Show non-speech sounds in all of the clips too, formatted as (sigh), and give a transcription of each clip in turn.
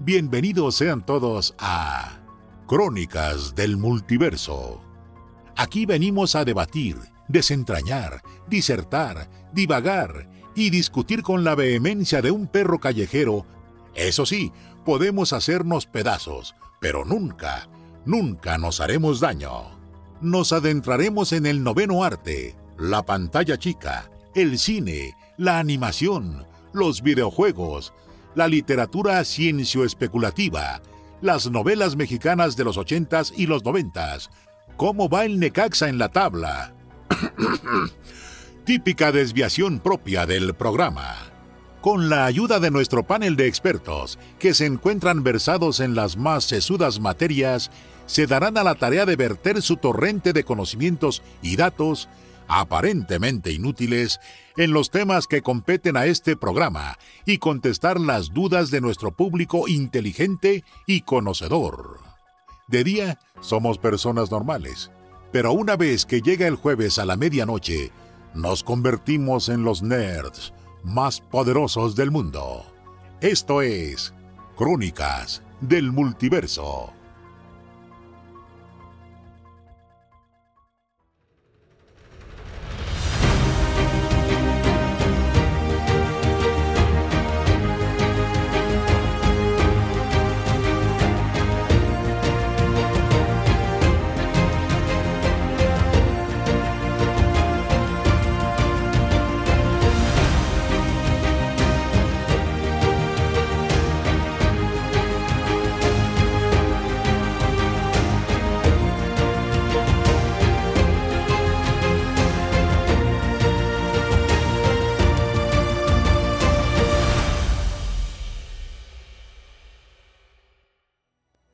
Bienvenidos sean todos a Crónicas del Multiverso. Aquí venimos a debatir, desentrañar, disertar, divagar y discutir con la vehemencia de un perro callejero. Eso sí, podemos hacernos pedazos, pero nunca, nunca nos haremos daño. Nos adentraremos en el noveno arte, la pantalla chica, el cine, la animación, los videojuegos, la literatura ciencio-especulativa, las novelas mexicanas de los 80s y los 90s, cómo va el Necaxa en la tabla. (coughs) Típica desviación propia del programa. Con la ayuda de nuestro panel de expertos, que se encuentran versados en las más sesudas materias, se darán a la tarea de verter su torrente de conocimientos y datos aparentemente inútiles, en los temas que competen a este programa y contestar las dudas de nuestro público inteligente y conocedor. De día somos personas normales, pero una vez que llega el jueves a la medianoche, nos convertimos en los nerds más poderosos del mundo. Esto es Crónicas del Multiverso.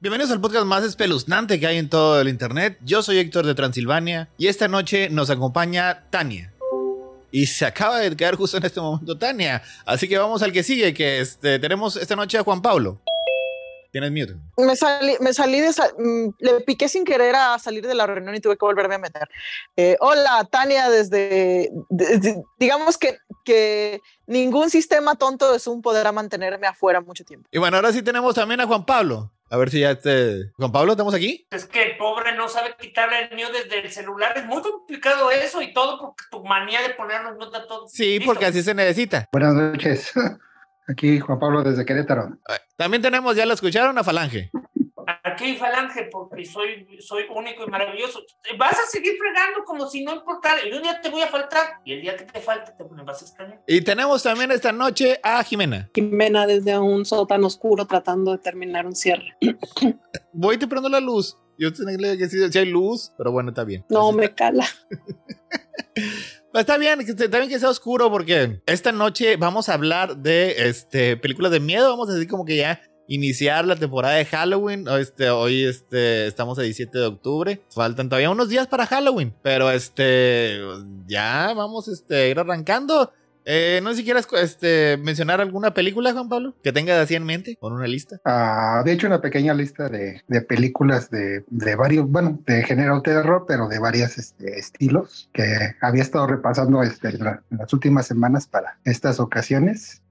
Bienvenidos al podcast más espeluznante que hay en todo el internet. Yo soy Héctor de Transilvania y esta noche nos acompaña Tania. Y se acaba de quedar justo en este momento Tania. Así que vamos al que sigue, que este, tenemos esta noche a Juan Pablo. Tienes mute. Me salí, me salí de. sa- mm, le piqué sin querer a salir de la reunión y tuve que volverme a meter. Eh, hola, Tania, desde. de- de- digamos que, que ningún sistema tonto de Zoom podrá mantenerme afuera mucho tiempo. Y bueno, ahora sí tenemos también a Juan Pablo. A ver si ya este. Juan Pablo, ¿estamos aquí? Es que el pobre no sabe quitarle el mío desde el celular. Es muy complicado eso y todo porque tu manía de ponernos nota todo. Sí, Listo. porque así se necesita. Buenas noches. (laughs) Aquí Juan Pablo desde Querétaro. También tenemos, ya lo escucharon, a Falange. Aquí hay falange porque soy, soy único y maravilloso. Vas a seguir fregando como si no importara. Y un día te voy a faltar y el día que te falte te me vas a extrañar. Y tenemos también esta noche a Jimena. Jimena desde un sótano oscuro tratando de terminar un cierre. Pues Voy te prendo la luz. Yo tenía que decir si hay luz, pero bueno, está bien. No Así me cala. Pero Está bien, que esté- está bien que sea oscuro porque esta noche vamos a hablar de este, películas de miedo. Vamos a decir como que ya iniciar la temporada de Halloween. O este, hoy este, estamos a 17 de octubre. Faltan todavía unos días para Halloween. Pero este, ya vamos este, a ir arrancando. Eh, no sé si quieres este, mencionar alguna película, Juan Pablo, que tengas así en mente, con una lista. Ah, de hecho, una pequeña lista de, de películas de, de varios, bueno, de género terror, pero de varios estilos que había estado repasando este, en la- en las últimas semanas para estas ocasiones.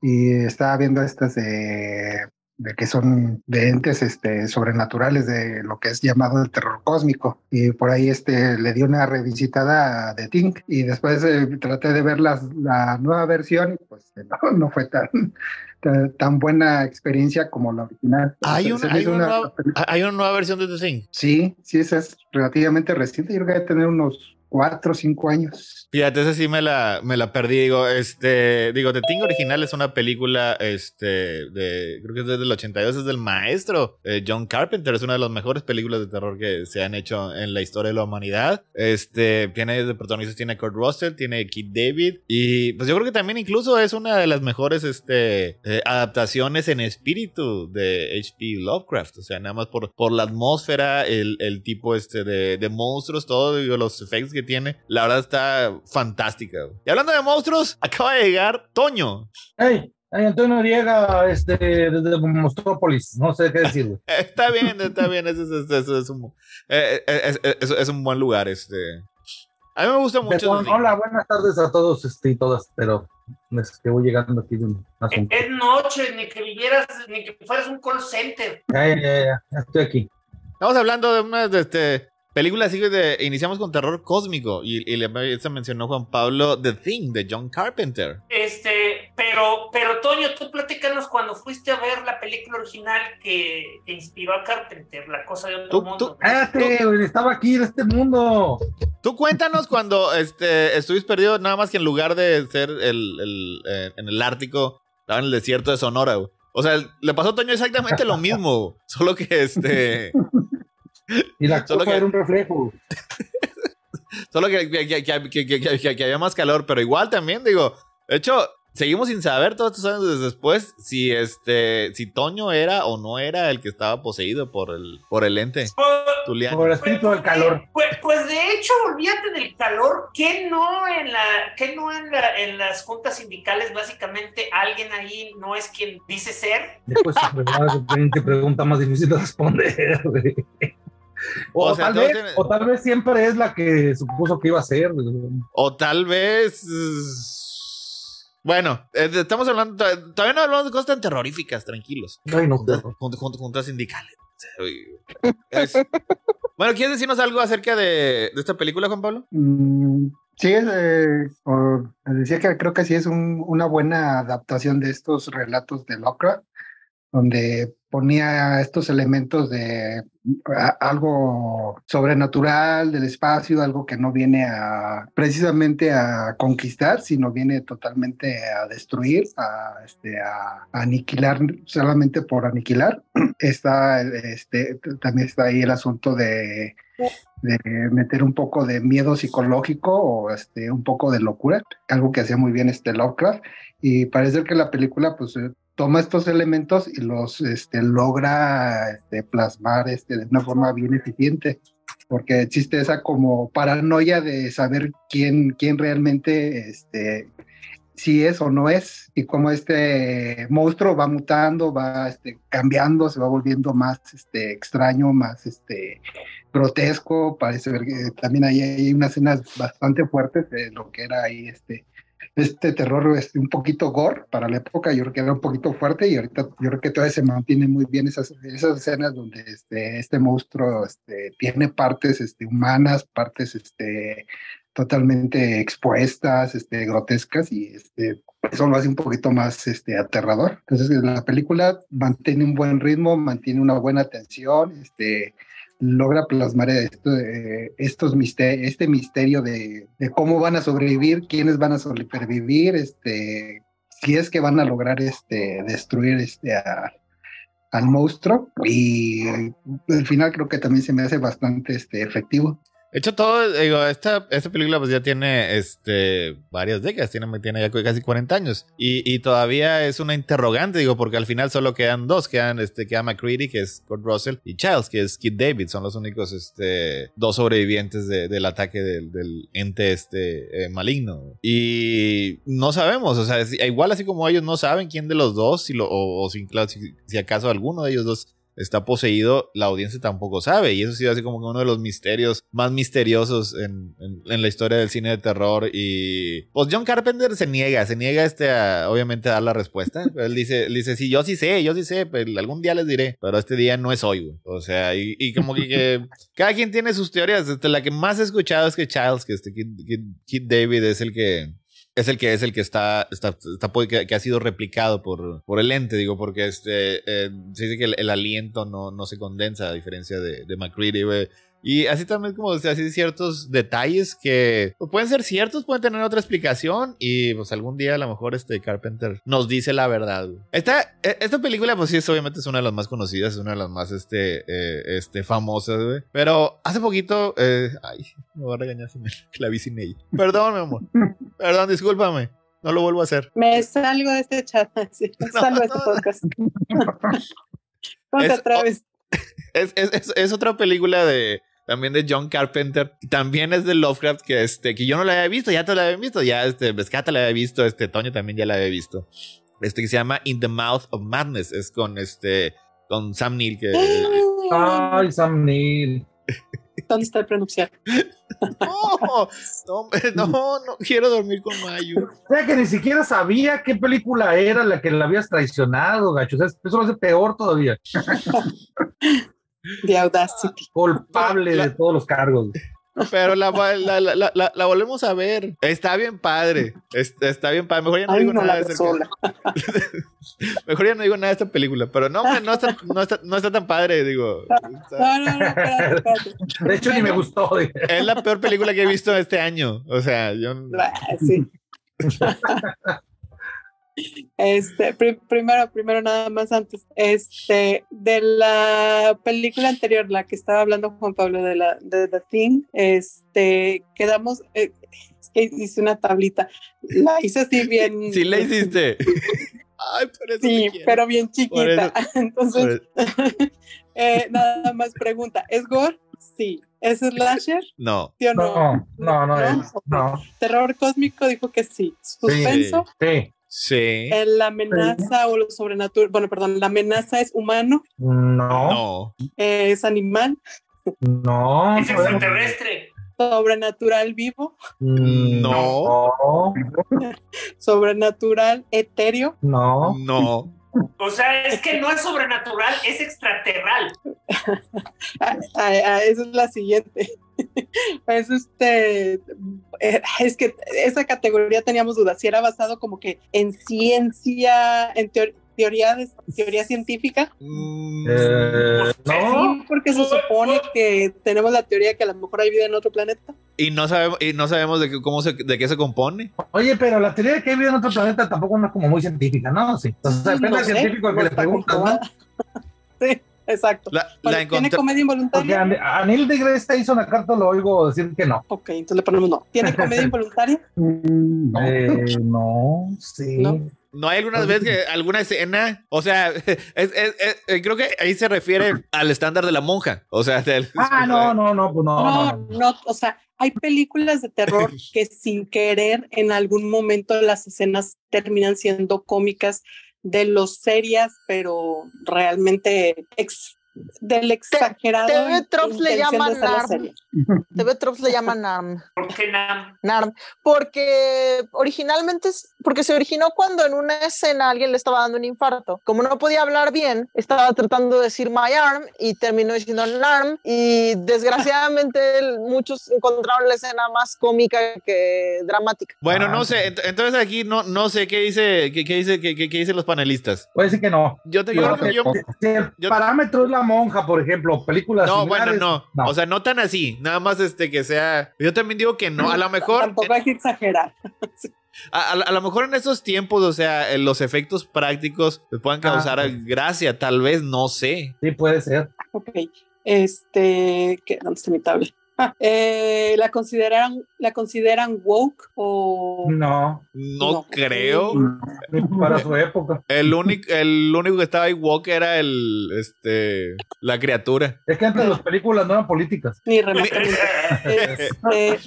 Y estaba viendo estas de, de que son de entes este, sobrenaturales de lo que es llamado el terror cósmico. Y por ahí este, le di una revisitada a The Thing y después eh, traté de ver las- la nueva versión y pues (laughs) no, no fue tan, tan, tan buena experiencia como la original. Hay, Se- un- se me hay hizo una una- nueva, hay una nueva versión de The Thing. Sí, sí, esa es relativamente reciente. Yo creo que debe tener unos cuatro o cinco años. Fíjate, esa sí me la, me la perdí. Digo, este, digo, The Thing original es una película, este, de, creo que es desde el 82, es del maestro eh, John Carpenter. Es una de las mejores películas de terror que se han hecho en la historia de la humanidad. Este, tiene de protagonistas, tiene a Kurt Russell, tiene a Keith David. Y pues yo creo que también incluso es una de las mejores, este, eh, adaptaciones en espíritu de H.P. Lovecraft. O sea, nada más por, por la atmósfera, el, el tipo, este, de, de monstruos, todo, digo, los effects que tiene. (laughs) La verdad está fantástica. güey. Y hablando de monstruos, acaba de llegar Toño. Hey, Ay, Antonio Noriega, este, desde Mostrópolis, no sé qué (laughs) decir, güey. Eh, Está bien, está bien. Ese es, ese es- ese es un, eh, eh, es- es- es un buen lugar. Este. A mí me gusta mucho. Betón, Disney. hola, buenas tardes a todos este, y todas, pero es que voy llegando aquí de un asunto. Eh, Es noche, ni que vivieras, ni que fueras un call center. eh. Ya, ya, ya, ya, ya estoy aquí. Estamos hablando de una de este, película así de. Iniciamos con terror cósmico. Y, y le se mencionó Juan Pablo The Thing de John Carpenter. Este, pero, pero Toño, tú platícanos cuando fuiste a ver la película original que, que inspiró a Carpenter, La cosa de otro Tú- ah, mundo. Cállate, güey, estaba aquí en este mundo. Tú cuéntanos cuando este, estuviste perdido, nada más que en lugar de ser el, el, eh, en el Ártico, estaba en el desierto de Sonora. güey. O sea, le pasó a Toño exactamente lo mismo, (laughs) güey, solo que este, Y la Solo copa que- era un reflejo. solo que, que- que- que- que- que- que- que había más calor, pero igual también digo, de hecho, seguimos sin saber todos estos años desde después si este, si Toño era o no era el que estaba poseído por el, por el ente Pues, tuliano. Por el espíritu del calor. Pues, pues de hecho, olvídate del calor, que no en la, que no en la, en las juntas sindicales, básicamente alguien ahí no es quien dice ser. (laughs) Después pues, se preguntaba la siguiente pregunta más difícil de responder, güey. O, O sea, tal todo vez, tiene- o tal vez siempre es la que supuso que iba a ser. güey. O tal vez. es- Bueno, eh, estamos hablando. to- Todavía no hablamos de cosas tan terroríficas, tranquilos. Ay, no, Juntas, perro. jun- jun- juntas sindicales. Uy. Es- (laughs) Bueno, ¿quieres decirnos algo acerca de, de esta película, Juan Pablo? Mm, Sí, es, eh, o- les decía que creo que sí es un- una buena adaptación de estos relatos de Lovecraft, donde ponía estos elementos de a- algo sobrenatural del espacio, algo que no viene a precisamente a conquistar, sino viene totalmente a destruir, a, este, a, a aniquilar solamente por aniquilar. (clears throat) Está, este, también está ahí el asunto de de meter un poco de miedo psicológico o este, un poco de locura, algo que hacía muy bien este Lovecraft. Y parece que la película pues eh, toma estos elementos y los este, logra este, plasmar este, de una forma bien eficiente, porque existe esa como paranoia de saber quién, quién realmente este, si es o no es, y cómo este monstruo va mutando, va este, cambiando, se va volviendo más este, extraño, más este, grotesco. Parece ver que también ahí hay unas escenas bastante fuertes de lo que era ahí este, este terror este, un poquito gore para la época. Yo creo que era un poquito fuerte y ahorita yo creo que todavía se mantiene muy bien esas, esas escenas donde este, este monstruo este, tiene partes este, humanas, partes este, totalmente expuestas, este, grotescas y este, eso lo hace un poquito más este, aterrador. Entonces la película mantiene un buen ritmo, mantiene una buena tensión, este, logra plasmar esto, eh, estos mister- este misterio de, de cómo van a sobrevivir, quiénes van a sobrevivir, este, si es que van a lograr este, destruir este, a- al monstruo y eh, al final creo que también se me hace bastante este, efectivo. De hecho, todo, digo, esta, esta película pues ya tiene este, varias décadas, tiene, tiene ya casi 40 años. Y, y todavía es una interrogante, digo, porque al final solo quedan dos, quedan este, queda McCready, que es Kurt Russell, y Childs, que es Kid David, son los únicos este, dos sobrevivientes de- del ataque del, del ente este, eh, maligno. Y no sabemos, o sea, es- igual así como ellos no saben quién de los dos, si lo, o, o si- claro, si- si acaso alguno de ellos dos está poseído, la audiencia tampoco sabe. Y eso sí hace como que uno de los misterios más misteriosos en, en- en la historia del cine de terror. Y pues John Carpenter se niega, se niega este a, obviamente a dar la respuesta. (laughs) Pero él dice, él dice, sí, yo sí sé, yo sí sé, pero algún día les diré. Pero este día no es hoy, güey. O sea, y, y como que, que cada quien tiene sus teorías. Este, la que más he escuchado es que Childs, que este Kid, Kid- Kid David es el que... Es el que es el que está, está, está- que, que ha sido replicado por, por el ente, digo, porque este eh, se dice que el, el aliento no, no se condensa, a diferencia de, de McCready, güey. Y así también como se así ciertos detalles que pues, pueden ser ciertos, pueden tener otra explicación y pues algún día a lo mejor este Carpenter nos dice la verdad. güey. Esta, e- esta película pues sí es obviamente es una de las más conocidas, es una de las más este, eh, este, famosas, güey. Pero hace poquito, eh, ay, me va a regañar si me (laughs) la vi sin ella. Perdón, mi amor. Perdón, discúlpame. No lo vuelvo a hacer. Me salgo de este chat, (laughs) así, me No, salgo de este no, no. podcast. ¿Cómo te Es- atreves? Es, es- es- es otra película de también de John Carpenter. También es de Lovecraft que pues, este que yo no la había visto, ya te la había visto, ya este Pescata la había visto, este Toño también ya la había visto. Este que se llama In the Mouth of Madness. Es con este. Con Sam Neill (laughs) que. (laughs) Ay, Sam Neill. ¿Dónde está el pronunciar? No, no, hombre, no, no quiero dormir con Mayu. Ya que ni siquiera sabía qué película era la que la habías traicionado, gacho. O sea, eso lo hace peor todavía. De Audacity. Culpable La- de todos los cargos. Pero la, va- la, la, la- la- la volvemos a ver. Está bien padre. Es- Está bien padre. Mejor ya no Ay, digo no nada la de veo acerca- sola. Mejor ya no digo nada de esta película. Pero no, hombre, no está, no está, no está tan padre. Digo, Está- No, no, no, espérate, espérate. De hecho, ni me gustó. dije. es la peor película que he visto este año. O sea, yo. Ah, sí. Este, pri- primero, primero nada más antes, este, de la película anterior, la que estaba hablando Juan Pablo de la de The Thing, este, quedamos, eh, es que hice una tablita, la hice así (laughs) bien. pues, Sí, la hiciste. Ay, por eso. Sí, te quiero. Pues, pero bien Por eso- chiquita. (laughs) Entonces, Por- (laughs) eh, nada más pregunta, ¿es gore? Sí. ¿Es slasher? No. ¿Sí o no? No, no, no, No. es- no. Terror cósmico dijo que sí. Suspenso. Sí, Sí. Eh, La amenaza o lo sobrenatural, bueno, perdón, la amenaza es humano, no, No. eh, es animal, no, Es extraterrestre. sobrenatural vivo, no, sobrenatural etéreo. (laughs) no, No. O sea, es que no es sobrenatural, es extraterral. Ah, ah, ah, esa es la siguiente. (laughs) es este, eh, es que esa categoría teníamos dudas, si era basado como que en ciencia, en teor- teoría, de- teoría científica. Mm, eh, no, Sí, porque se supone oh. que tenemos la teoría que a lo mejor hay vida en otro planeta. Y no sabemos, y no sabemos de qué, cómo se, de qué se compone. Oye, pero la teoría de que hay vida en otro planeta tampoco no es como muy científica, ¿no? Sí. O sea, depende No del sé, científico al que no le está preguntas, ¿no? comprobada. (laughs) sí, exacto. La, Bueno, la ¿Tiene encontré. comedia Porque involuntaria? a, a Neil deGrasse Tyson acá todo lo oigo decir que no. Ok, entonces le ponemos no. (laughs) ¿Tiene comedia involuntaria? Mm, no. Eh, no, sí. No. ¿No hay algunas veces que alguna escena? O sea, (laughs) es- es- es- eh, creo que ahí se refiere al estándar de la monja. O sea, del- Ah, no, no, no, pues no. No, no, no. no, o sea, hay películas de (laughs) terror que sin querer en algún momento las escenas terminan siendo cómicas de los serias, pero realmente ex- del exagerado. TV in- Tropes le intención de llaman hacerlo narm. serio. TV Tropes le llaman NARM. ¿Por qué no? (laughs) NARM, porque originalmente, es- porque se originó cuando en una escena alguien le estaba dando un infarto. Como no podía hablar bien, estaba tratando de decir my arm y terminó diciendo NARM. Y desgraciadamente el- muchos encontraron la escena más cómica que dramática. Bueno, Ah. no sé. ent- Entonces aquí no, no sé qué dice, qué, qué dice, qué, qué- qué dicen los panelistas. Voy a decir que no. Yo te Yo yo, creo que yo- Si el yo- parámetro es la monja, por ejemplo, películas. no, bueno, similares, no. no. O sea, no tan así. Nada más este que sea. Yo también digo que no. A (laughs) lo mejor. Tampoco hay que exagerar. A, a- a lo mejor en esos tiempos, o sea, eh, los efectos prácticos les puedan causar Ah. gracia, tal vez, no sé. Sí, puede ser. Ok, este, ¿qué- ¿dónde está mi tabla? Ah, eh, ¿La consideran, la consideran woke o Mm. (laughs) No, No, No. creo. ni para su época. El único, el único que estaba ahí woke era el, este, la criatura. Es que antes las películas no eran políticas. ni remotamente? Este,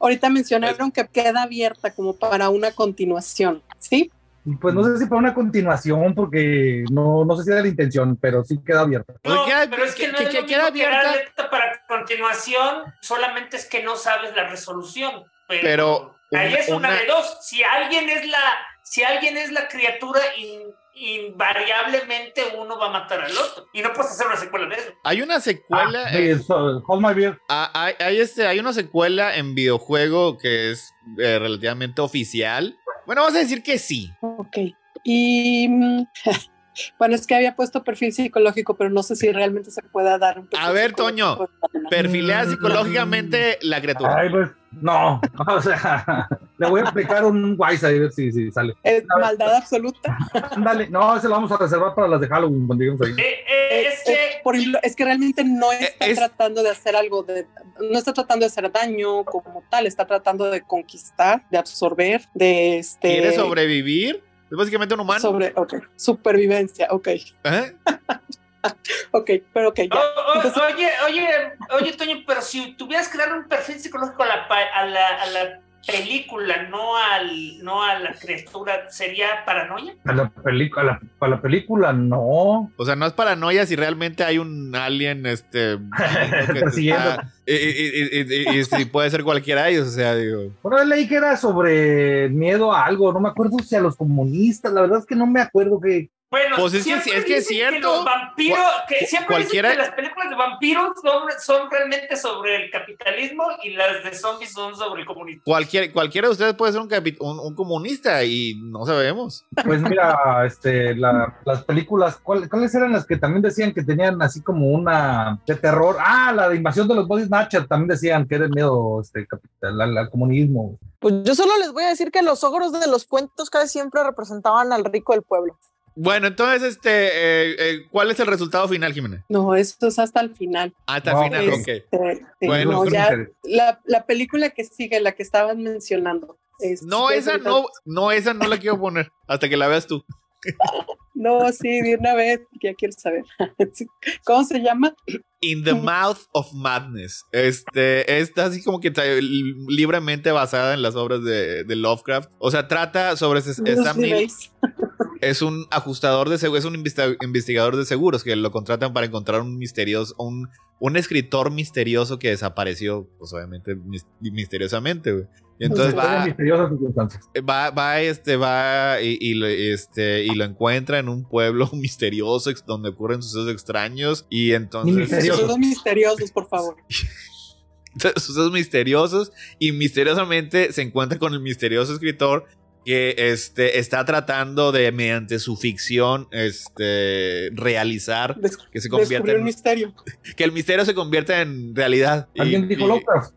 ahorita mencionaron que queda abierta como para una continuación, ¿sí? Y Pues no sé si para una continuación, porque no, no sé si era la intención, pero sí queda abierta. No, Oiga, pero es que, que- no que- es que lo queda mismo que era abierta. alerta para continuación, solamente es que no sabes la resolución. Pero, Pero ahí una- es una, una- de dos. Si alguien es la, si alguien es la criatura, in- invariablemente uno va a matar al otro. Y no puedes hacer una secuela de eso. Hay una secuela. Ah, eh, sí, eso, Hold My Beer. Ah, hay, hay este, hay una secuela en videojuego que es eh, relativamente oficial. Bueno, vamos a decir que sí. Ok. Y mm, (laughs) bueno, es que había puesto perfil psicológico, pero no sé si realmente se pueda dar un perfil A ver, psicológico. Perfilea Mm. psicológicamente la criatura. Ay, pues, no, (laughs) o sea, le voy a explicar un wise a ver si, si sale. ¿Es maldad absoluta. Ándale, no, ese lo vamos a reservar para las de Halloween cuando lleguemos ahí. Eh, eh, es Eh, que por ejemplo, es que realmente no está E-, es- tratando de hacer algo de, no está tratando de hacer daño como tal, está tratando de conquistar, de absorber, de este ¿Quiere sobrevivir? Es básicamente un humano. sobre- ok, supervivencia, ok, ¿Eh? ok, pero ok, ya. O- o- pues, Entonces- oye, oye, oye, Toño, pero si tuvieras que dar un perfil psicológico a la, pa- a la, a la película, no, al, no a la criatura, sería paranoia. A la, pelic- a la, a la (laughs) película no. O sea, no es paranoia si realmente hay un alien, (laughs) este. maligno que te Persiguiendo. está- y, y- y- y- y si puede ser cualquiera de ellos, o sea, digo. Una vez leí que era sobre miedo a algo, no me acuerdo si a los comunistas, la verdad es que no me acuerdo que... Bueno, Pues es que- siempre es que es dicen cierto. los vampiros, que siempre cualquiera- dicen que las películas de vampiros son, son realmente sobre el capitalismo y las de zombies son sobre el comunismo. Cualquier, cualquiera de ustedes puede ser un, capi- un, un comunista y no sabemos. Pues (laughs) mira, este, la- las películas, ¿cuál- ¿cuáles eran las que también decían que tenían así como una de terror? Ah, la de invasión de los body snatchers, también decían que era el miedo este, capital, al, al comunismo. Pues yo solo les voy a decir que los ogros de los cuentos casi siempre representaban al rico del (laughs) pueblo. Bueno, entonces, este, eh, eh, ¿cuál es el resultado final, Jimena? No, eso es hasta el final. Hasta No, el final, pues, ok. Eh, sí, Bueno, no, Eso es ya interesante. la, la película que sigue, la que estaban mencionando. es- No, es esa ahorita- no, no, esa no la quiero poner hasta que la veas tú. No, sí, de una vez, ya quiero saber. (laughs) ¿Cómo se llama? In the Mouth of Madness. Este, está así como que ta- li- libremente basada en las obras de, de Lovecraft. O sea, trata sobre ese- Sam Bruce Neill. Willis. es un ajustador de seguros, es un invista- investigador de seguros que lo contratan para encontrar un misterioso, un, un escritor misterioso que desapareció, pues obviamente mis- misteriosamente, güey. Pues Y entonces Después de va, misteriosas circunstancias. va, va, este, va y, y lo- este, y lo encuentra en un pueblo (laughs) misterioso ex- donde ocurren sucesos extraños y entonces Misterioso. Son misteriosos, por favor. (laughs) sucesos misteriosos y misteriosamente se encuentra con el misterioso escritor que este, está tratando de, mediante su ficción, este, realizar Des- que se convierta Descubrí un en, misterio. que el misterio se convierta en realidad. Y- Alguien y- dijo Lovecraft.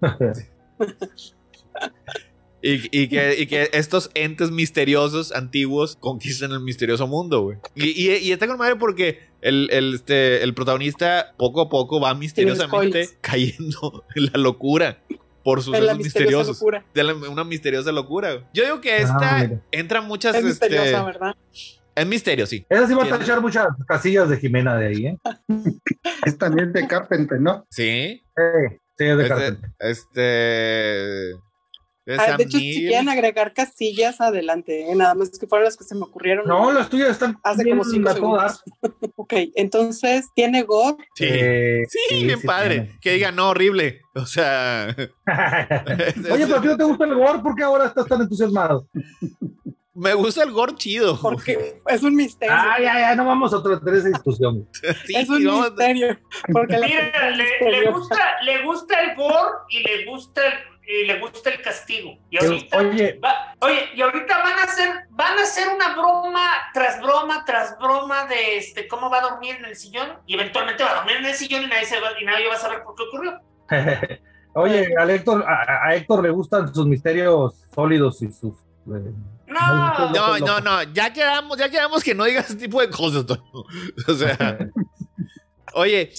Y, y que, y que estos entes misteriosos antiguos conquistan el misterioso mundo, güey. Y, y- y está con madre porque el, el, este, el protagonista poco a poco va misteriosamente spoilers. cayendo (laughs) en la locura por sus Es la misteriosa misteriosos. locura. De la- una misteriosa locura. güey. Yo digo que Ah, esta mira. entra muchas. Es este, misteriosa, ¿verdad? es misterio, sí. Esa sí va a ¿Quién? tachar muchas casillas de Jimena de ahí, ¿eh? Es también de Carpenter, ¿no? Sí. Sí, sí, es de Este. Carpenter. este es Ah, Sam de hecho, si Neill. quieren agregar casillas, adelante. eh, Nada más que fueron las que se me ocurrieron. No, las tuyas están Hace bien como cinco a todo dar. segundos. Ok, entonces tiene Gore. Sí. Eh, Sí, bien sí padre. tiene. Que diga, no, horrible. O sea. (laughs) (laughs) Oye, pero a ti no te gusta el gore, ¿por qué ahora estás tan entusiasmado? me gusta el gore chido. (laughs) Porque es un misterio. Ay, ay, ay, no vamos a otra tener esa (laughs) discusión. Ah, Sí, es un vamos- misterio. Porque la Mira, película es le, le misteriosa. gusta, le gusta el gore y le gusta el, y le gusta el castigo. Y ahorita, Oye, (laughs) va- oye, y ahorita van a hacer, van a hacer una broma tras broma tras broma de este cómo va a dormir en el sillón, y eventualmente va a dormir en el sillón y nadie se va, y nadie va a saber por qué ocurrió. oye, a Héctor, a, a Héctor le gustan sus misterios sólidos (laughs) y sus. eh, No, No, no, no. Ya quedamos, ya quedamos que no digas ese tipo de cosas, Toño. (laughs) O sea. (laughs) Oye.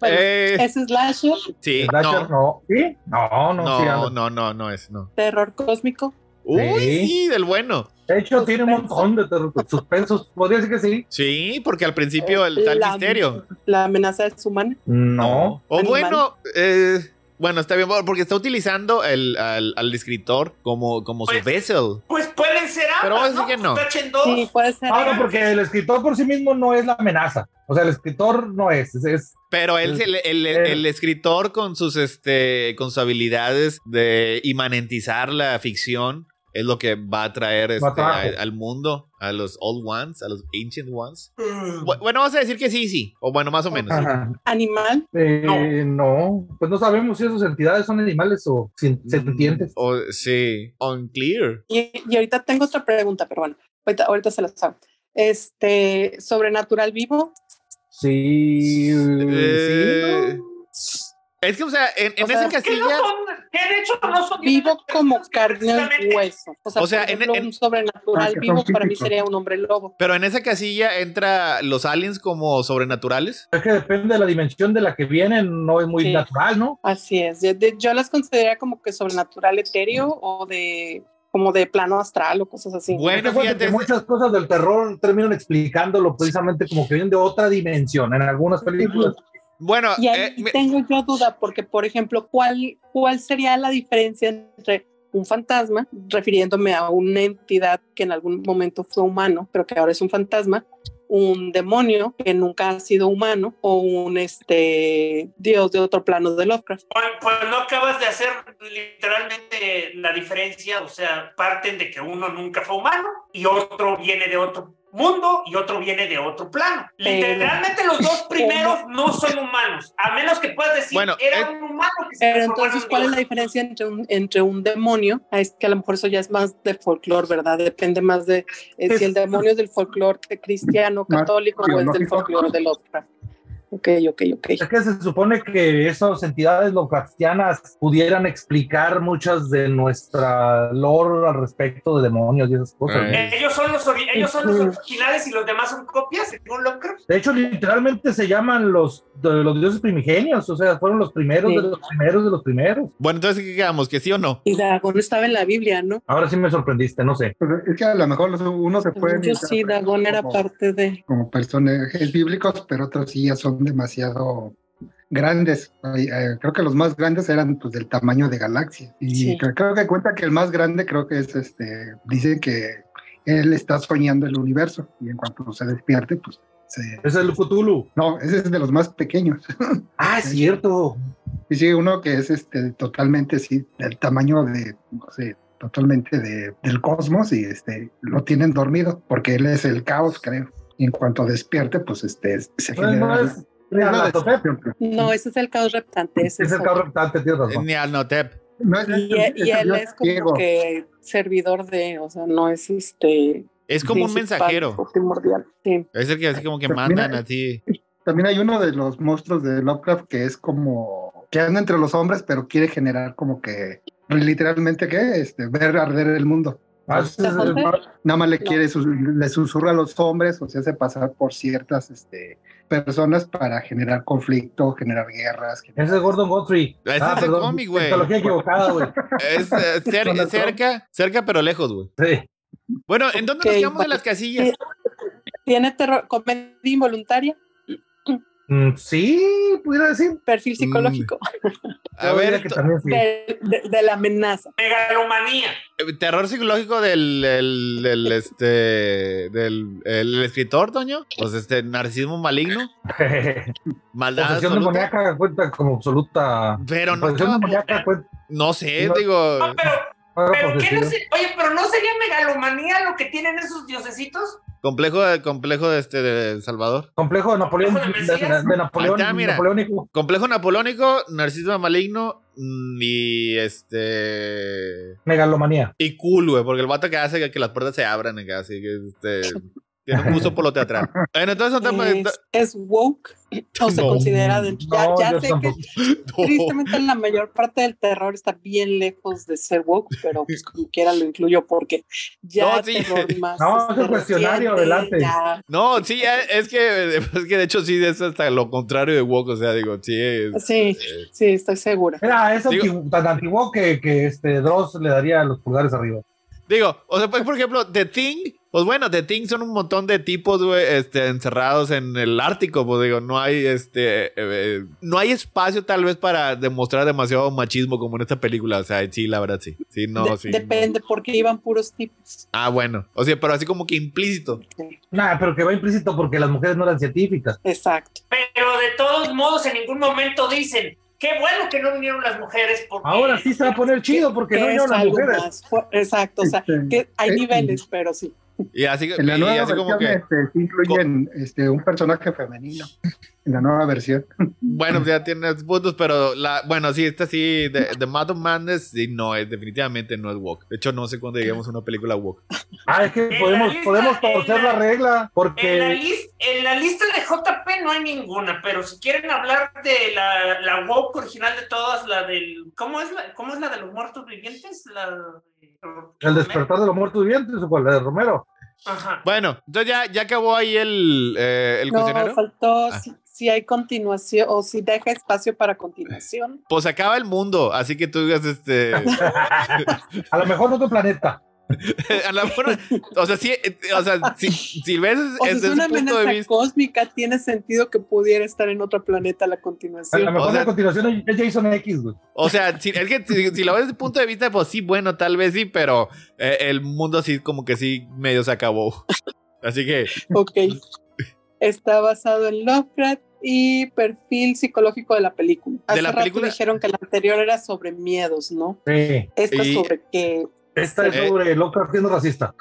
Bueno, eh, Pues, Es slasher, sí, slasher, no. eh, no. ¿Sí? No, no, sí, No, anda. no, no, no es, no. terror cósmico. Uy, Sí. sí, del bueno. De hecho, tiene un montón de terror- suspensos. ¿Podría decir que sí? Sí, porque al principio el tal La- misterio. La amenaza es humana. No. O Animal. bueno, eh, bueno, está bien, porque está utilizando el, al, al escritor como, como su Pues- vessel. pues pueden ser ambas, Pero vamos a decir ¿no? que no. Tachen dos. Sí, puede ser. Ah, no, porque el escritor por sí mismo no es la amenaza. O sea, el escritor no es. es, es- Pero él, el, el- el- el escritor con sus, este, con sus habilidades de imanentizar la ficción es lo que va a traer este, Matajo. a- al mundo, a los old ones, a los ancient ones. Bu- Bueno, vamos a decir que sí, sí, o bueno, más o menos. sí. Ajá. Animal. Eh, no. pues no sabemos si esas entidades son animales o Mm, sin- sentientes. O, sí, unclear. Y, y ahorita tengo otra pregunta, pero bueno, ahorita, ahorita se las hago. Este, sobrenatural vivo. Sí, Eh, Mm, sí. Es que, o sea, en, en O sea, esa ¿qué Que no casilla, son- que de hecho no son Vivo como carne al Precisamente. hueso. O sea, O sea, por en- ejemplo, en- un Ah, sobrenatural que vivo son para mí físicos. sería un hombre lobo. pero en esa casilla entra los aliens como sobrenaturales. Es que depende de la dimensión de la que vienen, no es muy Sí. natural, ¿no? Así es. Yo, de- yo las consideraría como que sobrenatural etéreo o de como de plano astral o cosas así. Bueno, Fíjate fíjate, que muchas cosas del terror terminan explicándolo precisamente como que vienen de otra dimensión en algunas películas. bueno, Y ahí eh, mi- tengo yo duda, porque por ejemplo, ¿cuál, ¿cuál sería la diferencia entre un fantasma, refiriéndome a una entidad que en algún momento fue humano, pero que ahora es un fantasma, un demonio que nunca ha sido humano o un este dios de otro plano de Lovecraft. Pues, pues no acabas de hacer literalmente la diferencia, o sea, parten de que uno nunca fue humano y otro viene de otro mundo y otro viene de otro plano. Pero- Literalmente los (laughs) dos primeros no son humanos, a menos que puedas decir Bueno, era eh, un humano que se Pero transformó en entonces, un ¿cuál es dios". la diferencia entre un, entre un demonio? Ah, Es que a lo mejor eso ya es más de folclore, ¿verdad? Depende más de eh, si el demonio es del folclore cristiano, Más católico o es del biológico. folclore de Lovecraft. Ok, ok, ok. Es que se supone que esas entidades lovecraftianas pudieran explicar muchas de nuestra lore al respecto de demonios y esas cosas. Eh. ¿no? Ellos son los ori- ellos son los originales y los demás son copias, según Lovecraft. De hecho, literalmente se llaman los, de los dioses primigenios, o sea, fueron los primeros Sí. de los primeros de los primeros. Bueno, entonces, ¿qué quedamos? ¿Que sí o no? Y Dagón estaba en la Biblia, ¿no? Ahora sí me sorprendiste, no sé. Pero es que a lo mejor los- uno se puede. Pues Yo sí, interpretar Dagón era como- parte de... como personajes bíblicos, pero otros sí ya son demasiado grandes. Ay, eh, Creo que los más grandes eran pues del tamaño de galaxia. Y Sí. cre- creo que cuenta que el más grande creo que es este, dicen que él está soñando el universo y en cuanto se despierte, pues se... Es el Cthulhu. No, ese es de los más pequeños. Ah, es cierto. Y sigue uno que es este totalmente, sí, del tamaño de, no sé, totalmente de, del cosmos y este lo tienen dormido porque él es el caos, creo. Y en cuanto despierte, pues este se No, no genera- es. Mira, la tope. No, ese es el caos reptante. Ese Es el otro. carro reptante, tienes razón. Ni al Notep. No es- Y, es- e-, es el y él dios es como griego. que servidor de, o sea, no es este... Es como un principal mensajero. o primordial. Sí. Es el que así como que Mira. mandan a ti. También hay uno de los monstruos de Lovecraft que es como que anda entre los hombres, pero quiere generar como que literalmente que este ver arder el mundo. Ah, ese es el- Nada más le No. quiere sus- le susurra a los hombres o se hace pasar por ciertas este personas para generar conflicto, generar guerras. generar- ese es Gordon Guthrie. Ese es el cómic, güey. Psicología equivocada, güey. (laughs) Es eh, cer- Con el cerca, cerca pero lejos, güey. Sí. Bueno, ¿en dónde nos Ok, quedamos en vale. las casillas? Tiene terror, comedia involuntaria, Mm, sí, pudiera decir. perfil psicológico A Yo diría ver, que to- también Mm, sí. de, de- de la amenaza. Megalomanía. eh, terror psicológico del, del, del, este del el escritor, Toño. Pues este narcisismo maligno, (laughs) maldad Posesión absoluta. demoníaca cuenta como absoluta. Pero no, Posesión acaba- demoníaca cuenta. no sé, No. digo. No, pero, pero ahora ¿qué no posesión. se- oye, pero ¿no sería megalomanía lo que tienen esos diosecitos? Complejo de complejo de este de El Salvador. Complejo de Napoleón. ¿Complejo de De, Mesías? de Napoleón. Ahí está, mira. Napoleónico. Complejo napoleónico, narcisismo maligno mm, y este Megalomanía. y cool, güey, porque el vato que hace que, que las puertas se abran acá, así que este tiene un gusto por lo teatral. Bueno, entonces no te- Es, es woke o se No. considera dentro. No, ya yo sé tampoco. que no. tristemente (laughs) la mayor parte del terror está bien lejos de ser woke, pero pues como quiera lo incluyo porque ya No, sí. (laughs) terror más. No, es un este, cuestionario, reciente, adelante. ya. No, sí, eh, es que, es que de hecho sí es hasta lo contrario de Wok, o sea, digo, sí. es- Sí, eh, sí, estoy segura. Era eso Digo- antigu- tan antiguo que, que este Dross le daría los pulgares arriba. digo, o sea, pues por ejemplo, The Thing, pues bueno, The Thing son un montón de tipos, güey, este, encerrados en el Ártico, pues digo, no hay, este, eh, eh, no hay espacio tal vez para demostrar demasiado machismo como en esta película, o sea, sí, la verdad, sí. Sí, no, De- sí. no. depende, porque iban puros tipos. Ah, bueno, o sea, pero así como que implícito. Nah, pero que va implícito porque las mujeres no eran científicas. Exacto. Pero de todos modos, en ningún momento dicen, qué bueno que no vinieron las mujeres porque... Ahora sí se va a poner chido porque no Que llevan es las algo mujeres. más fu- Exacto, o sea, Este, que hay eh, niveles, pero sí. Y así, En la y nueva así como versión que, este, sí incluyen este, un personaje femenino. En la nueva versión. bueno, ya tienes puntos, pero la, bueno, sí, esta sí, The, The Mad of Madness, sí, no, es, definitivamente no es Wok. De hecho, no sé cuándo lleguemos a una película Wok. Ah, es que la podemos, lista, podemos en torcer la- la regla En la, porque lis- en la lista de JP no hay ninguna, pero si quieren hablar de la, la woke original de todas, la del... ¿Cómo es la, cómo es la de los muertos vivientes? La... el despertar de los muertos vivientes o cuál, la (laughs) de Romero. Ajá. Bueno, entonces ya, ya acabó ahí el, eh, el No, cuestionario. faltó Ah. si, si hay continuación o si deja espacio para continuación. (laughs) Pues acaba el mundo, así que tú digas, este. A lo mejor otro planeta. (laughs) A la mejor, o sea, sí, eh, o sea, si, si ves O sea, desde es una ese punto de amenaza vista. cósmica, tiene sentido que pudiera estar en otro planeta a la A lo continuación. mejor o sea- la continuación es Jason X, güey. O sea, si, es que si, si lo ves desde el punto de vista, pues sí, bueno, tal vez sí, pero eh, el mundo sí, como que sí, medio se acabó. (laughs) Así que, Ok. Está basado en Lovecraft y perfil psicológico de la película. Hace la rato película? dijeron que la anterior era sobre miedos, ¿no? Sí. Esta Y- sobre que Esta es Eh. sobre Lovecraft siendo racista.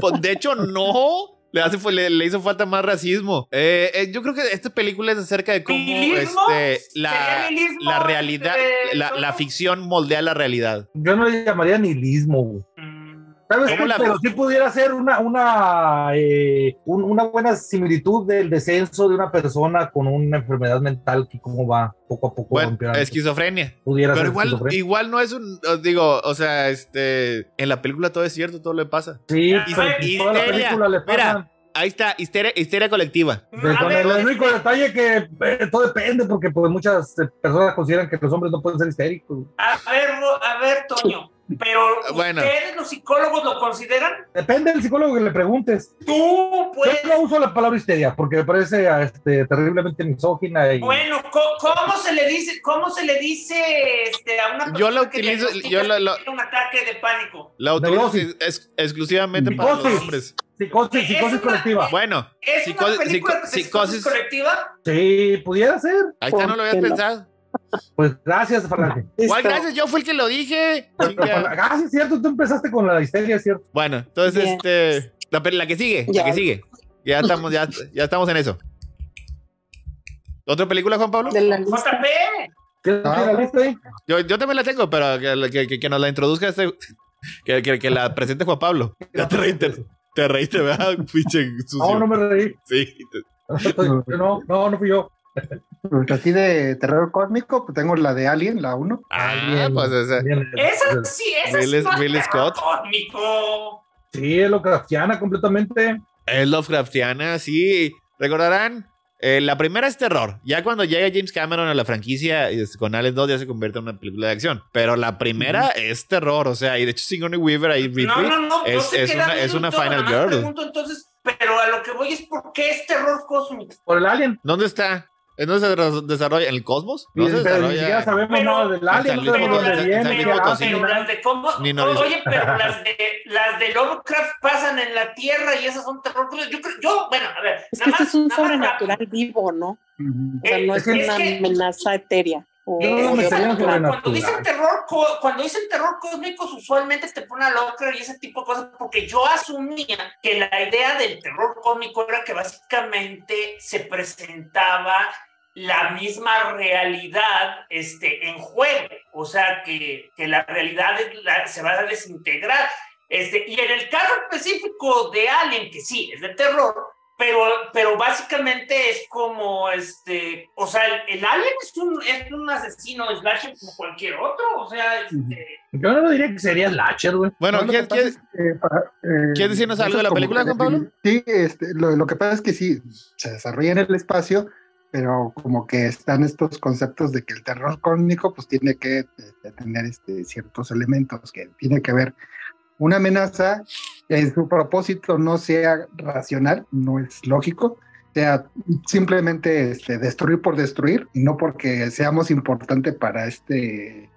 pues, de hecho, no. Le, hace, fue- le, le hizo falta más racismo. Eh, eh, yo creo que esta película es acerca de cómo ¿Nihilismo? este, ¿Sería la, nihilismo, la realidad, este, la, la Toño? ficción moldea la realidad. Yo no le llamaría nihilismo, güey. Mm. ¿Sabes ¿Cómo qué? la- Pero sí pudiera ser una, una, eh, un- una buena similitud del descenso de una persona con una enfermedad mental que cómo va poco a poco. va Bueno, empeorando. esquizofrenia. pudiera Pero ser igual, esquizofrenia. igual no es un. os Digo, o sea, este. En la película todo es cierto, todo le pasa. Sí, Y- pero y- toda la histeria. película le Mira, pasa. Ahí está, histeria, histeria colectiva. De- A con pues, ver, el, este, único detalle que eh, todo depende, porque pues muchas eh, personas consideran que los hombres no pueden ser histéricos. A ver, Ro- a ver, Toño, pero (laughs) Bueno. ustedes los psicólogos lo consideran. Depende del psicólogo que le preguntes. Tú, pues, Yo no uso la palabra histeria porque me parece ah, este, terriblemente misógina. Y, bueno, co- ¿cómo se le dice, cómo se le dice este, a una persona Yo la que utilizo- diagnostica yo la- la- que tiene un ataque de pánico? La utilizo Neurosis. ex- exclusivamente para los Psicosis. hombres. psicosis, pues, Es psicosis una- colectiva. Bueno, ¿Es Psicosis- una película de psico- psicosis psicosis- colectiva? Sí, pudiera ser. ahí está, no lo habías Póntela. pensado. Pues (laughs) gracias, Falange. Igual, Listo. gracias, yo fui el que lo dije. Pero, Chinga. Falange- Ah, sí, es cierto, tú empezaste con la histeria, es cierto. Bueno, entonces, Bien. este. La, pe- la que sigue, Ya. la que sigue. Ya estamos, ya, ya estamos en eso. ¿Otra película, Juan Pablo? de la lista. JP, ¿Quieres Ah. decir la lista ahí? Yo, yo también la tengo, pero que, que- que- que nos la introduzca este. Que, que- que la presente Juan Pablo. Ya te reíste, te reíste, ¿verdad? (laughs) Pinche No, sucio. Oh, no me reí. Sí. (laughs) No, no, no fui yo. Pues Así de terror cósmico, pues tengo la de Alien, la 1. Ah, Alien. pues esa. Bien. esa sí, esa Will- sí no es Will Scott. cómico. Sí, es Lovecraftiana completamente. Es Lovecraftiana, sí. Recordarán, eh, la primera es terror. Ya cuando llega James Cameron a la franquicia es- con Alien 2 ya se convierte en una película de acción. Pero la primera es terror, o sea, y de hecho Sigourney Weaver ahí Ripley, No, no, no, no es- se es queda una- es viendo una todo, Final nada más Girl. pregunto entonces, pero a lo que voy es por qué es terror cósmico. Por el Alien. ¿Dónde está? ¿En dónde se des- desarrolla? ¿En el cosmos? No se Pero ni siquiera desarrolla. sabemos Pero- nada del alien, no San sabemos Luis dónde Potosí, San viene, Luis qué Potosí. hace, pero nada. las de cómo- Ni no o- dice. oye, pero las de, las de Lovecraft pasan en la Tierra y esas son terror. cruel. Yo creo, yo, bueno, a ver, Es nada que este más- es un nada más sobrenatural vivo, ¿no? Ujú. O sea, no Eh, es es una que- amenaza etérea. o- Yo Eh, no o me de sabía otra sobre clase. nada. Cuando dicen terror, co- cuando dicen terror cósmicos, usualmente te ponen a Lovecraft y ese tipo de cosas, porque yo asumía que la idea del terror cósmico era que básicamente se presentaba la misma realidad este, en juego, o sea, que, que la realidad es la- se va a desintegrar. Este, y en el caso específico de Alien, que sí, es de terror, pero, pero básicamente es como este, o sea, el, el alien es un, es un asesino slasher como cualquier otro, o sea, este, Yo no diría que sería Lacher, güey. Bueno, No, lo ¿quién, que pasa quién- es que para- eh, ¿quieres decirnos algo eso de la como película, que Juan Pablo? defini- Sí, este, lo, lo que pasa es que sí, se desarrolla en el espacio, pero como que están estos conceptos de que el terror cósmico pues tiene que este, tener este, ciertos elementos, que tiene que haber una amenaza que en su propósito no sea racional, no es lógico, sea simplemente este, destruir por destruir y no porque seamos importante para este,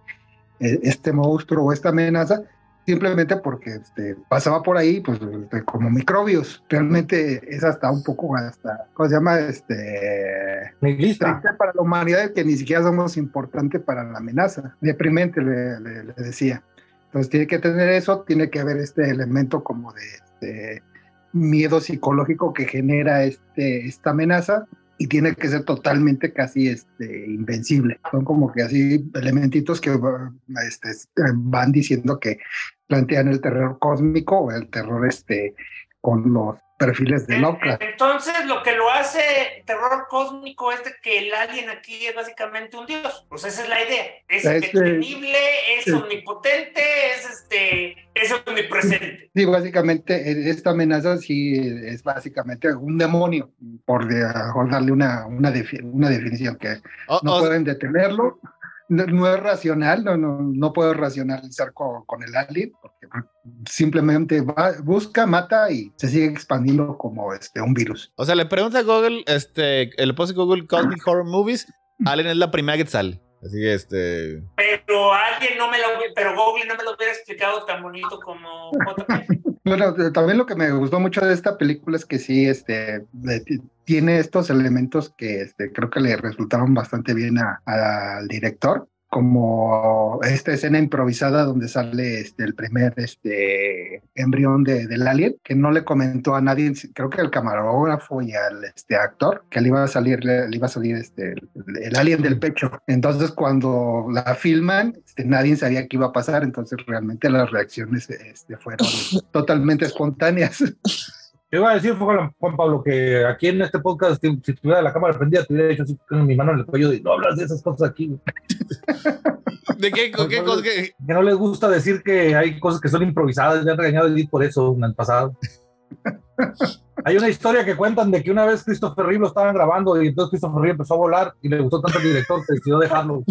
eh, este monstruo o esta amenaza, simplemente porque este, pasaba por ahí, pues este, como microbios. Realmente es hasta un poco, hasta, ¿cómo se llama? Este, Nihilista. triste para la humanidad que ni siquiera somos importantes para la amenaza. Deprimente, le, le- le decía. Entonces tiene que tener eso, tiene que haber este elemento como de, este miedo psicológico que genera este, esta amenaza y tiene que ser totalmente casi este, invencible. Son como que así elementitos que va- este, van diciendo que plantean el terror cósmico o el terror este, con los perfiles de Lovecraft. entonces lo que lo hace terror cósmico es de que el alien aquí es básicamente un dios, pues esa es la idea, es Es, eh, indetenible, es eh. omnipotente, es este, es omnipresente. Sí, básicamente e- esta amenaza sí eh, es básicamente un demonio, ah, por de- por darle una, una, defi- una definición, que o- no o- pueden detenerlo, no, no es racional, no, no, no puedo racionalizar con, con el alien, porque simplemente va, busca, mata y se sigue expandiendo como este, un virus. O sea, le pregunta a Google, este, le puse Google Cosmic Horror Movies, Alien es la primera que sale. Así que este. Pero alguien no me lo. Pero Google no me lo hubiera explicado tan bonito como. Bueno, también lo que me gustó mucho de esta película es que sí, este, de- tiene estos elementos que este, creo que le resultaron bastante bien a- al director, como esta escena improvisada donde sale este, el primer este, embrión de, del alien, que no le comentó a nadie, creo que al camarógrafo y al este, actor, que le iba a salir, le, le iba a salir este, el, el alien del pecho. Entonces, cuando la filman, este, nadie sabía qué iba a pasar, entonces realmente las reacciones este, fueron totalmente espontáneas. (laughs) Yo iba a decir, Juan, Juan Pablo, que aquí en este podcast, si, si tuviera la cámara prendida, te hubiera hecho así con mi mano en el cuello y no hablas de esas cosas aquí. güey". ¿De qué, con (laughs) qué cosa que- Que no les gusta decir que hay cosas que son improvisadas, me han regañado Edith por eso en el pasado. Hay una historia que cuentan de que una vez Christopher Reeve lo estaban grabando y entonces Christopher Reeve empezó a volar y le gustó tanto al director que decidió dejarlo.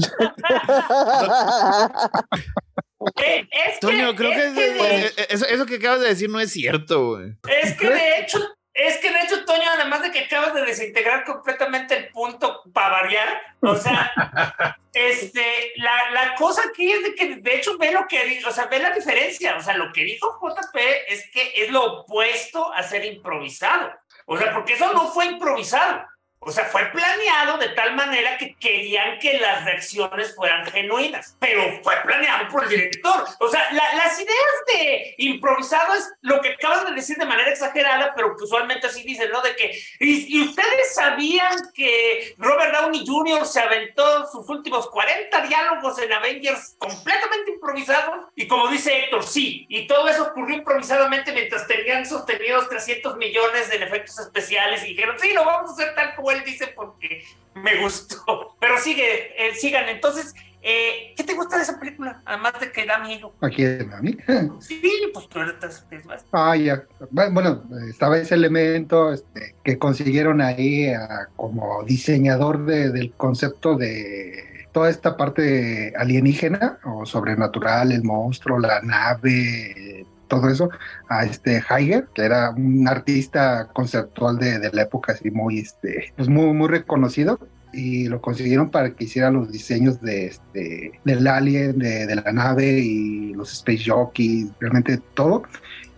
Eh, es Toño, que, creo que, (laughs) es que es- de- es- eso, eso que acabas de decir no es cierto, güey. Es que de hecho, es que de hecho, Toño, además de que acabas de desintegrar completamente el punto para variar, o sea, (laughs) este, la, la cosa aquí es de que de hecho ve lo que dijo, o sea, ve la diferencia, o sea, lo que dijo JP es que es lo opuesto a ser improvisado, o sea, porque eso no fue improvisado. O sea, fue planeado de tal manera que querían que las reacciones fueran genuinas, pero fue planeado por el director. O sea, la- las ideas de improvisado es lo que acabas de decir de manera exagerada, pero que usualmente así dicen, ¿no? De que, ¿y, y ustedes sabían que Robert Downey Jr. se aventó sus últimos 40 diálogos en Avengers completamente improvisados? Y como dice Héctor, sí, y todo eso ocurrió improvisadamente mientras tenían sostenidos 300 millones en efectos especiales y dijeron, sí, lo vamos a hacer tal como él dice porque me gustó. Pero sigue, eh, sigan. Entonces, eh, ¿qué te gusta de esa película? Además de que da miedo. Aquí a mí. Sí, pues tú eres es más. Ah, ya. Bueno, estaba ese elemento este, que consiguieron ahí ah, como diseñador de- del concepto de toda esta parte alienígena o sobrenatural, el monstruo, la nave, todo eso, a este Heiger, que era un artista conceptual de, de la época, así muy, este, pues muy, muy reconocido. Y lo consiguieron para que hiciera los diseños de este, del alien, de, de la nave y los space jockeys, realmente todo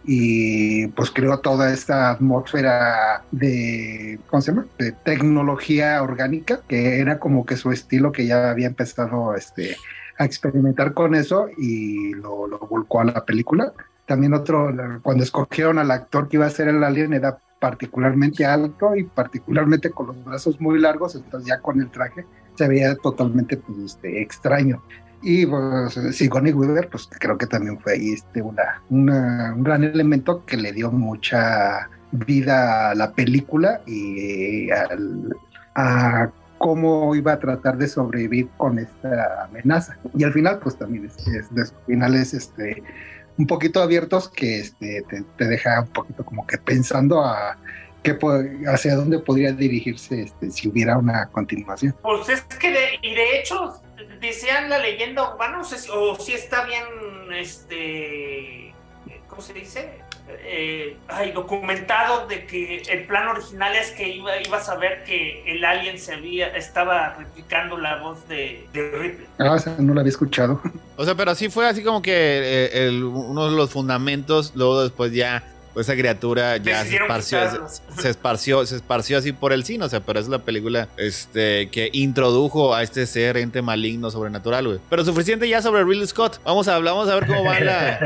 y pues creó toda esta atmósfera de, ¿cómo se llama? De tecnología orgánica, que era como que su estilo que ya había empezado este, a experimentar con eso y lo, lo volcó a la película. También otro, la- cuando escogieron al actor que iba a ser el alien era particularmente alto y particularmente con los brazos muy largos, entonces ya con el traje se veía totalmente pues, este, extraño. Y pues, Sigourney Weaver, pues creo que también fue ahí este, una, una- un gran elemento que le dio mucha vida a la película y eh, al- a cómo iba a tratar de sobrevivir con esta amenaza. Y al final, pues también es, es de esos finales este, un poquito abiertos que este, te, te deja un poquito como que pensando a qué, po- hacia dónde podría dirigirse este, si hubiera una continuación. Pues es que, de- y de hecho, decían la leyenda urbana, no sé si, o si está bien, este, ¿cómo se dice? Eh, ay, documentado de que el plan original es que iba, ibas a ver que el alien se había, estaba replicando la voz de, de Ripley. Ah, o sea, no la había escuchado. O sea, pero así fue así como que eh, el- uno de los fundamentos, luego después ya pues, esa criatura ya se Decidieron esparció, quitarlo. se, se esparció, se esparció así por el cine, o sea, pero es la película este que introdujo a este ser ente maligno sobrenatural, güey. Pero suficiente ya sobre Ridley Scott. Vamos a hablar, vamos a ver cómo va la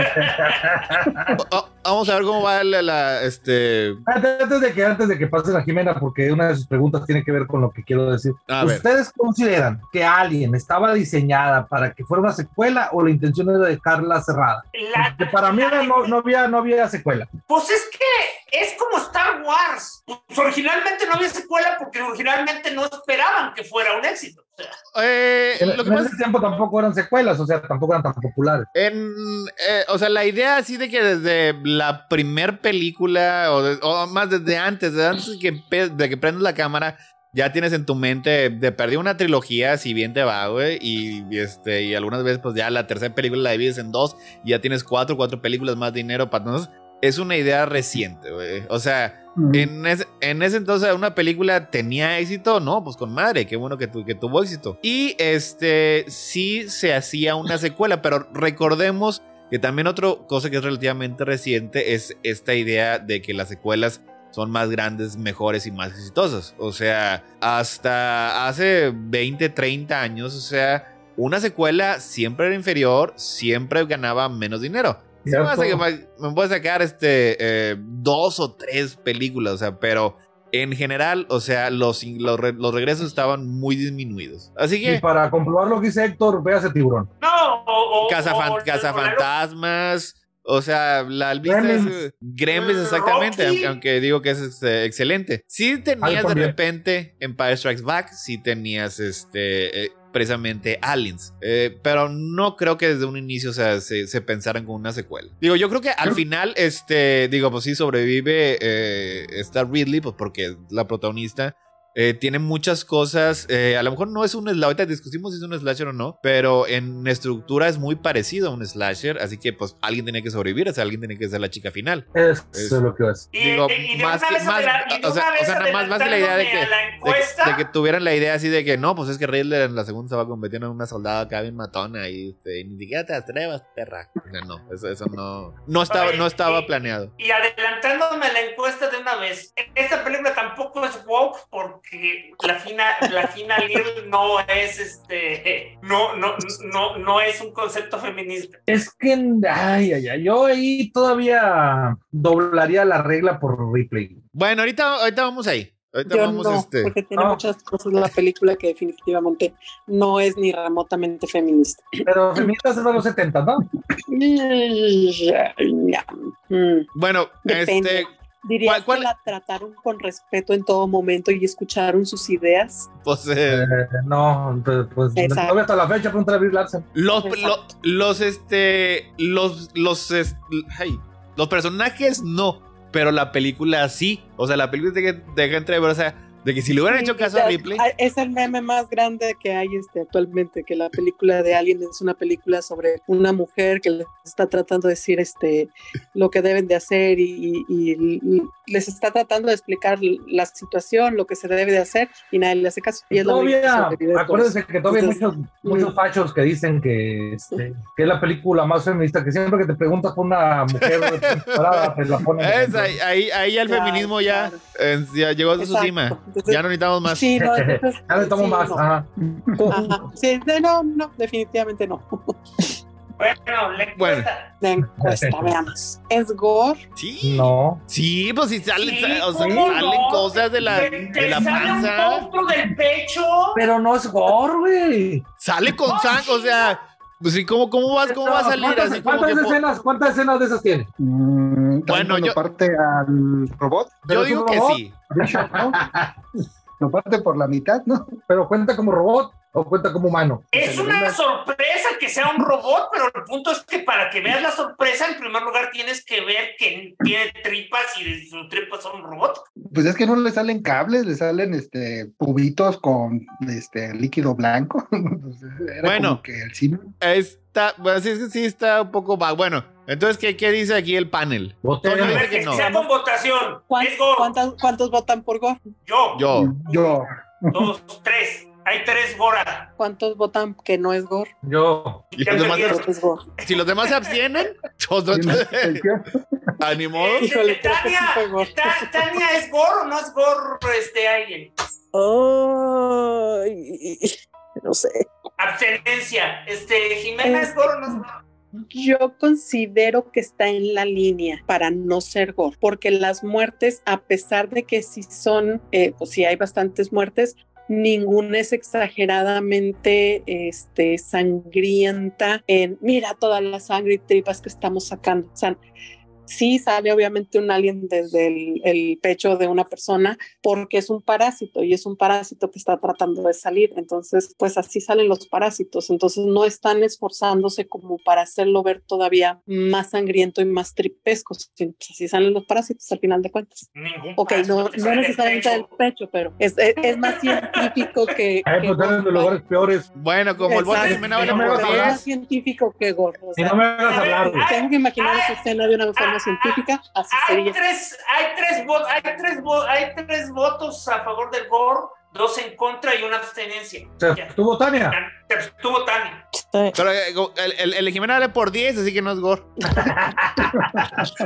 o- o- vamos a ver cómo va la, la, este Antes antes de que, antes de que pase la Jimena, porque una de sus preguntas tiene que ver con lo que quiero decir. A ver. ¿Ustedes consideran que Alien estaba diseñada para que fuera una secuela o la intención era dejarla cerrada? La- Porque para mí era- no, no había, no había secuela. Pues es que es como Star Wars. Pues originalmente no había secuela porque originalmente no esperaban que fuera un éxito. O sea, eh, En, lo que en pasa ese tiempo tampoco eran secuelas, o sea, tampoco eran tan populares. En, eh, o sea, la idea así de que desde la primer película, o, de- o más desde antes, desde antes de que, empe- de que prendas la cámara, ya tienes en tu mente, de perdí una trilogía, si bien te va, güey, y, y este, y algunas veces, pues ya la tercera película la divides en dos, y ya tienes cuatro, cuatro películas más dinero para entonces. Es una idea reciente, güey. O sea, en ese, en ese entonces una película tenía éxito, no, pues con madre, qué bueno que, tu- que tuvo éxito. Y este sí se hacía una secuela, pero recordemos que también otra cosa que es relativamente reciente es esta idea de que las secuelas son más grandes, mejores y más exitosas. O sea, hasta hace 20, 30 años, o sea, una secuela siempre era inferior, siempre ganaba menos dinero. Sí, me, Cierto. puede sacar- me puede sacar este eh, dos o tres películas, o sea, pero en general, o sea, los, in- los, re- los regresos estaban muy disminuidos. Así Y que para comprobar lo que dice Héctor, véase tiburón. No, o. o Cazafan- o- o- Cazafantasmas, o sea, la vista Gremlins. es- Gremlins, exactamente, Rocky. aunque, aunque digo que es este, excelente. Si tenías de también. repente Empire Strikes Back, si tenías este. eh, precisamente Aliens, Eh, pero no creo que desde un inicio o sea, se, se pensaran con una secuela. Digo, yo creo que al final, este, digo, pues sí sobrevive eh, esta Ridley, pues porque es la protagonista, eh, tiene muchas cosas. eh, a lo mejor no es un slasher. Ahorita discutimos si es un slasher o no. Pero en estructura es muy parecido a un slasher. Así que, pues, alguien tiene que sobrevivir. O sea, alguien tiene que ser la chica final. Eso Es- es lo que es. Y, digo, y de más una que- vez más- adela- y de o sea- una o vez sea, nada más- más de la idea de que- adelantándome a la De, encuesta, de que tuvieran la idea así de que no, pues es que Riddler en la segunda se va a convertir en una soldada acá bien matona. Y, este, y ni siquiera te atrevas, perra. O sea, no, eso, eso no. No estaba, no estaba planeado. Y adelantándome a la encuesta de una vez, esta película tampoco es woke porque la fina, la fina Lil no es este, no, no, no, no es un concepto feminista. Es que, ay, ay, ay, yo ahí todavía doblaría la regla por replay. Bueno, ahorita, ahorita vamos ahí. Ahorita Yo vamos no, este. porque tiene No. muchas cosas la película que definitivamente no es ni remotamente feminista. Pero feministas es de los 70, ¿no? Mm. Bueno, Depende. este. Dirías ¿Cuál- cuál- que la trataron con respeto en todo momento y escucharon sus ideas. Pues. eh, Eh, no, pues, pues, Exacto. todavía hasta la fecha pregunta a Bill Larson. Los, lo- Exacto. los, este, los, los, es- ay, los personajes no, pero la película sí. O sea, la película te deja- deja entrever, o sea, de que si le hubieran hecho caso a Ya, Ripley, a- Es el meme más grande que hay este, actualmente, que la película de Alien es una película sobre una mujer que les está tratando de decir este, lo que deben de hacer y, y- y les está tratando de explicar la situación, lo que se debe de hacer y nadie le hace caso. Y es la única que Todavía, sobrevive de todos. acuérdense que todavía hay muchos, Entonces, muchos mm. fachos que dicen que, este, que es la película más feminista, que siempre que te preguntas por una mujer (laughs) parada, te la ponen. es ahí, ahí, ahí el Claro, feminismo ya, claro. eh, ya llegó a su Exacto. cima. Entonces, Ya no necesitamos más. Sí, (laughs) no, entonces- Ya le tomo sí, más. ah. no. ajá. Ajá. Sí, de- no, no, definitivamente no. Bueno, la encuesta. Bueno. La encuesta, veamos. ¿Es gore? Sí. No. Sí, pues si salen, Sí, o sea, ¿cómo salen no? cosas de la, Que- que de la sale un panza, monstruo del pecho. Pero no es gore, güey. sale con sangre, o sea, pues sí, ¿cómo, cómo vas, cómo va a salir ¿Cuántas, así como cuántas que po- escenas, ¿Cuántas escenas de esas tiene? Bueno, bueno, yo- yo... Mm, parte al robot, Yo Pero es digo un que robot, sí. de hecho, ¿no? Lo parte por la mitad, ¿no? (laughs) Pero cuenta como robot o cuenta como humano. Es una sorpresa que sea un robot, pero el punto es que para que veas la sorpresa, en primer lugar tienes que ver que tiene tripas y de sus tripas son un robot. Pues es que no le salen cables, le salen este cubitos con este líquido blanco. (laughs) Entonces, era Bueno. como que el cine. Está, bueno, sí, es que sí está un poco vago. Bueno, entonces, ¿qué, qué dice aquí el panel? A Yo Botones. digo ver, que que no. sea con votación. ¿Cuán- Es gore. cuántas- ¿Cuántos votan por gore? Yo, Yo. Yo, dos, tres. Hay tres Gora. ¿Cuántos votan que no es gore? Yo. Y Ya los demás perdieron. Creo que es gore. Si los demás se abstienen, (laughs) nosotros- (laughs) ah, ni modo. Eh, Híjole, creo que sí Tania, fue gore. Ta- Tania, ¿es gorro o no es gorro este alguien? Ay, no sé. Abstenencia. Este, Jimena, ¿es gorro o no es gorro? Yo considero que está en la línea para no ser gore, porque las muertes, a pesar de que sí son, eh, pues sí hay bastantes muertes, ninguna es exageradamente este, sangrienta en, mira toda la sangre y tripas que estamos sacando. O sea, sí sale obviamente un alien desde el, el, pecho de una persona porque es un parásito y es un parásito que está tratando de salir. Entonces, pues así salen los parásitos. Entonces, no están esforzándose como para hacerlo ver todavía más sangriento y más tripesco. Sino que así salen los parásitos al final de cuentas. Ningún Ok, no, parásito te no sale del necesariamente del pecho. pecho, pero es, es- es más científico que... Ay, que pues están en los Gordo. lugares peores. Bueno, como el bote Exacto. terminaba en No me por vas Es a hablar. 10. más científico que gordo. o Y sea, no me hagas hablar, güey. tengo que imaginar esa escena de una ah, forma científica, así Hay sería. tres, hay tres, vo- hay tres, vo- hay tres votos a favor del Gore, dos en contra y una abstenencia. Se Ya. abstuvo (laughs) Tania. Se abstuvo Tania. Pero eh, go- el, el, el de Jimena vale por 10, así que no es gore.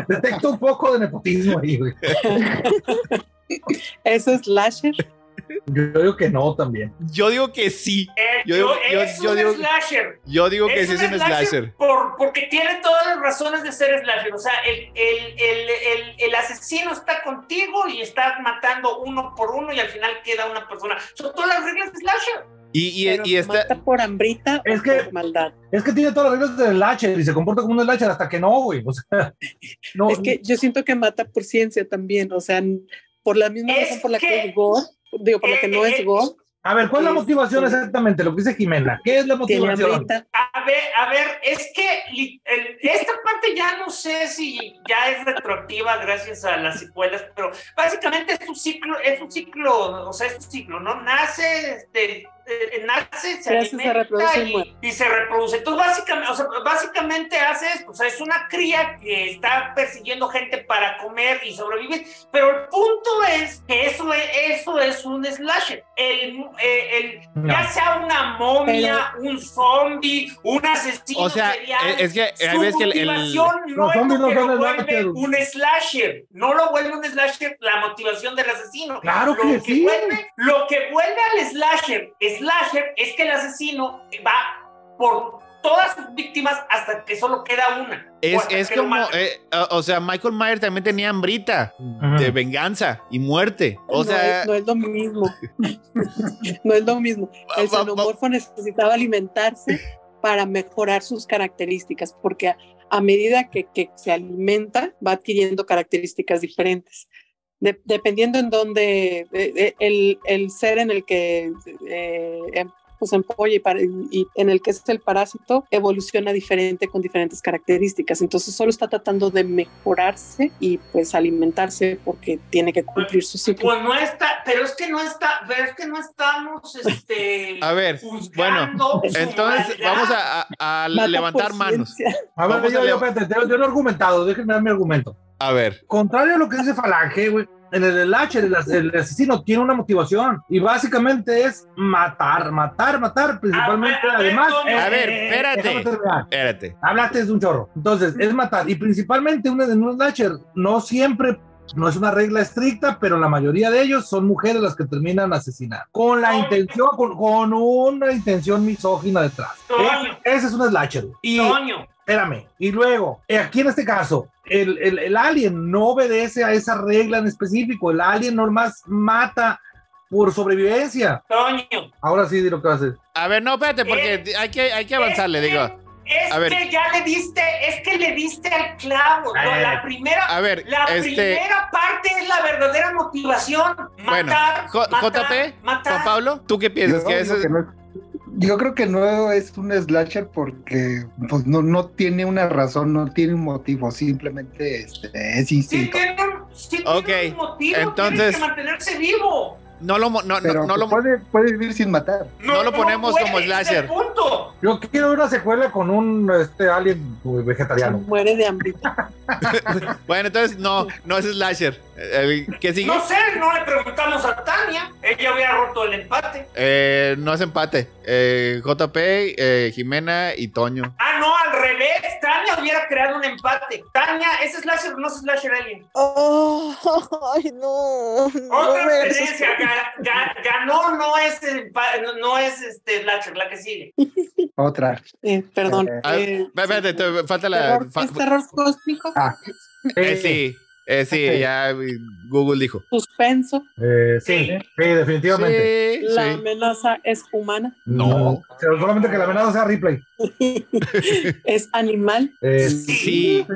Detecto un poco de nepotismo ahí, güey. Eso es slasher. Yo digo que no también. Yo digo que sí. Eh, Yo digo- yo- yo- es yo un digo- slasher. Yo digo que Es sí es un un slasher slasher. por- porque tiene todas las razones de ser slasher. O sea, el, el, el, el, el asesino está contigo y está matando uno por uno y al final queda una persona. Son todas las reglas de slasher. Y, y, pero y está. Mata por hambrita Es o que- por maldad. Es que tiene todas las reglas del Lacher y se comporta como un Lacher hasta que no, güey. O sea, no. Es que yo siento que mata por ciencia también, o sea, n- por la misma Es razón por la que, que- es gore, digo, por la que no es gore, A ver, ¿cuál es Sí, la motivación sí. exactamente? Lo que dice Jimena. ¿Qué es la tiene motivación? hambrita. A ver, a ver, es que li- el- esta parte ya no sé si ya es retroactiva gracias a las secuelas, pero básicamente es un ciclo, es un ciclo, o sea, es un ciclo, ¿no? Nace, este, eh, nace, se Crece, se alimenta reproduce y muere. y, y se reproduce. Entonces, básicamente, o sea, básicamente hace esto, o sea, es una cría que está persiguiendo gente para comer y sobrevivir. Pero el punto es que eso es, eso es un slasher. El, eh, el- No. Ya sea una momia, un zombie, un asesino O sea, e, serial, es es que su hay veces que el- el- motivación no Los es zombies lo no que son lo slasher. vuelve un slasher. No lo vuelve un slasher la motivación del asesino. Claro lo que sí. Vuelve, lo que vuelve al slasher, slasher, es que el asesino va por todas sus víctimas hasta que solo queda una. O Es, hasta es que lo como, maten. eh, o o sea, Michael Myers también tenía hambrita Ajá. de venganza y muerte. O no, sea, es, no es (laughs) lo mismo. no es lo mismo. El Va- va- va- xenomorfo necesitaba alimentarse para mejorar sus características, porque a, a medida que, que se alimenta va adquiriendo características diferentes. De- dependiendo en dónde de- de- el, el ser en el que eh, em- pues empolla y, para- y en el que es el parásito evoluciona diferente con diferentes características. Entonces solo está tratando de mejorarse y pues alimentarse porque tiene que cumplir su ciclo. Pues no está, pero es que no está, pero es que no estamos este (laughs) a ver, juzgando su entonces maldad. vamos a, a- a Mata levantar por manos. ciencia. A ver, Vamos yo, a yo, lev- espérate, yo- yo no he argumentado, déjenme dar mi argumento. A ver, Contrario a lo que dice Falange, güey, en el Slash el, as- el asesino tiene una motivación y básicamente es matar, matar, matar, principalmente. Ah, A ver, a ver, Además, Tony. A ver, espérate. déjame terminar. espérate. Hablaste de un chorro. Entonces, es matar. Y principalmente una de un slasher no siempre, no es una regla estricta, pero la mayoría de ellos son mujeres las que terminan asesinadas. Con la No. intención, con, con una intención misógina detrás. Toño. Ese es un slasher. güey. Y, Toño. espérame. Y luego, eh, aquí en este caso, el, el- el alien no obedece a esa regla en específico. El alien nomás mata por sobrevivencia. Toño. Ahora sí, di lo que vas a hacer. A ver, no, espérate, porque hay que, hay que avanzarle, Es que- digo. Es A ver. que ya le diste, es que le diste al clavo. ¿no? Eh. La primera, A ver, la este, primera parte es la verdadera motivación. bueno, Matar, J- matar, JP, matar. Juan Pablo, ¿tú qué piensas? Yo que digo eso- que no- yo creo que no es un slasher porque pues, no, no tiene una razón, no tiene un motivo, simplemente este, es Sí instinto. tiene un, sí Ok, tiene un motivo, tiene entonces- que mantenerse vivo. no lo, mo- no, no, Pero no lo, puede, puede vivir sin matar. No lo ponemos puede, como ese es el slasher. Punto. Yo quiero una secuela con un este, alien güey, Se vegetariano. muere de hambre. bueno, entonces no, no es slasher. Eh, ¿Qué sigue? No sé, no le preguntamos a Tania. Ella había roto el empate. Eh, no es empate. Eh, JP, eh, Jimena y Toño. Ah, no, al revés. Tania hubiera creado un empate. Tania, ¿es slasher o no es slasher alien? Oh, (laughs) ay, no. no Otra me hagas referencia, ga- ga- ganó, no es, el pa- no- no es este Lacher, la que sigue. Otra. Eh, perdón. Eh, Ah, eh, Espérate, sí. te- falta la. Terror, fa- ¿Es terror cósmico? Ah, eh, sí, eh, sí, ya eh, Google dijo. ¿Suspenso? Eh, sí, Sí. sí, definitivamente. Sí, ¿La sí. amenaza es humana? (laughs) No. Pero solamente que la amenaza sea replay. ¿Es animal? Eh, Sí,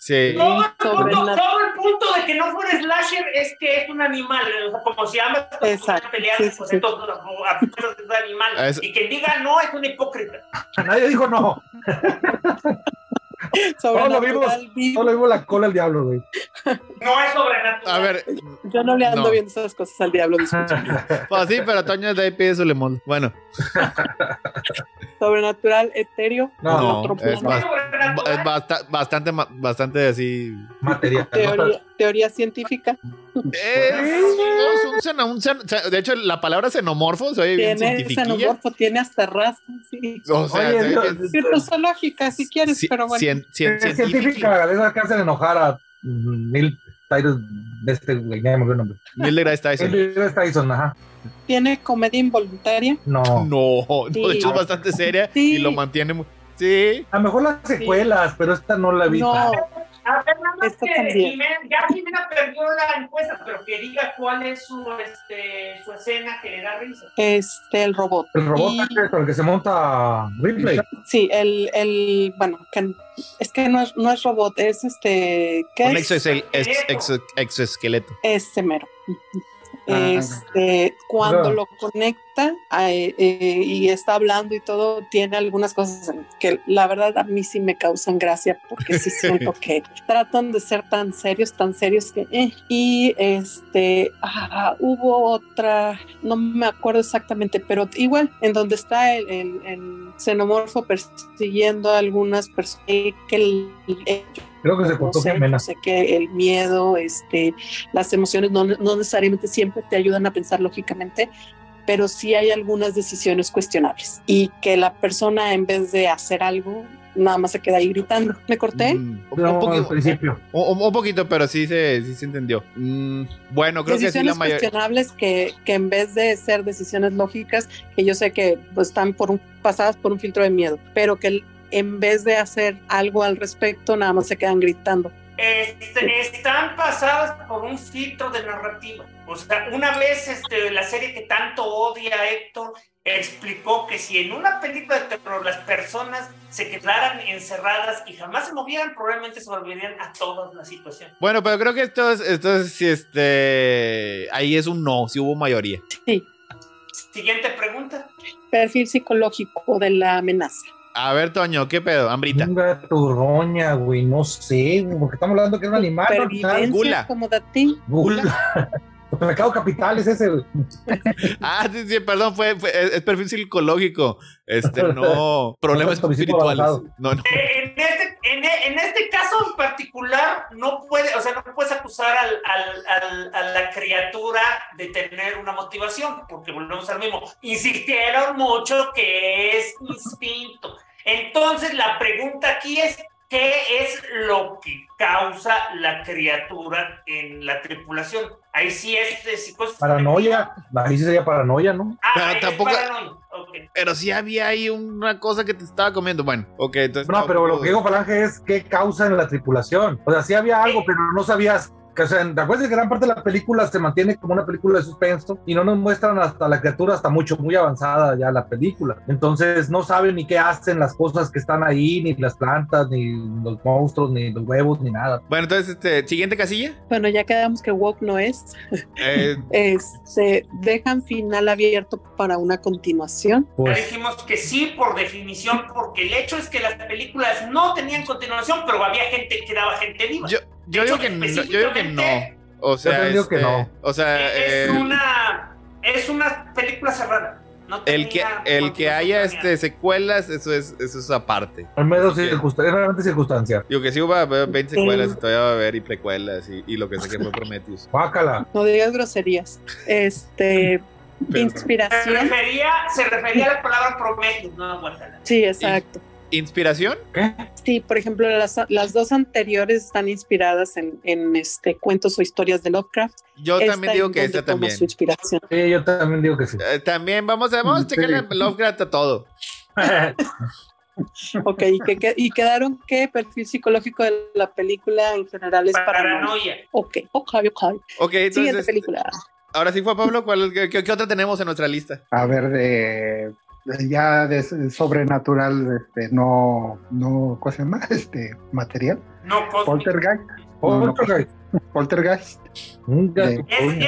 Sí. Todo el, Sobre punto, la- todo el punto de que no fuera slasher es que es un animal, o sea, como si ambas personas Exacto, pelearan, sí, sí, pues sí. entonces o a fuerzas es un animal. Ah, es- Y quien diga no es un hipócrita. Nadie dijo no. Sobrenatural, vivo. Solo vivo la cola al (laughs) diablo, güey. No es sobrenatural. A ver, Yo no le ando No. viendo esas cosas al diablo, Ah. disculpa. pues sí, pero Toño de ahí pide su limón. Bueno, Sobrenatural, etéreo, No, no, otro es, plano. bas- sobrenatural. es basta- bastante, ma- bastante así. Material. teoría, teoría científica. Pues Es, es un xeno- un xeno- de hecho, la palabra xenomorfo se oye bien Tiene cientifiquilla. xenomorfo, tiene hasta raza, sí. O sea, Oye, se oye Dios, bien Sí, rosológica, si quieres, ci- pero bueno. cien- cien- es Eh, científica, de esas que hacen enojar a mm, Neil Tyson, de este güey, ya me olvidó el nombre. Neil deGrasse Tyson. Neil deGrasse Tyson, ajá. Tiene comedia involuntaria. No. No, no, de Sí. hecho es bastante seria Sí. y lo mantiene muy. Sí, A lo mejor las secuelas, pero esta no la vi. No, A ver, nada más Esto que también. Jimena- ya Jimena perdió la encuesta, pero que diga cuál es su, este, su escena que le da risa. este, el robot. El robot Y- es el que se monta a Ripley. Sí, el, el, bueno, que- es que no es, no es robot, es este, ¿qué un es? exoesquel- ex- ex- exoesqueleto. Este mero. Ah, Este, cuando Ah. lo conecta a- eh, eh, y está hablando y todo, tiene algunas cosas en- que la verdad a mí sí me causan gracia (laughs) porque sí siento que tratan de ser tan serios, tan serios que... eh. Y este, ah, hubo otra, no me acuerdo exactamente, pero igual, en donde está el, el- el xenomorfo persiguiendo a algunas personas que el- el- Creo que se no cortó sé, no Jimena. sé que el miedo, este, las emociones no, no necesariamente siempre te ayudan a pensar lógicamente, pero sí hay algunas decisiones cuestionables y que la persona en vez de hacer algo nada más se queda ahí gritando. ¿Me corté? Mm, un, No, al poquito, principio. un- un poquito, pero sí se, sí se entendió. Mm, bueno, creo que sí decisiones la mayoría. cuestionables que, que en vez de ser decisiones lógicas, que yo sé que pues, están por un, pasadas por un filtro de miedo, pero que el- en vez de hacer algo al respecto, nada más se quedan gritando. Este, están pasadas por un filtro de narrativa. O sea, una vez este, la serie que tanto odia a Héctor explicó que si en una película de terror las personas se quedaran encerradas y jamás se movieran, probablemente sobrevivirían a todas las situaciones. Bueno, pero creo que esto es, esto es, sí, este, ahí es un no, sí hubo mayoría. Sí, Siguiente pregunta. perfil psicológico de la amenaza. A ver, Toño, ¿qué pedo? Hambrita. Una turroña, güey, no sé, güey, porque estamos hablando que es un animal. Ah, ¿no? Supervivencia Gula. como de ti. (laughs) Gula. Pecado capital es ese, güey. Ah, sí, sí, perdón, fue, fue- es, es perfil psicológico. (laughs) Este, no, problemas Psicológico espirituales. avanzado. No, no. Eh, En este, en, e- en este caso en particular, no puede, o sea, no puedes acusar al- al- al- a la criatura de tener una motivación, porque volvemos al mismo. Insistieron mucho que es instinto. Entonces, la pregunta aquí es: ¿qué es lo que causa la criatura en la tripulación? Ahí sí es de psicosis. Paranoia. Ahí sí sería paranoia, ¿no? Ah, Pero ahí es tampoco- paranoia. Ok. Pero sí había ahí una cosa que te estaba comiendo. Bueno, ok, entonces. No, pero lo que digo Falange es qué causa en la tripulación. O sea, sí había algo, pero no sabías. Que, o sea, ¿te acuerdas que gran parte de la película se mantiene como una película de suspenso y no nos muestran hasta la criatura hasta mucho, muy avanzada ya la película? Entonces no saben ni qué hacen las cosas que están ahí, ni las plantas, ni los monstruos, ni los huevos, ni nada. Bueno, entonces, este, siguiente casilla. Bueno, ya quedamos que Walk no es. Eh, Este, dejan final abierto para una continuación. Ya Pues dijimos que sí, por definición, porque el hecho es que las películas no tenían continuación, pero había gente que daba gente viva. yo, yo digo que no, yo digo que no. O sea, también digo que este, no. O sea, es, eh, el- una, es una película cerrada. No el que, tenía el que haya continuación este, secuelas, eso es, eso es aparte. al menos Sí. circunstancia, es realmente circunstancia. Digo que sí va a haber 20 secuelas, Sí. y todavía va a haber y precuelas y, y lo que sé que fue Prometheus. Bácala. No digas groserías. Este, Pero- planeada. Se inspiración. refería, se refería a la palabra Prometheus, no aguántala. Sí, exacto. ¿Inspiración? Sí, por ejemplo, las, las dos anteriores están inspiradas en, en, este, cuentos o historias de Lovecraft. Yo Esta también digo en que donde esta toma también. su inspiración. Sí, yo también digo (laughs) que sí. Eh, también vamos a, vamos a Sí. checarle a Lovecraft a todo. Ok, ¿y, que- que- y quedaron que perfil psicológico de la película en general es para... Paranoia. Ok, ok, ok. Ok, Siguiente entonces. película. Ahora sí, Juan Pablo, ¿cuál, es- qué, qué- qué otra tenemos en nuestra lista? A ver, eh, de ya de, sobrenatural, este, no, no, ¿cómo se llama? (laughs) Este, material. No, cósmico. Poltergeist. No, no, Poltergeist. Poltergeist. Un gato. de- Es-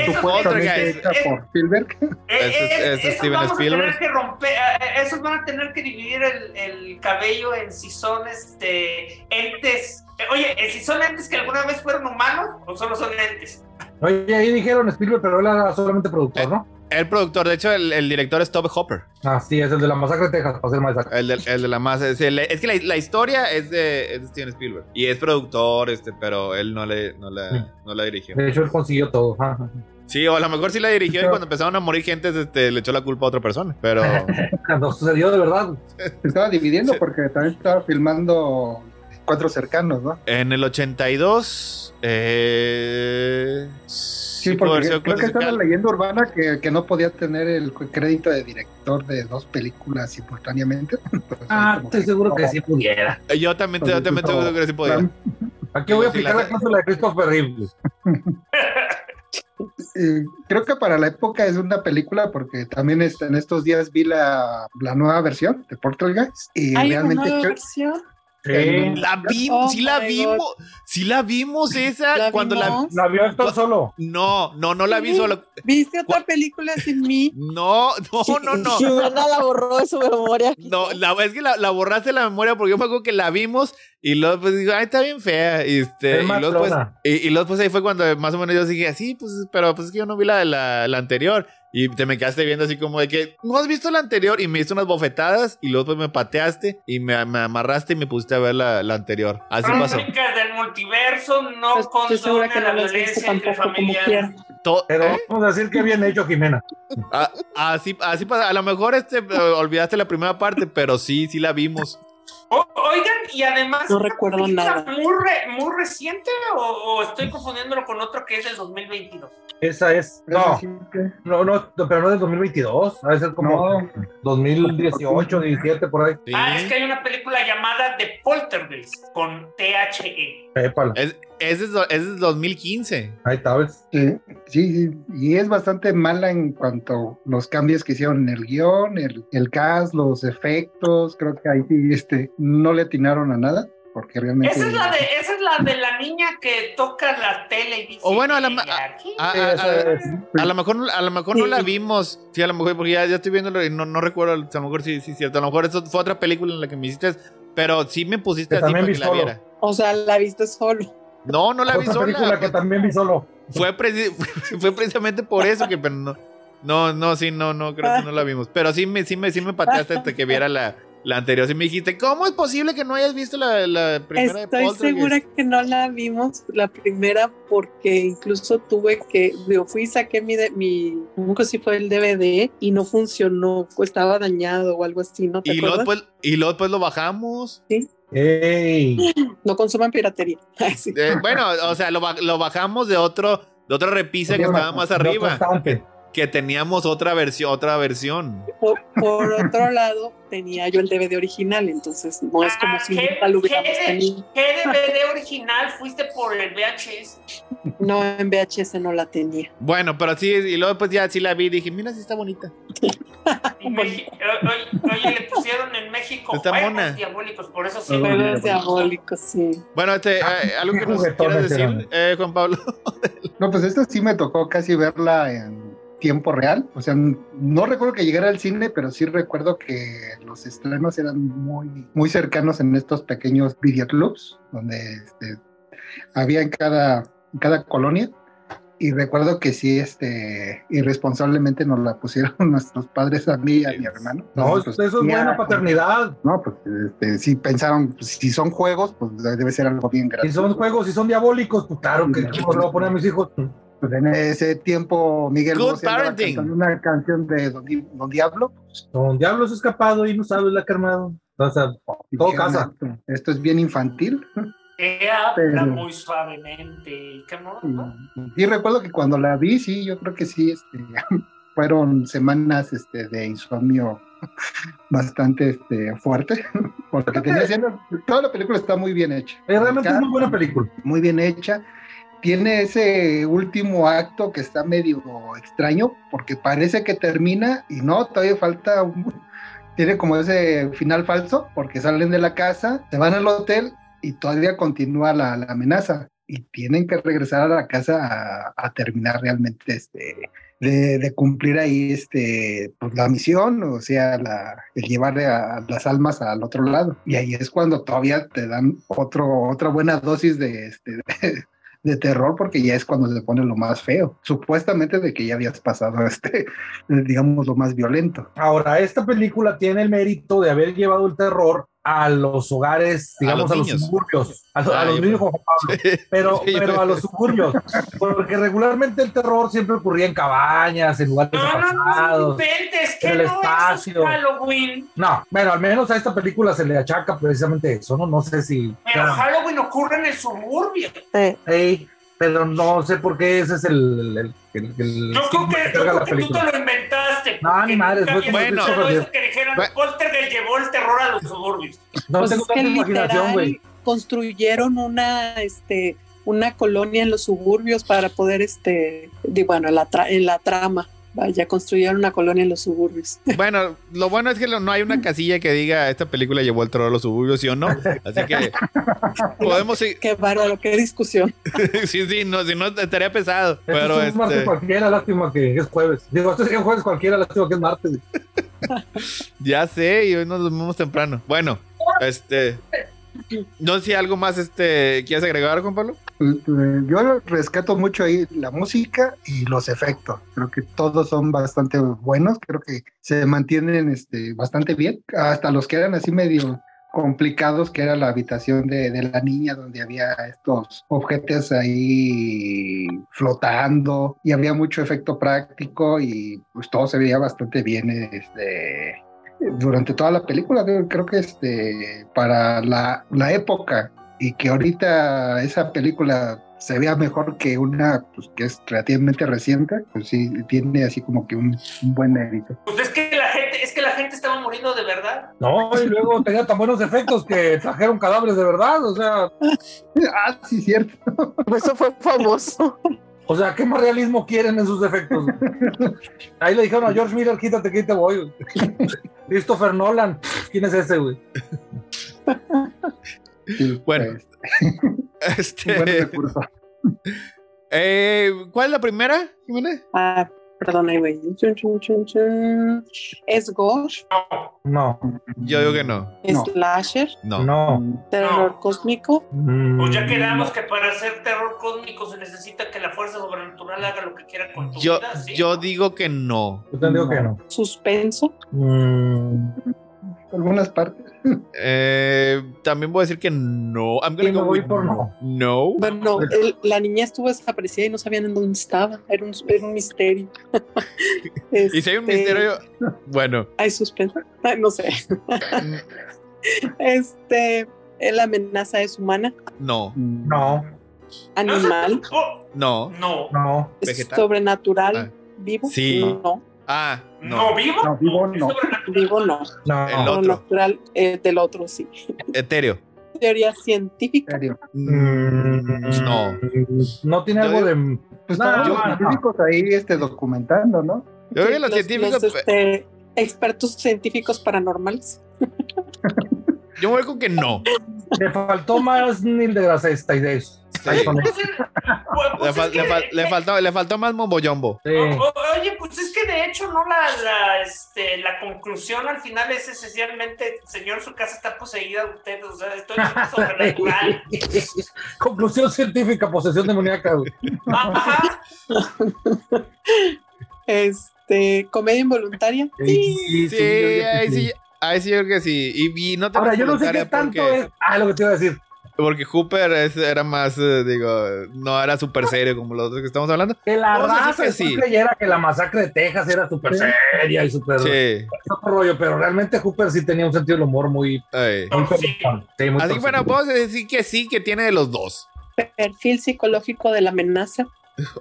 eso- supuestamente Poltergeist. hecha por Spielberg. Eh, Ese es- eh, ese es esos Steven vamos a tener Spielberg. que romper, eh, esos van a tener que dividir el, el cabello en si son este entes. Eh, Oye, eh, si son entes que alguna vez fueron humanos o solo son entes. Oye, ahí dijeron Spielberg, pero él era solamente productor, ¿no? El productor, de hecho, el, el director es Toby Hopper. Ah, sí, es el de la masacre de Texas, para ser más exacto. El de, el de la más. Es, el- es que la, la historia es de, es de Steven Spielberg. Y es productor, este, pero él no, le, no, la, no la dirigió. De hecho, él consiguió todo. ajá, Sí, o a lo mejor sí la dirigió y cuando empezaron a morir gentes, este, le echó la culpa a otra persona. Pero. ajá. Cuando sucedió de verdad. Se estaba dividiendo Sí. porque también estaba filmando cuatro cercanos, ¿no? En el 82. Eh, Sí, sí, pudo haber porque sido creo que está la clasificado. leyenda urbana que, que no podía tener el crédito de director de dos películas simultáneamente. (laughs) Entonces, Ah, como estoy seguro que no, sí pudiera. Eh, Yo también, te- yo también te digo que sí podía. plan, Aquí voy a Sí, aplicar la- la cláusula de Christopher Reeve. eh, creo que para la época es una película porque también este, en estos días vi la, la nueva versión de Portal Guys y Hay una realmente nueva creo- versión. Sí. La Oh vimos, sí la my vimos, sí la vimos esa ¿La cuando la. vimos? La vio Héctor solo. No, no, no la vi Sí. solo. ¿Viste otra película sin mí? No, no, no, no. Jimena la borró de su memoria. No, la, es que la, la borraste de la memoria porque yo me acuerdo que la vimos y luego pues digo, ay, está bien fea. Y, este, Es y, más luego, pues, lona. y, y luego pues ahí fue cuando más o menos yo dije, sí, pues, pero pues es que yo no vi la, la, la anterior. Y te me quedaste viendo así como de que, ¿no has visto la anterior? Y me hizo unas bofetadas y luego pues me pateaste y me, me amarraste y me pusiste a ver la, la anterior. Ah, Así pasó. Crónicas del multiverso no Pues, estoy segura condonan que la no las viste violencia entre tampoco como quiera. familiares. To- Pero ¿eh? vamos a decir que bien hecho Jimena. A- así, así pasa. A lo mejor este, eh, olvidaste la primera parte, pero sí, sí la vimos. O- oigan, y además. No ¿esta recuerdo película nada. Muy, re- muy reciente o, o estoy confundiéndolo con otro que es del 2022. Esa es. creo No, que sí que- no, no, pero no es del 2022. Ha de ser como no, 2018, 17, por ahí. Sí. Ah, es que hay una película llamada The Poltergeist con E. THE. Épala. Es- ese, es, do- ese es 2015. Ahí está, ¿ves? sí, sí, sí, y es bastante mala en cuanto a los cambios que hicieron en el guión, el, el cast, los efectos, creo que ahí sí, este, no le atinaron a nada, porque realmente... Esa es la de, esa es la de la niña que toca la tele y dice. O bueno, a la "Ey, ma- a- aquí". Ah, ah, Esa ah, es. A lo mejor, a lo mejor no la Sí. vimos. Sí, a lo mejor, porque ya, ya estoy viéndolo y no, no recuerdo. A lo mejor sí, sí, es cierto. A lo mejor eso fue otra película en la que me hiciste, pero sí me pusiste Que así también para vi que la solo. viera. O sea, la viste solo. No, no la vi Otra película que sola. pues. también vi solo. Fue, preci- (laughs) fue precisamente por eso que pero no, no, no, sí, no, no, creo que no la vimos. Pero sí me, sí me, sí me pateaste hasta que viera la, la anterior. Sí me dijiste, ¿cómo es posible que no hayas visto la, la primera de Estoy Poltergeist?" segura que no la vimos la primera porque incluso tuve que, yo fui y saqué mi, de- mi no me acuerdo si fue el DVD y no funcionó, o estaba dañado o algo así, ¿no te Y luego, acuerdas? después, y luego después lo bajamos. ¡Ey! No consuman piratería. (laughs) Ay, sí. Eh, bueno, o sea, lo, ba- lo bajamos de otro, de otra repisa que Otro- estaba más de otro arriba. estante. que teníamos otra versión, otra versión. Por, por otro lado, tenía yo el DVD original, entonces no es como Ah, si ¿qué- nunca lo hubiéramos qué- tenido. ¿Qué DVD original fuiste por el VHS? No, en VHS no la tenía. Bueno, pero sí, y luego pues ya sí la vi y dije, mira, sí está bonita. (laughs) Y Meji- o- oye, oye, le pusieron en México Está juegos mona. diabólicos, por eso sí. Juegos lo- Juegos diabólicos, sí. Bueno, este, eh, algo (laughs) que qué nos quieras juguetones decir, eran. eh, Juan Pablo. (laughs) No, pues esta sí me tocó casi verla en tiempo real. O sea, n- no recuerdo que llegara al cine, pero sí recuerdo que los estrenos eran muy, muy cercanos en estos pequeños videoclubs, donde este, había en cada, en cada colonia. Y recuerdo que sí, este, irresponsablemente nos la pusieron (laughs) nuestros padres a mí y a mi hermano. No, Entonces, eso es ya, buena paternidad. No, pues este, sí pensaron, pues, si son juegos, pues debe ser algo bien grande. Si son juegos, si son diabólicos, pues claro que ¿cómo le voy a poner a mis hijos. Pues en ese tiempo Miguel Good Bosé andaba parenting. cantando una canción de Don, Di- Don Diablo. Son diablos escapado y no sabes la que armado. O sea, eh, Y Todo dijeron, casa. "Esto- Esto es bien infantil. Que habla Pero- muy suavemente. y que no- no. Y, y recuerdo que cuando la vi, sí, yo creo que sí, este, (laughs) fueron semanas este, de insomnio (laughs) bastante este, fuerte, (laughs) porque tenía escenas- toda la película está muy bien hecha. eh, realmente es muy buena película. muy bien hecha. Tiene ese último acto que está medio extraño porque parece que termina y no, todavía falta un- tiene como ese final falso porque salen de la casa, se van al hotel y todavía continúa la, la amenaza y tienen que regresar a la casa a, a terminar realmente este de, de, cumplir ahí este pues, la misión, o sea, la, el llevar a, las almas al otro lado. Y ahí es cuando todavía te dan otro, otra buena dosis de, este, (laughs) de, de terror porque ya es cuando se pone lo más feo, supuestamente de que ya habías pasado (laughs) este, digamos, lo más violento. Ahora, esta película tiene el mérito de haber llevado el terror a los hogares, digamos, a los, niños. suburbios, a, a Ah, los yo niños como Pablo, Sí. pero, Sí, yo pero a creo. los suburbios, porque regularmente el terror siempre ocurría en cabañas, en lugares No, no, no, no apartados. inventes, que el no espacio. es Halloween. No, bueno, al menos a esta película se le achaca precisamente eso, ¿no? No sé si... Pero Halloween ocurre en el suburbio. Eh, Sí. Ey, pero no sé por qué ese es el... el, el, el- el Yo creo estigma que, que yo carga creo la que tú película. te lo inventaste. No, porque ni madres, nunca fue como había Bueno. escuchado Christopher eso que dijeran, Bueno. Poltergeist llevó el terror a los suburbios. No Pues tengo es que tanta imaginación, güey. literal construyeron una, este, una colonia en los suburbios para poder, este, di- bueno, en la, tra- en la trama, vaya, construyeron una colonia en los suburbios. (laughs) Bueno, lo bueno es que lo- no hay una casilla que diga esta película llevó el terror a los suburbios, sí o no. Así (laughs) que podemos sí, Qué bárbaro, qué discusión. (laughs) sí, sí, no, si no estaría pesado. Este Pero es un martes este, cualquiera, lástima que es jueves. Digo, este es un jueves cualquiera, lástima que es martes. ya sé, y hoy nos dormimos temprano. Bueno, este. No sé si algo más este quieres agregar, Juan Pablo. (laughs) Yo lo rescato mucho ahí la música y los efectos. Creo que todos son bastante buenos. Creo que se mantienen este, bastante bien. Hasta los que eran así medio complicados, que era la habitación de, de la niña, donde había estos objetos ahí flotando y había mucho efecto práctico y pues todo se veía bastante bien este, durante toda la película. Creo creo que este, para la, la época y que ahorita esa película se vea mejor que una pues, que es relativamente reciente, pues sí, tiene así como que un, un buen mérito. Pues es que la gente, es que la gente estaba muriendo de verdad. No, y luego tenía tan buenos efectos que trajeron cadáveres de verdad. O sea, Ah, sí, cierto. pues Eso fue (laughs) famoso. o sea, ¿qué más realismo quieren en sus efectos? Ahí le dijeron a George Miller, quítate que ahí te voy. (laughs) Christopher Nolan, ¿quién es ese, güey? Sí, Bueno, pues, un Este, (laughs) buen recurso. eh, ¿Cuál es la primera, Jimena? Ah, perdón, ahí güey. Chun, chun, chun, chun. Es gore, No, Yo digo que no. es No. slasher, No. no. Mm, Mm, terror cósmico. Pues ya quedamos que para hacer terror cósmico se necesita que la fuerza sobrenatural haga lo que quiera con tu Yo, vida. ¿sí? yo digo que no. Yo te digo que no. suspenso, Mm, Algunas partes. Eh, también voy a decir que no. I'm gonna Y me go voy with por no. no. Bueno, el- la niña estuvo desaparecida y no sabían en dónde estaba. Era un, era un misterio. (laughs) Y si hay un Este, misterio, bueno, Hay suspenso. (laughs) Ay, No sé. Este, eh, la amenaza es humana, no, mm, No, No se animal, preocupó. no. Oh, No. no. (laughs) vegetal. sobrenatural, Ah. vivo. Sí. No, Ah, No, no. vivo. No, vivo Es no. sobrenatural. vivo no. No, El otro. Sobrenatural eh, del otro, sí. Etéreo. Teoría científica. serio. Mm, No. No tiene Yo algo digo- de. Pues No, estaban no, los científicos ahí este, documentando, ¿no? Yo creo que Sí, los científicos. pues eh, los, este, expertos científicos paranormales. Yo me voy con que no. Le faltó más Neil deGrasse Tyson. Sí. Pues es- Le, pues fal- es que- le fal- le faltó, le faltó más momboyombo. Sí. O- o- oye, pues es que de hecho, ¿no? La, la, este, la conclusión al final es esencialmente, señor, su casa está poseída de usted, o sea, esto es (laughs) sobrenatural. (laughs) Conclusión científica, posesión demoníaca. güey. Ajá. Este, comedia involuntaria. Sí. Sí, yo digo que ahí sí. sí. Ahí sí, yo creo que sí. Y, y no te Ahora, yo no sé qué preguntaría tanto porque, es. Ah, lo que te iba a decir. Porque Hooper es- era más, eh, digo, no era súper serio como los otros que estamos hablando. Que la Vamos a decir raza que que sí. creyera que la masacre de Texas era súper seria y súper Sí. otro rollo, pero realmente Hooper sí tenía un sentido del humor muy. Ay. muy Sí. perrón. Sí, muy Así que perrón. bueno, podemos decir que sí, que tiene de los dos. Perfil psicológico de la amenaza.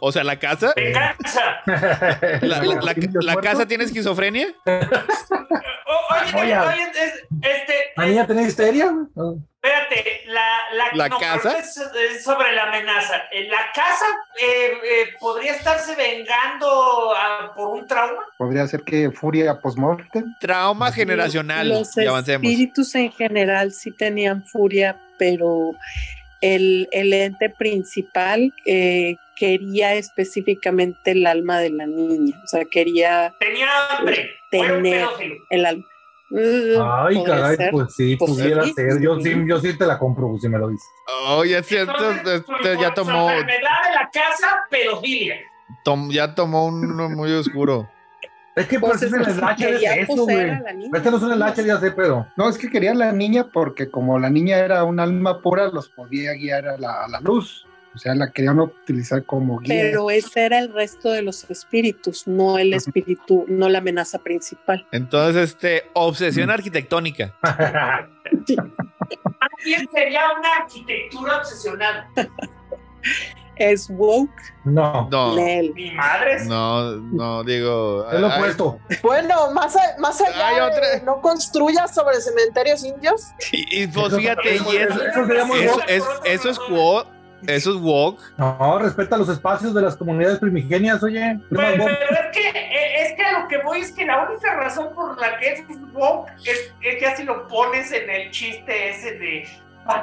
O sea, la casa. Venganza. La, la- (laughs) la- la casa tiene esquizofrenia. O- oye, Oye. oye, es- este, ¿La niña tenía histeria? güey? espérate, Fíjate, la, la, ¿La creo casa? que es, es sobre la amenaza. Eh, La casa eh, eh, podría estarse vengando ah, por un trauma. Podría ser que Furia postmortem. Trauma generacional. Los y avancemos. espíritus en general sí tenían furia, pero el, el ente principal eh, quería específicamente el alma de la niña, o sea, quería Tenía hambre. Fue un Tener. pedófilo. el alma. Mm, Ay, podría caray, ser. pues sí, Pues pudiera sí. ser. Yo sí, yo sí te la compro, si me lo dices. Oh, ya es cierto. Entonces, su- este, ya su tomó, enfermedad de la casa, pedofilia. tom- ya tomó uno muy oscuro. Es que por Pues eso es el que slasher es quería esto, poseer güey. a la niña. Este no es un slasher, ya sé, pero. (laughs) No, es que quería la niña porque como la niña era un alma pura, los podía guiar a la, a la luz. O sea, la querían utilizar como guía. Pero ese era el resto de los espíritus, no el espíritu, no la amenaza principal. Entonces, este, Mm. obsesión arquitectónica. También sería una arquitectura obsesional. Es woke, No. No, Nel. Mi madre es- no, no, digo. Es lo ay, opuesto. Bueno, más, a- más allá Hay de otra. no construyas sobre cementerios indios. Y, y, pues Eso- fíjate, eso- y eso, eso sería muy eso, woke. es, eso es woke. Eso es woke. No, respeta los espacios de las comunidades primigenias, oye. ¿Qué más, Pero, Bob? pero es que eh, es que a lo que voy es que la única razón por la que es woke es, es que así lo pones en el chiste ese de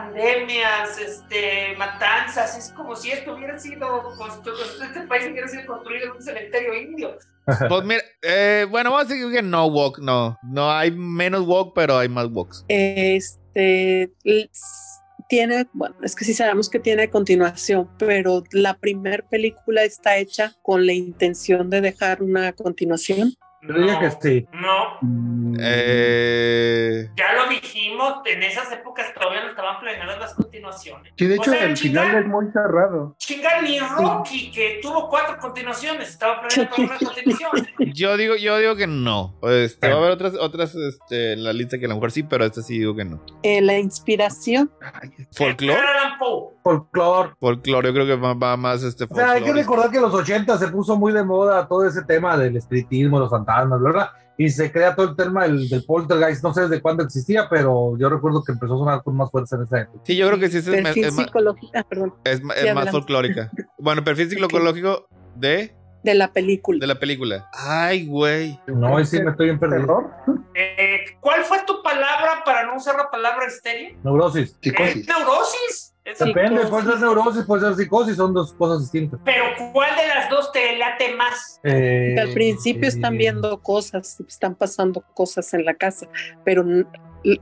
pandemias, este, matanzas, es como si esto hubiera sido construido, este país hubiera sido construido en un cementerio indio. Pues mira, eh, bueno, vamos a decir que no woke, no. No hay menos woke, pero hay más woke. Este l- s- tiene, bueno, es que sí sabemos que tiene continuación, pero la primer película está hecha con la intención de dejar una continuación. Yo diría No, que sí. No, Mm, Eh, ya lo dijimos, en esas épocas todavía no estaban planeadas las continuaciones. Sí, de O hecho, sea, el final chingar- es muy cerrado. Chingar ni Rocky, que tuvo cuatro continuaciones, estaba planeando para una continuación. (laughs) yo digo, yo digo que no. Este, va a haber otras, otras, este, en la lista que a lo mejor sí, pero esta sí digo que no. Eh, la inspiración, Ay, Folklore, Edgar Allan Poe. Folclor. folklore, yo creo que va, va más este O sea, hay que folclore. recordar que en los 80 se puso muy de moda todo ese tema del espiritismo, los fantasmas, ¿verdad? Y se crea todo el tema del, del poltergeist. No sé desde cuándo existía, pero yo recuerdo que empezó a sonar con más fuerza en esa época. Sí, yo creo que sí es, es, perfil es más- psicológico, ah, perdón, es ma- Sí, es más hablamos. folclórica. Bueno, perfil psicológico de, de la película. de la película. Ay, güey. No, y sí me estoy bien perdido. Terror, Eh, ¿Cuál fue tu palabra para no usar la palabra histeria? Neurosis. psicosis. ¿Es neurosis? Es- Sí. Depende, Psicosis. puede ser neurosis, puede ser psicosis, son dos cosas distintas. Pero ¿cuál de las dos te late más? Eh, Al principio están viendo cosas, están pasando cosas en la casa, pero n- l-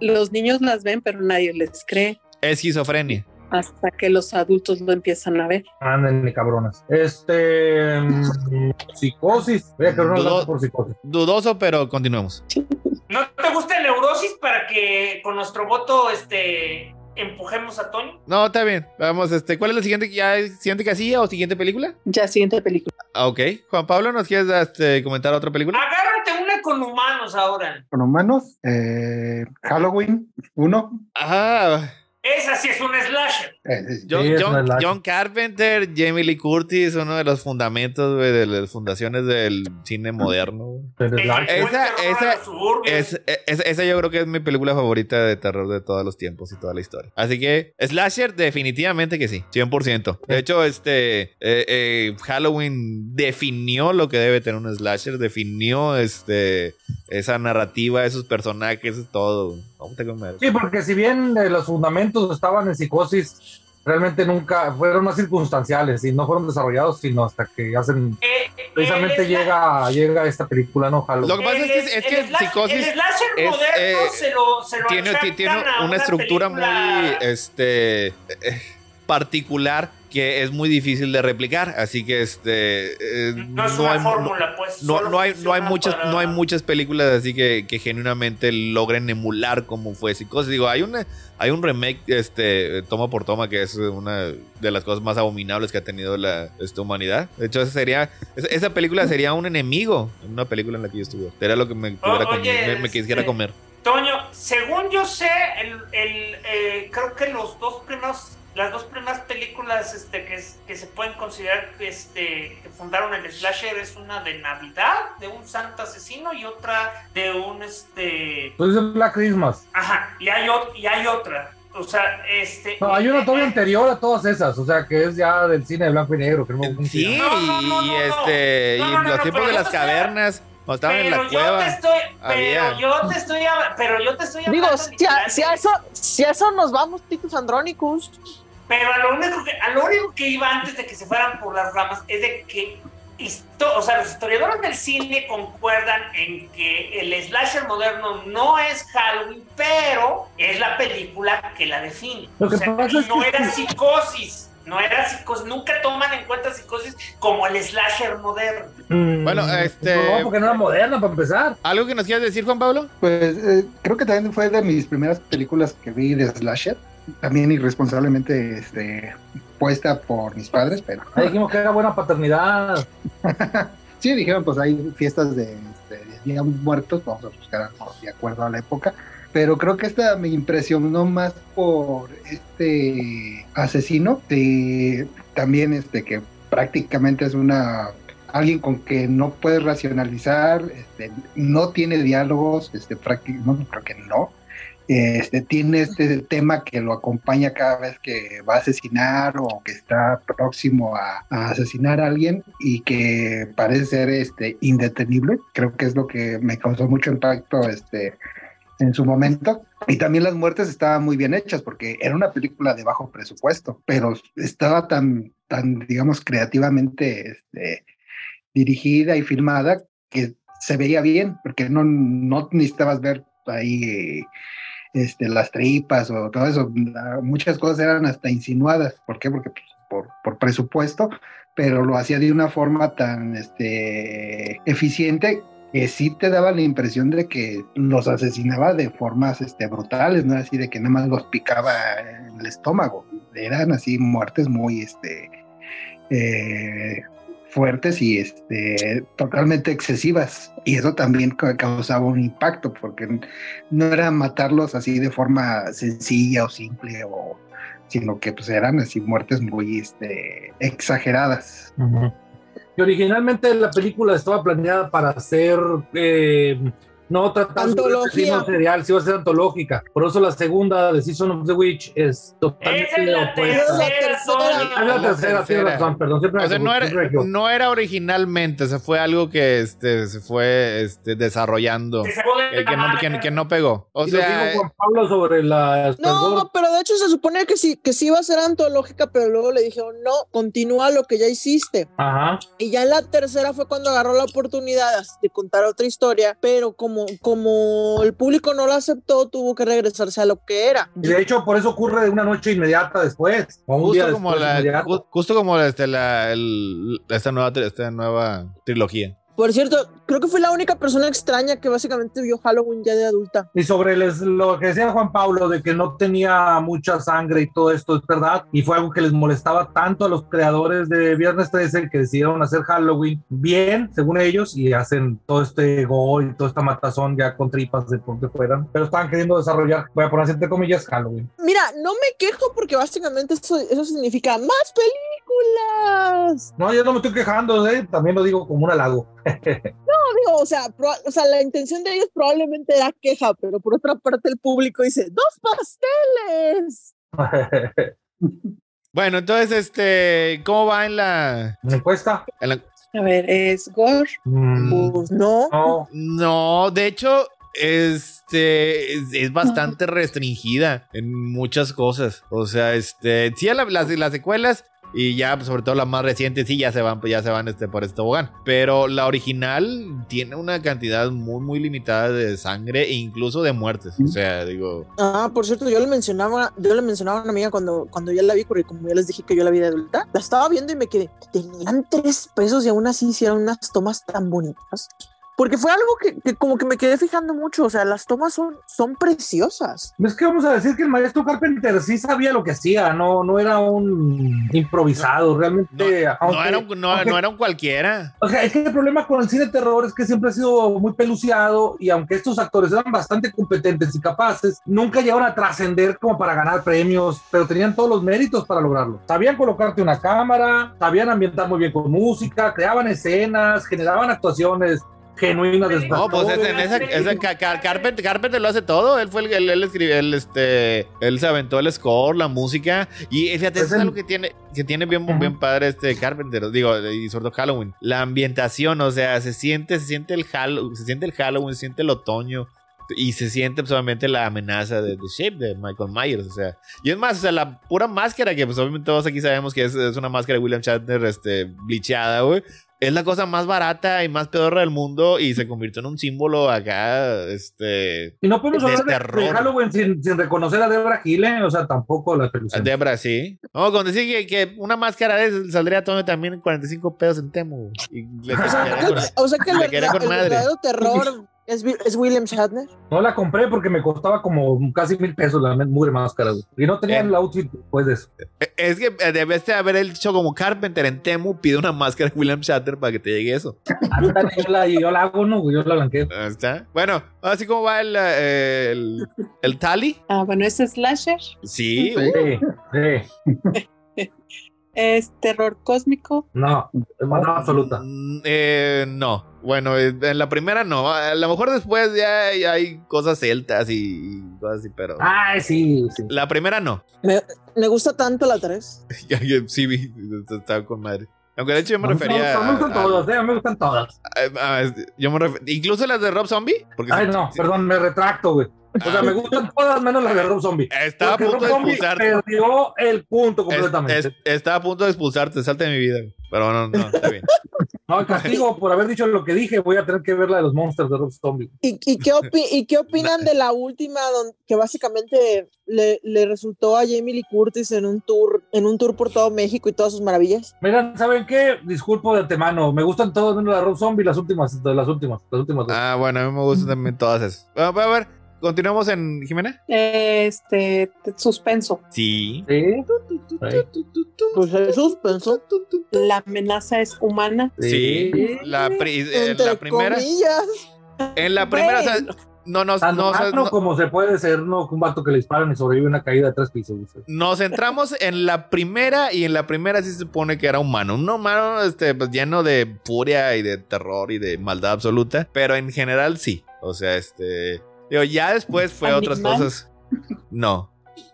los niños las ven, pero nadie les cree Esquizofrenia. hasta que los adultos lo empiezan a ver. Ándenle, cabronas. Este. mm, psicosis. Voy a querer una Dudo- lata por psicosis. Dudoso, pero continuemos. ¿No te gusta el neurosis para que con nuestro voto este, empujemos a Tony? No, está bien. Vamos, este, ¿cuál es la siguiente, ya, siguiente casilla o siguiente película? Ya siguiente película. Ah, ok. Juan Pablo, ¿nos quieres este, comentar otra película? Agárrate una con humanos ahora. Con humanos, eh, Halloween 1. Ah, Esa sí es un slasher. eh, John, Sí, es John- una lata. John Carpenter, Jamie Lee Curtis, uno de los fundamentos, güey, de las fundaciones del cine moderno. güey. Pero es la- Eh, Esa- Terror esa- a los suburbios. Es, es- esa yo creo que es mi película favorita de terror de todos los tiempos y toda la historia. Así que, Slasher, definitivamente que sí, 100%. De hecho, este eh, eh, Halloween definió lo que debe tener un Slasher, definió este esa narrativa, esos personajes, todo. No, puta que madre. Sí, porque si bien eh, los fundamentos estaban en psicosis, realmente nunca fueron más circunstanciales y no fueron desarrollados, sino hasta que hacen. Eh, eh, Precisamente el sla- llega, llega esta película, ¿no? Halloween. Lo que pasa es que, es el que slas- Psicosis el slasher es, moderno eh, se lo, se lo tiene, ti- achacan tiene a una, estructura muy película- este eh, eh, particular que es muy difícil de replicar así que este eh, No es hay, una no- fórmula, pues. no- solo no hay no hay funciona muchas para- no hay muchas películas así que, que genuinamente logren emular como fue Psicosis digo hay una hay un remake este toma por toma que es una de las cosas más abominables que ha tenido la esta humanidad de hecho esa sería esa, esa película sería un enemigo en una película en la que yo estuve era lo que me, tuviera oye, comido, me- me quisiera este, comer Toño, según yo sé, el, el, eh, creo que los dos primeros, las dos primeras películas este, que, es- que se pueden considerar que, este, que fundaron el slasher es una de Navidad, de un santo asesino y otra de un este, Entonces es Black Christmas. ajá, y hay, ot- y hay otra. o sea, este. No, hay una todavía anterior a todas esas, o sea, que es ya del cine de blanco y negro, creo que no Sí, funciona. No, no, no, y no, no. este, y No, no, no, los no, tiempos pero de yo las te estoy- cavernas, cuando estaban en Pero la yo cueva. te estoy, había. pero yo te estoy, hab- pero yo te estoy Digo, hablando si a, literal si a de- eso, si a eso nos vamos, Titus Andronicus. Pues Pero a lo único que, a lo único que iba antes de que se fueran por las ramas es de que histo- o sea, los historiadores del cine concuerdan en que el slasher moderno no es Halloween, pero es la película que la define. Lo O que sea, pasa es no que- era psicosis, no era psicosis, nunca toman en cuenta psicosis como el slasher moderno. Bueno, este- Mm, pues, No, porque no era moderna para empezar. ¿Algo que nos quieras decir, Juan Pablo? Pues eh, creo que también fue de mis primeras películas que vi de Slasher. También irresponsablemente este, puesta por mis padres, pero Ahí dijimos que era buena paternidad. sí dijeron, pues hay fiestas de, este, de Día de Muertos, vamos a buscar algo de acuerdo a la época. Pero creo que esta me impresionó más por este asesino, que también este que prácticamente es una alguien con que no puedes racionalizar, este, no tiene diálogos, este, prácticamente creo que no. Este, tiene este tema que lo acompaña cada vez que va a asesinar o que está próximo a, a asesinar a alguien y que parece ser este, indetenible. Creo que es lo que me causó mucho impacto este, en su momento. Y también las muertes estaban muy bien hechas porque era una película de bajo presupuesto, pero estaba tan, tan digamos, creativamente este, dirigida y filmada que se veía bien, porque no, no necesitabas ver ahí este, las tripas o todo eso. La- Muchas cosas eran hasta insinuadas. ¿Por qué? Porque pues, por, por presupuesto, pero lo hacía de una forma tan este, eficiente que sí te daba la impresión de que los asesinaba de formas este, brutales, no así de que nada más los picaba en el estómago. Eran así muertes muy este, eh, fuertes y este, totalmente excesivas. Y eso también ca- causaba un impacto, porque no era matarlos así de forma sencilla o simple, o, sino que pues, eran así muertes muy este, exageradas. Y originalmente la película estaba planeada para ser eh, no tratando Antología. de asesino serial, sí iba a ser antológica. Por eso la segunda de Season of the Witch es Esa es totalmente la opuesta. tercera, Sonia. Ah, Es la tercera, tienes tercera. razón, perdón, siempre me O sea, no equivoco, era, siempre me equivoco. no era originalmente, se fue algo que este, se fue este, desarrollando. Se sacó de El la que no, manga. que, que no pegó. O Y lo sea, dijo Juan Pablo sobre la No, pero de hecho se supone que sí, que sí iba a ser antológica, pero luego le dijeron, no, continúa lo que ya hiciste. Ajá. Y ya en la tercera fue cuando agarró la oportunidad de contar otra historia, pero como, como el público no la aceptó, tuvo que regresarse a lo que era. Y de hecho, por eso ocurre de una noche inmediata después. O un día justo como, después la, inmediato. ju- justo como este, la, el- esta, nueva, tri- esta nueva trilogía. Por cierto, creo que fui la única persona extraña que básicamente vio Halloween ya de adulta. Y sobre les- lo que decía Juan Pablo de que no tenía mucha sangre y todo esto es verdad. Y fue algo que les molestaba tanto a los creadores de Viernes 13 que decidieron hacer Halloween bien, según ellos, y hacen todo este gol y toda esta matazón ya con tripas de por donde fueran. Pero estaban queriendo desarrollar, voy a poner entre comillas, Halloween. Mira, no me quejo porque básicamente eso, eso significa más películas. No, yo no me estoy quejando, ¿eh? también lo digo como un halago. (laughs) No digo, o sea, pro- o sea, la intención de ellos probablemente era queja, pero por otra parte el público dice, dos pasteles. Bueno, entonces, este, ¿cómo va en la, ¿Me encuesta? en la- A ver, es Gore. Mm, Pues no. no. No, de hecho, este es, es bastante restringida en muchas cosas. O sea, este, sí, la- las, las secuelas y ya, pues, sobre todo las más recientes, sí, ya se van, pues, ya se van este, por este tobogán. Pero la original tiene una cantidad muy, muy limitada de sangre e incluso de muertes. O sea, digo, Ah, por cierto, yo le mencionaba, yo le mencionaba a una amiga cuando, cuando ya la vi, porque como ya les dije que yo la vi de adulta, la estaba viendo y me quedé, tenían tres pesos y aún así hicieron unas tomas tan bonitas. Porque fue algo que, que como que me quedé fijando mucho, o sea, las tomas son, son preciosas. Pues Es que vamos a decir que el maestro Carpenter sí sabía lo que hacía, no, no era un improvisado, realmente. no, aunque- era un, no, aunque- no era un cualquiera. O sea, es que el problema con el cine de terror es que siempre ha sido muy peluciado y aunque estos actores eran bastante competentes y capaces, nunca llegaron a trascender como para ganar premios, pero tenían todos los méritos para lograrlo. Sabían colocarte una cámara, sabían ambientar muy bien con música, creaban escenas, generaban actuaciones. genuina de No, pues ese, en esa, esa ca- ca- Carpenter, Carpenter lo hace todo. Él fue el, él, él escribió, él, este, él se aventó el score, la música. Y eh, fíjate, Pues eso es el- algo que tiene, que tiene bien, Ajá. bien padre este Carpenter, digo, y sobre todo Halloween. La ambientación, o sea, se siente, se siente el Halloween, se siente el Halloween, se siente el otoño. Y se siente solamente la amenaza de The Shape de Michael Myers, o sea. Y es más, o sea, la pura máscara que, pues obviamente todos aquí sabemos que es, es una máscara de William Shatner, este, blicheada, güey es la cosa más barata y más pedorra del mundo y se convirtió en un símbolo acá, este... Y no podemos de hablar de- de, terror. Halloween sin, sin reconocer a Debra Hill, ¿eh? o sea, tampoco la pelusa. Ah, Debra, sí. No, con decir que, que una máscara de esas saldría a Toño también en 45 pesos en Temu. Y (laughs) le O sea, quedaría que- con- o sea que el, Me quedé verdad- con el madre. verdadero terror es, Vi- es William Shatner. No la compré porque me costaba como casi mil pesos la mugre máscara. güey. Y no tenía Eh. el outfit después de eso. Es que eh, debes de haber hecho como Carpenter en Temu, pide una máscara de William Shatter para que te llegue eso. Ándale, yo, la, yo la hago, no, güey, yo la blanqueo. Ahí está. Bueno, así como va el, eh, el, el tally. Ah, bueno, es slasher, Sí, Sí. Sí, sí. es terror cósmico, No, no, absoluta. Mm, eh, no. Bueno, eh, en la primera no. A lo mejor después ya, ya hay cosas celtas y, y cosas así, pero. Ay, sí, sí. La primera no. (laughs) Me gusta tanto la 3. Ya, ya, sí, vi, estaba con madre. Aunque de hecho yo me No, refería. no, me gustan a- todas, eh, me gustan todas. a- a- Ah, yo me ref- Incluso las de Rob Zombie. Porque Ay, sí- no, sí- perdón, me retracto, güey. O sea, Ah. me gustan todas menos la de Rob Zombie. Estaba a Porque punto de Rob Zombie expulsarte. Perdió el punto Es- completamente. es- estaba a punto de expulsarte. Salte de mi vida. Pero no, no, está (laughs) bien. No, el castigo por haber dicho lo que dije, voy a tener que ver la de los monsters de Rob Zombie. ¿Y, y qué opi- y qué opinan de la última don- que básicamente le, le resultó a Jamie Lee Curtis en un tour en un tour por todo México y todas sus maravillas? Miren, ¿saben qué? Disculpo de antemano, me gustan todas menos la de Rob Zombie, las últimas, de las últimas, las últimas. dos. Ah, bueno, a mí me gustan también todas esas. Bueno, a ver, continuamos en Jimena. este suspenso, Sí. Sí. Sí. Pues el suspenso. la amenaza es humana. Sí, la, pri- eh, Entre la primera. comillas. En la primera, o sea, Bueno. no nos, Tan no, o sea, humano no- como se puede ser, ¿no? Un vato que le disparan y sobrevive una caída de tres pisos. dice. nos centramos en la primera y en la primera sí se supone que era humano. Un humano este, pues, lleno de furia y de terror y de maldad absoluta, pero en general sí. O sea, este. Digo, ya después fue otras ¿Animal? cosas. No,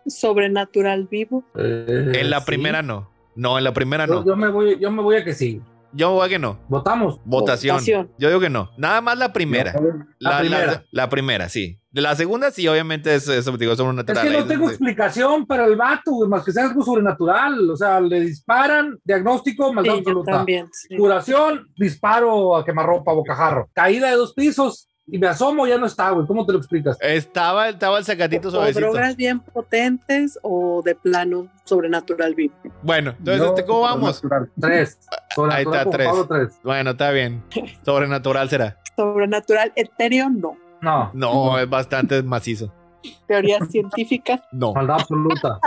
sobrenatural vivo, Eh, en la sí. primera no. No, en la primera Yo, no. yo me voy, yo me voy a que sí. Yo voy a que no. Votamos. Votación. Votación. Yo digo que no. Nada más la primera. La primera. la primera, sí. De la segunda, sí, obviamente es, es, digo, Es sobrenatural. que no Ahí, tengo sí. explicación para el vato, güey, más que sea algo sobrenatural. O sea, le disparan, diagnóstico, Sí, maldad yo absoluta. también. sí. Curación, disparo a quemarropa, bocajarro. Caída de dos pisos y me asomo, ya no está, güey. ¿Cómo te lo explicas? Estaba, estaba el sacatito O suavecito. drogas bien potentes o de plano sobrenatural vivo. Bueno, entonces, este, ¿cómo vamos? Tres. Sobre Ahí está, tres. tres. Bueno, está bien. (laughs) Sobrenatural será. Sobrenatural etéreo, no. No. No, es bastante macizo. Teoría científica, No. Maldad absoluta.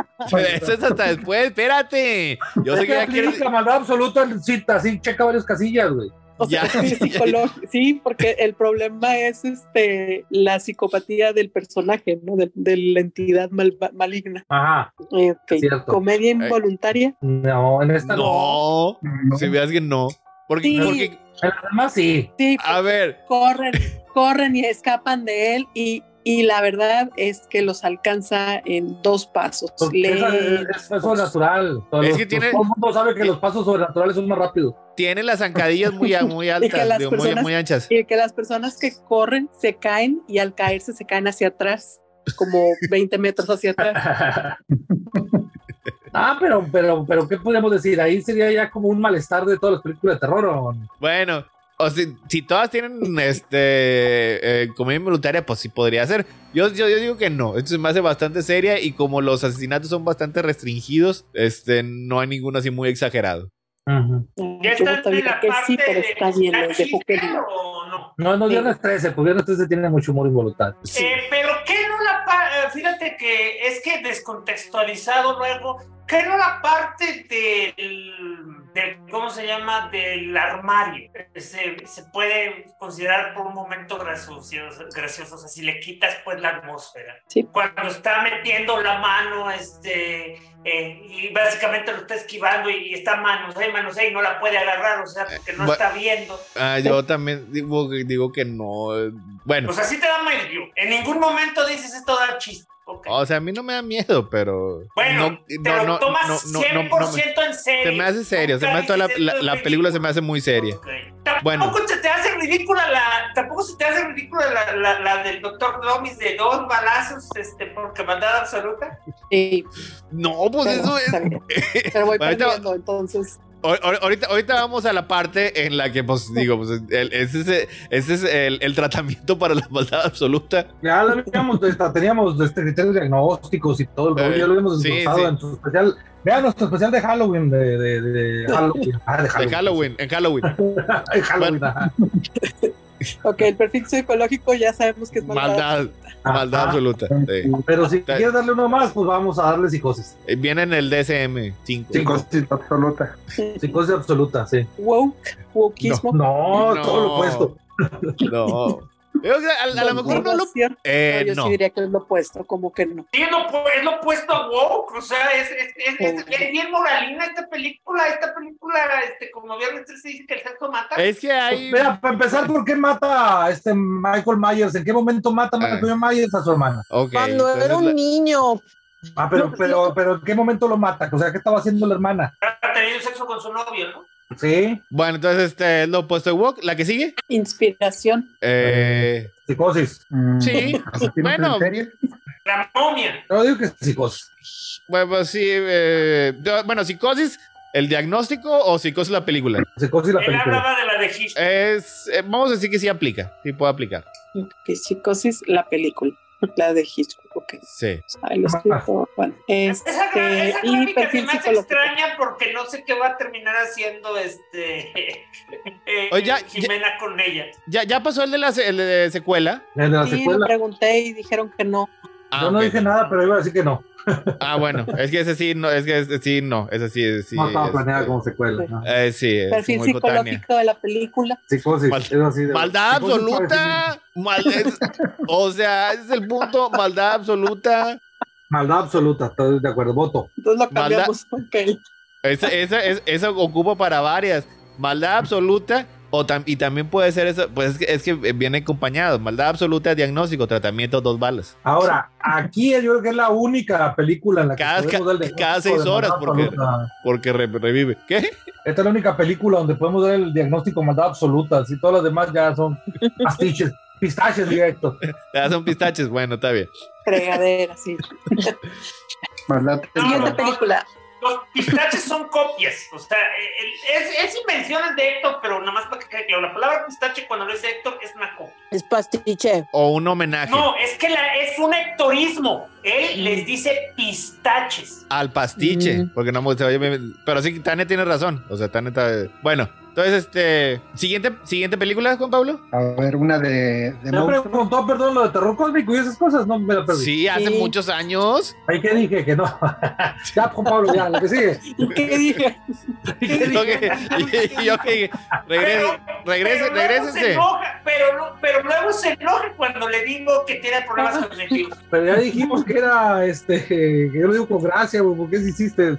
Eso es hasta después, espérate. (laughs) Yo Es sé que que ya aplica quieres. maldad absoluta en cita, así checa varias casillas, güey. o sea, Ya. (laughs) sí, psicolog- sí, porque el problema es este la psicopatía del personaje, ¿no? De, de la entidad malva- maligna. Ajá. Eh, ok. Cierto. Comedia involuntaria, No, en esta no. (laughs) No. No. Si veas que no. Porque, Sí. porque, En las demás sí. sí, a ver, corren, corren y escapan de él y, y la verdad es que los alcanza en dos pasos. Porque Pues, esa- es, eh, Lentos. es sobrenatural. Es Los- que tiene- Todo el mundo sabe que los pasos sobrenaturales son más rápidos. (laughs) tiene las zancadillas muy, a- (laughs) muy que altas, las digo, muy, personas- muy anchas. Y que las personas que corren se caen y al caerse se caen hacia atrás, como 20 metros hacia atrás. (laughs) ah, pero, pero, pero, ¿qué podríamos decir? Ahí sería ya como un malestar de todas las películas de terror. ¿o no? Bueno, o si, si todas tienen este eh, comida involuntaria, pues sí podría ser. Yo, yo, yo digo que no. Esto se me hace bastante seria y como los asesinatos son bastante restringidos, este no hay ninguno así muy exagerado. ¿Ya Yo están votaría en la que parte sí, pero de está bien, los dejo que chiste no. o no? No, no, viernes 13, pues viernes 13 tiene mucho humor involuntario. Sí. Eh, pero que no la parte, fíjate que es que descontextualizado luego, que no la parte del, de, ¿cómo se llama? Del armario. Se, se puede considerar por un momento gracioso, gracioso. O sea, si le quitas pues la atmósfera. Sí. Cuando está metiendo la mano, este, eh, y básicamente lo está esquivando y, y está manos, ahí, manos, ahí, y no la puede agarrar, o sea, porque no Eh, bu- está viendo. Ah, yo también digo, digo que no. eh, Bueno, O sea, sí te da mal view. En ningún momento dices esto da chiste. Ok. o sea, a mí no me da miedo, pero. Bueno, no, te no, lo no, tomas no, no, 100% no, no me- en serio. Se me hace serio, se me Nunca hace toda la, dices la- esto es la película se me hace muy seria. Ok. Tampoco Bueno. se te hace ridícula la, tampoco se te hace ridícula la, la, la del doctor Domis de dos balazos, este, porque mandada absoluta. Sí, No, pues pero, eso es. está bien. (laughs) Pero voy Ahorita- perdiendo, entonces. Ahor- ahor- Ahorita, ahorita vamos a la parte en la que, pues, digo, pues, el- ese es, ese es el, el tratamiento para la maldad absoluta. Ya lo habíamos, (laughs) esta, teníamos este, criterios diagnósticos y todo el rollo, Eh, ya lo habíamos sí, desglosado sí. en su especial. Vean nuestro especial de Halloween, de, (laughs) de, de Halloween. Ah, de En Halloween, en Halloween. (laughs) De Halloween, ajá. Ok, el perfil psicológico ya sabemos que es maldad. Maldad, (laughs) maldad Ajá. absoluta. sí. Pero si Está- quieres darle uno más, pues vamos a darle psicosis. Eh, Viene en el DSM 5. Psicosis absoluta. Psicosis absoluta, sí. Woke, wokeismo. No, No. todo lo opuesto. No. Yo creo que A, a lo mejor no lo. cierto. Eh, yo no. sí diría que es lo opuesto, como que no. Sí, es lo, opu- es lo opuesto a woke, o sea, es, es, es, es- Oh. es bien moralina esta película, esta película, este, como bien se dice que el sexo mata. Es que hay. Mira, para empezar, ¿por qué mata a este Michael Myers? ¿En qué momento mata Michael Ah. Myers a su hermana? Ok, Cuando entonces era un la- niño, Ah, pero, pues pero, pero ¿en qué momento lo mata? O sea, ¿qué estaba haciendo la hermana? Ha tenido sexo con su novio, ¿no? Sí, Bueno, entonces este es lo opuesto de Walk. ¿La que sigue? Inspiración. Eh, psicosis. Mm, Sí, asesino bueno. en serie. La momia. Yo digo que es psicosis. bueno, pues sí. eh, yo- bueno, psicosis, el diagnóstico o psicosis la película. Psicosis la Él película. hablaba de la de Hitchcock. Es, eh, vamos a decir que sí aplica. Sí puede aplicar. Ok, psicosis, la película. La de Hitchcock. Ok. Sí. Ahí lo escribo. Bueno, este, Esa, gra- esa y gráfica se perfil me hace psicológico. extraña porque no sé qué va a terminar haciendo este (laughs) eh, Oye, ya- Jimena con ella. Ya, ya pasó el de la se- el de secuela. El de la Sí, lo secuela. pregunté y dijeron que no. Ah, Yo no ok. dije nada, pero iba a decir que no. Ah, bueno. Es que ese sí, no. Es que ese sí, no. Ese sí, ese sí. este, no estaba es- planeada como secuela. ¿no? eh, sí, es Perfil muy psicológico cutánea. de la película. Psicosis. Mal- es así de- Maldad psicosis absoluta. parece- mal- es- o sea, ese es el punto. Maldad absoluta. Maldad absoluta, estoy de acuerdo. Voto. Entonces lo Maldad. cambiamos. Ok. Esa, esa, es- esa ocupa para varias. Maldad absoluta. O tam- y también puede ser eso. Pues es que, es que viene acompañado. Maldad absoluta, diagnóstico, tratamiento, dos balas. Ahora, aquí yo creo que es la única película en la que Cada- podemos darle cada seis horas, porque- Porque re- revive. ¿Qué? Esta es la única película donde podemos dar el diagnóstico maldad absoluta. Si todas las demás ya son pastiches, pistaches directos. (laughs) Ah, son pistaches. Bueno, está bien. Fregadera, (laughs) sí. Maldad Siguiente no. película. Los pistaches son copias. O sea, el- es, es invenciones de Héctor, pero nada más para que quede claro. La palabra pistache cuando lo dice Héctor es una copia. es pastiche. O un homenaje No, es que la, es un hectorismo. Mm. Él les dice pistaches. al pastiche. Mm. Porque no me gusta. Pero sí, Tania tiene razón. O sea, Tania está. Bueno, entonces, este. Siguiente, siguiente película, Juan Pablo. A ver, una de, de Me monstruos. preguntó, perdón, lo de terror cósmico y esas cosas. No me la Pues perdí. Sí, hace Sí. muchos años. Ahí que dije que no. (laughs) ya, Juan Pablo, ya, lo que sigue. ¿Y qué dije? (laughs) Y yo que- y yo que- regrese- regrese- pero luego se regrésense. enoja, pero, no- pero luego se enoja cuando le digo que tiene problemas Ah. cognitivos. Pero ya dijimos que era este. Que yo lo digo con gracia, güey, porque si hiciste.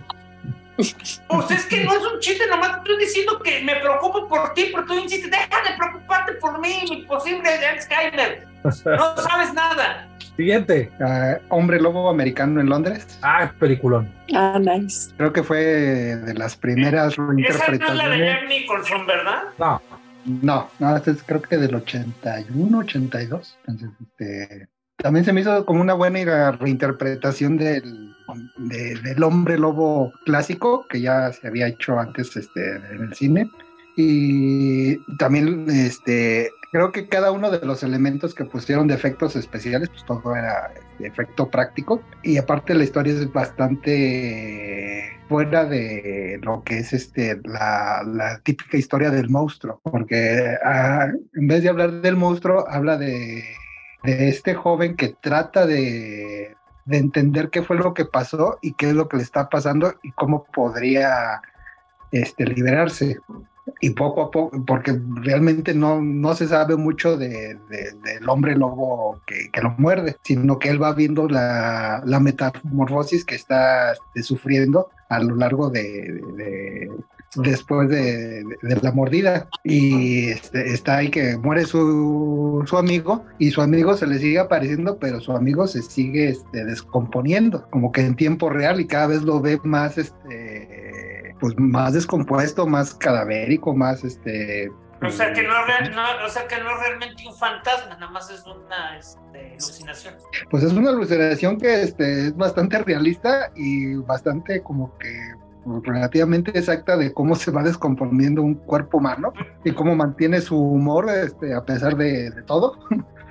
Pues es que no es un chiste, nomás te estoy diciendo que me preocupo por ti, pero tú insistes, deja de preocuparte por mí, mi posible Alzheimer. No sabes nada. Siguiente. Ah, Hombre lobo americano en Londres. Ah, peliculón. Ah, nice. Creo que fue de las primeras Esa no es la de reinterpretaciones. Jack Nicholson, ¿verdad? No, No, no, este es creo que del 81, 82. Entonces, este, también se me hizo como una buena reinterpretación del, de- del hombre lobo clásico que ya se había hecho antes este, en el cine. Y también este, creo que cada uno de los elementos que pusieron de efectos especiales, pues todo era de efecto práctico. Y aparte la historia es bastante fuera de lo que es este la, la típica historia del monstruo. Porque ah, en vez de hablar del monstruo, habla de, de este joven que trata de, de entender qué fue lo que pasó y qué es lo que le está pasando y cómo podría este, liberarse. Y poco a poco, porque realmente no, no se sabe mucho de, de- del hombre lobo que, que lo muerde, sino que él va viendo la, la metamorfosis que está este, sufriendo a lo largo de, de- después de, de la mordida. Y este, está ahí que muere su, su amigo y su amigo se le sigue apareciendo, pero su amigo se sigue este, descomponiendo, como que en tiempo real y cada vez lo ve más, este, pues más descompuesto, más cadavérico, más este... O sea, que no, es real- no- o sea que no es realmente un fantasma, nada más es una este, alucinación. Pues es una alucinación que este, es bastante realista y bastante como que relativamente exacta de cómo se va descomponiendo un cuerpo humano y cómo mantiene su humor este, a pesar de, de todo.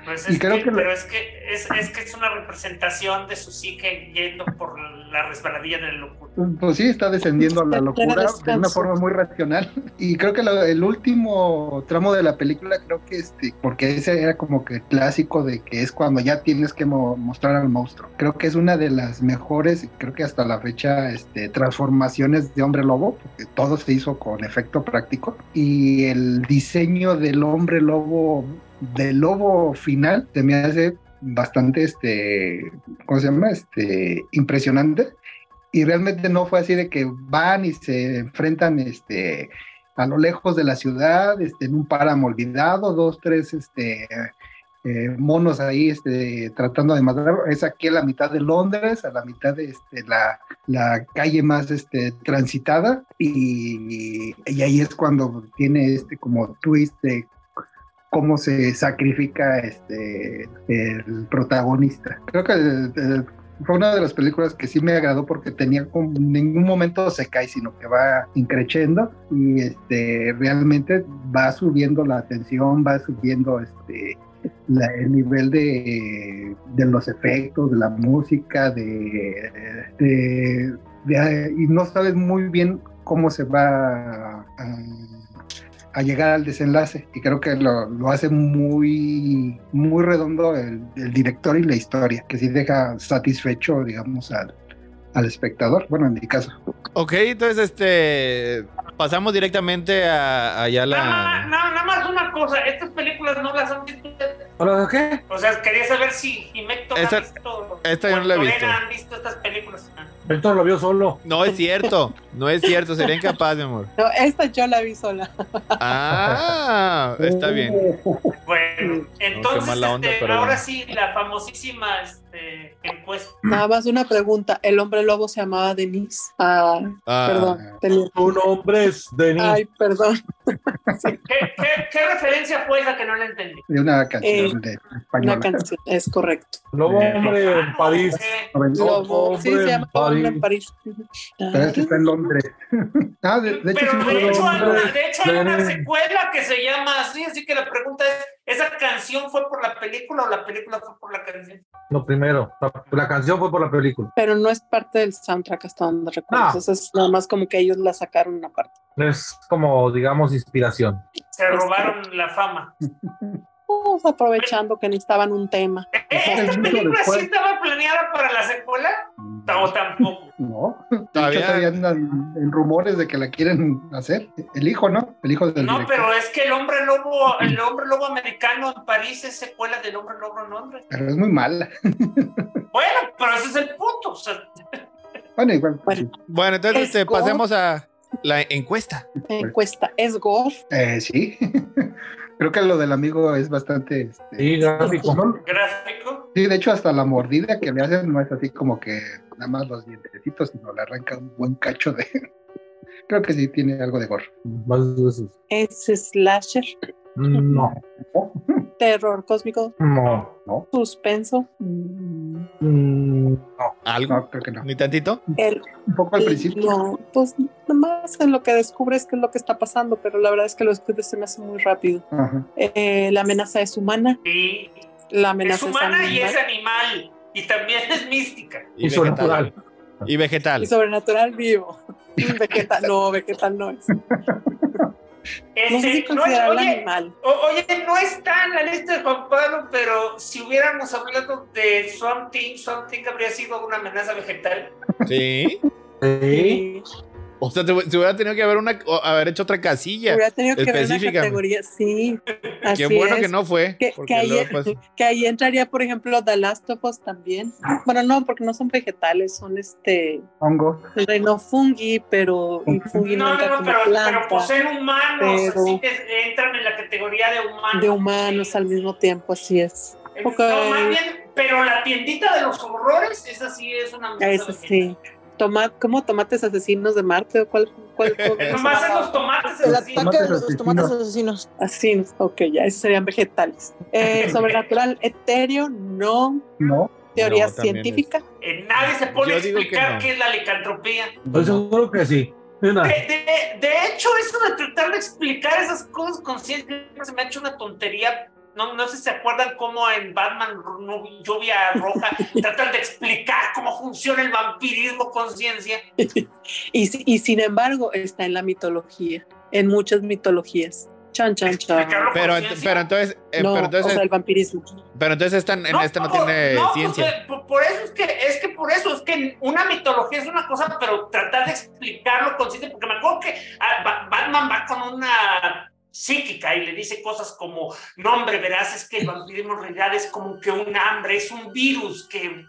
Pues Y es creo que- que lo- Pero es que es, es que es una representación de su psique yendo por la resbaladilla del locura. Pues sí, está descendiendo a la Está locura de una descanso. forma muy racional. (laughs) Y creo que lo- el último tramo de la película, creo que este, porque ese era como que clásico de que es cuando ya tienes que mo- mostrar al monstruo. Creo que es una de las mejores, y creo que hasta la fecha, este, transformaciones de hombre lobo, porque todo se hizo con efecto práctico. Y el diseño del hombre lobo, del lobo final, se me hace bastante este ¿cómo se llama? este impresionante y realmente no fue así de que van y se enfrentan este a lo lejos de la ciudad, este, en un páramo olvidado, dos, tres este, eh, monos ahí este, tratando de matarlo. Es aquí a la mitad de Londres, a la mitad de este, la, la calle más este, transitada, y, y ahí es cuando tiene este como twist de cómo se sacrifica este, el protagonista. Creo que eh, fue una de las películas que sí me agradó porque tenía como en ningún momento se cae, sino que va increciendo y este realmente va subiendo la atención, va subiendo este la- el nivel de, de los efectos, de la música, de, de- de- y no sabes muy bien cómo se va a a llegar al desenlace y creo que lo, lo hace muy muy redondo el, el director y la historia que sí deja satisfecho digamos al, al espectador bueno en mi caso Ok, entonces este. Pasamos directamente a, allá Nada, la. nada, nada más una cosa, estas películas no las han visto. ustedes. ¿Hola, qué? O sea, quería saber si Jimecto Esta- ha visto. esta yo o no la he Lorena visto. han visto estas películas. Ah. Héctor lo vio solo. No es cierto, no es cierto, sería incapaz, mi amor. No, esta yo la vi sola. Ah, está bien. Mm. Bueno, entonces, mala onda, este, pero ahora bueno. sí, la famosísima este, encuesta. Nada más una pregunta. El hombre lobo se llamaba Denise. Ah, Ah, perdón. Tenía- Tu nombre es Denis. Ay, perdón. ¿Qué, qué, qué referencia fue la que no la entendí? (laughs) de una canción de Una española canción. Es correcto. Lobo hombre Ah, en París. ¿Qué? Noventosa, Lobo. Sí, se Hombre en llama Hombre en París. oh, pero este está en Londres (laughs) ah de, de hecho Pero de sí, fue hecho, un hay hombre una, de hecho hay una de- secuela que se llama así, así que la pregunta es, ¿esa canción fue por la película o la película fue por la canción? Lo primero. La, la canción fue por la película. Pero no es parte del soundtrack hasta donde recuerdo. Ah. Entonces, es nada más como que ellos la sacaron aparte. Es como, digamos, inspiración. Este, Se robaron la fama. Pues, aprovechando que necesitaban un tema. este ¿Eh, ¿Esta mucho película sí después. estaba planeada para la secuela? O tampoco. no de hecho, Todavía- todavía, andan en rumores de que la quieren hacer el hijo no el hijo del No, director pero es que el hombre lobo, el hombre lobo americano en París es secuela del hombre lobo en Londres. pero es muy mala (laughs) Bueno, pero ese es el punto. o sea, bueno igual Bueno. Bueno, entonces este, Scott. pasemos a la encuesta. Encuesta. ¿Es gore? eh, sí (laughs) creo que lo del amigo es bastante este, Sí, gráfico. no- gráfico. Sí, de hecho, hasta la mordida que le hacen no es así como que nada más los dientecitos, sino le arranca un buen cacho de. (laughs) Creo que sí tiene algo de gore. Más de esos. ¿Es slasher? No, ¿no? (laughs) ¿Terror cósmico? no, ¿Suspenso? mm, no. ¿Algo? No, creo que no. ¿Ni tantito? El, Un poco al y principio. No, pues nomás en lo que descubres qué es lo que está pasando, pero la verdad es que lo descubres se me hace muy rápido. Ajá. Eh, la amenaza es humana, Y la es amenaza es, humana y animal, es animal. Y también es mística. Y sobrenatural. Y vegetal. y sobrenatural vivo. (laughs) Vegetal, no, vegetal no es. No sé Este, si (laughs) no es- considerarla oye, animal. O- oye, no está en la lista de Juan Pablo, pero si hubiéramos hablado de Swamp Thing, Swamp Thing habría sido una amenaza vegetal. Sí. Sí. Sí. O sea, te- se hubiera tenido que haber, una, o haber hecho otra casilla. Hubiera tenido que haber una específica. categoría, sí. Así Qué bueno es. que no fue. Que, porque que ahí, luego, pues, (laughs) que ahí entraría, por ejemplo, Dalástofos también. Bueno, no, porque no son vegetales, son este, Hongo. no fungi, pero un fungi no, No, entra no, como pero, planta pero por ser humanos, pero- así que entran en la categoría de humanos. de humanos al mismo tiempo, así es. No, Ok. más bien, pero la tiendita de los horrores, esa sí es una mierda Eso de sí. Toma, ¿Cómo tomates asesinos de Marte? ¿O ¿Cuál, (laughs) cuál, gente. cuál- Nomás en los tomates El es así. ataque de los asesinos. tomates asesinos. Asesinos, ok, ya, esos serían vegetales. (laughs) Eh, sobrenatural, etéreo, no. No. (laughs) Teoría No, también es- científica. Eh, nadie se pone a Yo digo que explicar no. Ah. qué es la licantropía. Estoy seguro que sí. Mira, De, de- de hecho, eso de tratar de explicar esas cosas con ciencia se me ha hecho una tontería. No, no sé si se acuerdan cómo en Batman Ru- Lluvia Roja (laughs) tratan de explicar cómo funciona el vampirismo con ciencia. Y, si- y sin embargo, está en la mitología, en muchas mitologías. Chan, chan, chan. Explicarlo con pero, ent- ciencia. pero entonces, eh, No, pero entonces, o sea, el vampirismo. pero entonces esta, en esta no por- tiene no, pues, ciencia. eh, por, por eso es que, es que por eso es que una mitología es una cosa, pero tratar de explicarlo con ciencia, porque me acuerdo que ah, Ba- Batman va con una psíquica y le dice cosas como, no hombre, verás, es que el vampirismo en realidad es como que un hambre, es un virus que...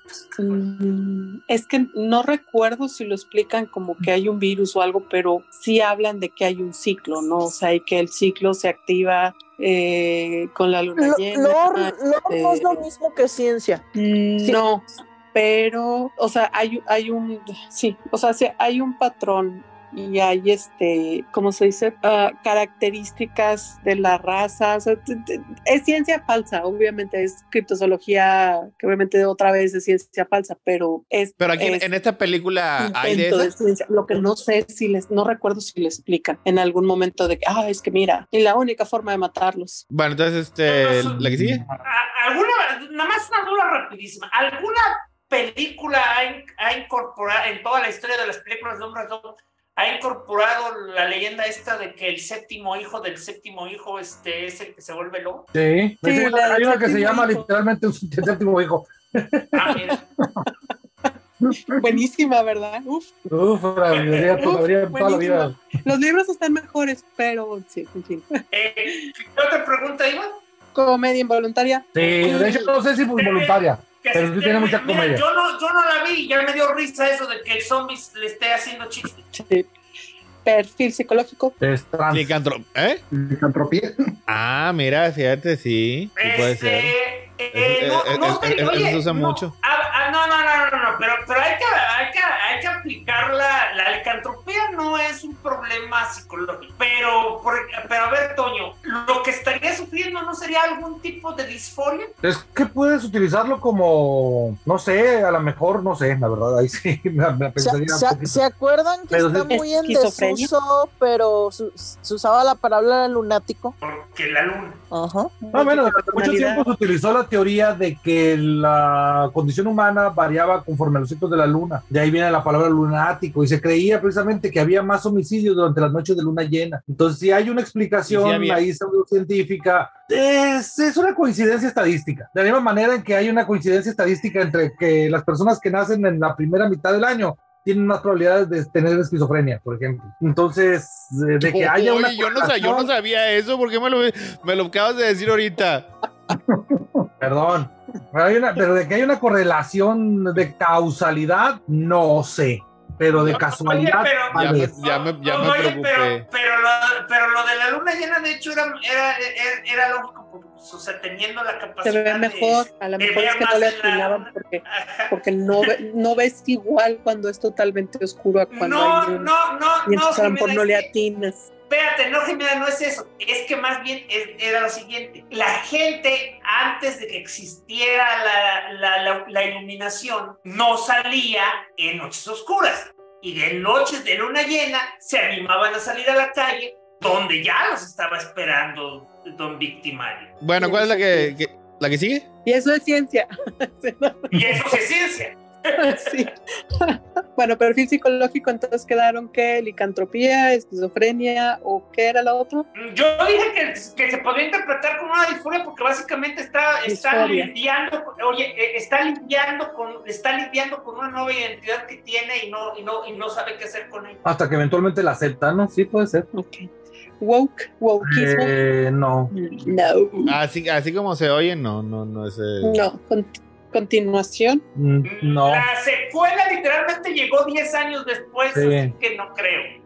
Mm, Es que no recuerdo si lo explican como que hay un virus o algo, pero sí hablan de que hay un ciclo, ¿no? O sea, y que el ciclo se activa eh, con la luna Lo- llena. ah, Lore lore no es eh, lo mismo que ciencia. Mm, Sí. No, pero, o sea, hay, hay un, sí, o sea, sí, hay un patrón y hay, este, ¿cómo se dice? Ah, características de la raza. o sea, t- t- es ciencia falsa, obviamente, es criptozoología, que obviamente otra vez es ciencia falsa, pero es... Pero aquí en- es en esta película Ah, hay de intento de esas. ciencia. Lo que no sé si les, no recuerdo si le explican en algún momento de que, ah, es que mira, y la única forma de matarlos. (laughs) Bueno, entonces, este, No, no, la que sigue. a- alguna, nada más una duda rapidísima, ¿alguna película ha, in- ha incorporado, en toda la historia de las películas de hombres lobo, ha incorporado la leyenda esta de que el séptimo hijo del séptimo hijo este, es el que se vuelve lobo? sí. Sí, Hay la una- hay una que se séptimo llama hijo. literalmente un séptimo hijo. Ah, (laughs) mira. Buenísima, ¿verdad? Uf. Uf, la vida, Uf, la vida, toda la vida. buenísimo. Los libros están mejores, pero sí, en fin. Eh, ¿Qué otra pregunta, Iván? Comedia involuntaria. Sí, de hecho no sé si fue voluntaria. Que Pero se sí esté- tiene mucha mira, comedia. Yo no, yo no la vi y ya me dio risa eso de que el zombie le esté haciendo chistes. Sí. Perfil psicológico. Es Ah. trans. Licantro- ¿Eh? Licantropía. Ah, mira, fíjate, sí. sí puede ser. Este, Pues, eh, Eso- no, eh, no eh, sé, eh, oye, eso se usa no, mucho. ah, ah, no, no, no, no, no, pero, pero hay, que, hay, que, hay que aplicar la, la licantropía, no es un problema psicológico. Pero, por- pero a ver, Toño, lo que estaría sufriendo no sería algún tipo de disforia. Es que puedes utilizarlo como, no sé, a lo mejor, no sé, la verdad, ahí sí (laughs) me, me ¿Se, pensaría un se- Pues poquito. se acuerdan que Pero está es muy en esquizofrenia. desuso, pero su- se usaba la palabra lunático? Porque la luna. Ajá. No, bueno, durante mucho Personalidad. tiempo se utilizó la teoría de que la condición humana variaba conforme a los ciclos de la luna. De ahí viene la palabra lunático y se creía precisamente que había más homicidios durante las noches de luna llena. Entonces, si hay una Y sí explicación había. ahí pseudocientífica, es, es una coincidencia estadística. De la misma manera en que hay una coincidencia estadística entre que las personas que nacen en la primera mitad del año tienen más probabilidades de tener esquizofrenia, por ejemplo. Entonces, de, de que haya una Oye, yo, no sabía, yo no correlación- sabía eso, ¿por qué me lo, me lo acabas de decir ahorita? Perdón. Pero, hay una- pero de que hay una correlación de causalidad, no sé. Pero de casualidad, Oye, pero- tal Ya me- vez. ya me- ya No, me oye, preocupé. Pero, pero lo, pero lo de la luna llena, de hecho, era, era, era, era lógico, porque, pues, o sea, teniendo la Se capacidad ve de- mejor. A lo de mejor ver es que más no le en la- atinaban porque, Ajá. porque no, ve- no ves igual cuando es totalmente oscuro a cuando No, hay luna. no, no, Y no, entonces a lo mejor Jimena, no le es que- atinas. Espérate, no, Jimena, no es eso. Es que más bien es- era lo siguiente. La gente, antes de que existiera la, la- la- la iluminación, no salía en noches oscuras. Y de noches de luna llena se animaban a salir a la calle, donde ya los estaba esperando don victimario. Bueno, ¿cuál es la que, que- la que sigue? (laughs) Y eso es ciencia. Y eso sí es ciencia. Sí. (laughs) bueno, perfil psicológico, entonces quedaron que licantropía, esquizofrenia o qué era lo otro. Mm, Yo dije que, que se podría interpretar como una disforia porque básicamente está, está Disforia. lidiando, con- oye, eh, está lidiando con, está lidiando con una nueva identidad que tiene y no, y no, y no sabe qué hacer con ella. Hasta que eventualmente la aceptan, ¿no? Sí, puede ser. Ok. Woke, wokeismo. Eh, no. No. Así, así como se oye, no, no, no es. eh, No. Con- continuación. Mm, No. La secuela literalmente llegó 10 años después, Sí. así que no creo.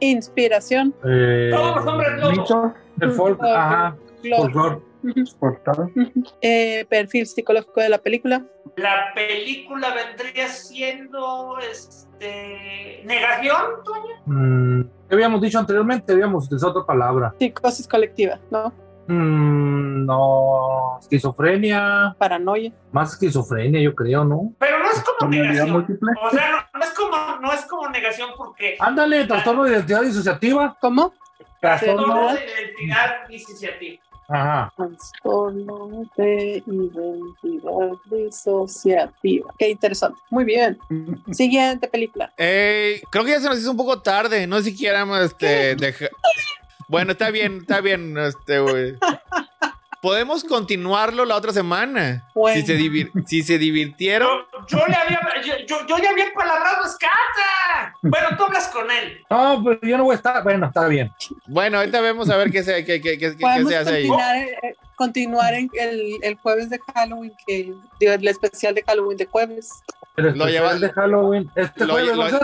Inspiración. Eh, Todos los hombres lobos. Nicho, El folk, ajá. Globo. Folklore. Ujú. portado. Ujú. (laughs) Eh, perfil psicológico de la película. La película vendría siendo este negación, Toño. Mm, ¿Qué habíamos dicho anteriormente? Habíamos utilizado otra palabra. Psicosis colectiva, ¿no? Mm, no. Esquizofrenia. Paranoia. Más esquizofrenia, yo creo, ¿no? pero no es como Personalidad negación. múltiple. O sea, no, no es como no es como negación porque Ándale, trastorno de identidad disociativa. ¿Cómo? Trastorno Trastorno. de identidad disociativa. Ajá. Trastorno de identidad disociativa. Qué interesante. Muy bien. Siguiente película. Eh, creo que ya se nos hizo un poco tarde. No siquiera este, deja- Bueno, está bien, está bien. Este, (laughs) güey. Podemos continuarlo la otra semana. Bueno. Si, se divir- si se divirtieron. Yo, yo le había yo, yo, yo le había palabrado a Scata. Bueno, tú hablas con él. No, pero yo no voy a estar. Bueno, está bien. Bueno, ahorita vemos a ver qué se, qué, qué- qué- qué Podemos se hace ahí. continuar, eh, continuar en el, el jueves de Halloween, que digo, el especial de Halloween de jueves. Pero Lo especial lleva- de Halloween. Este lo- jueves, lo- ¿no?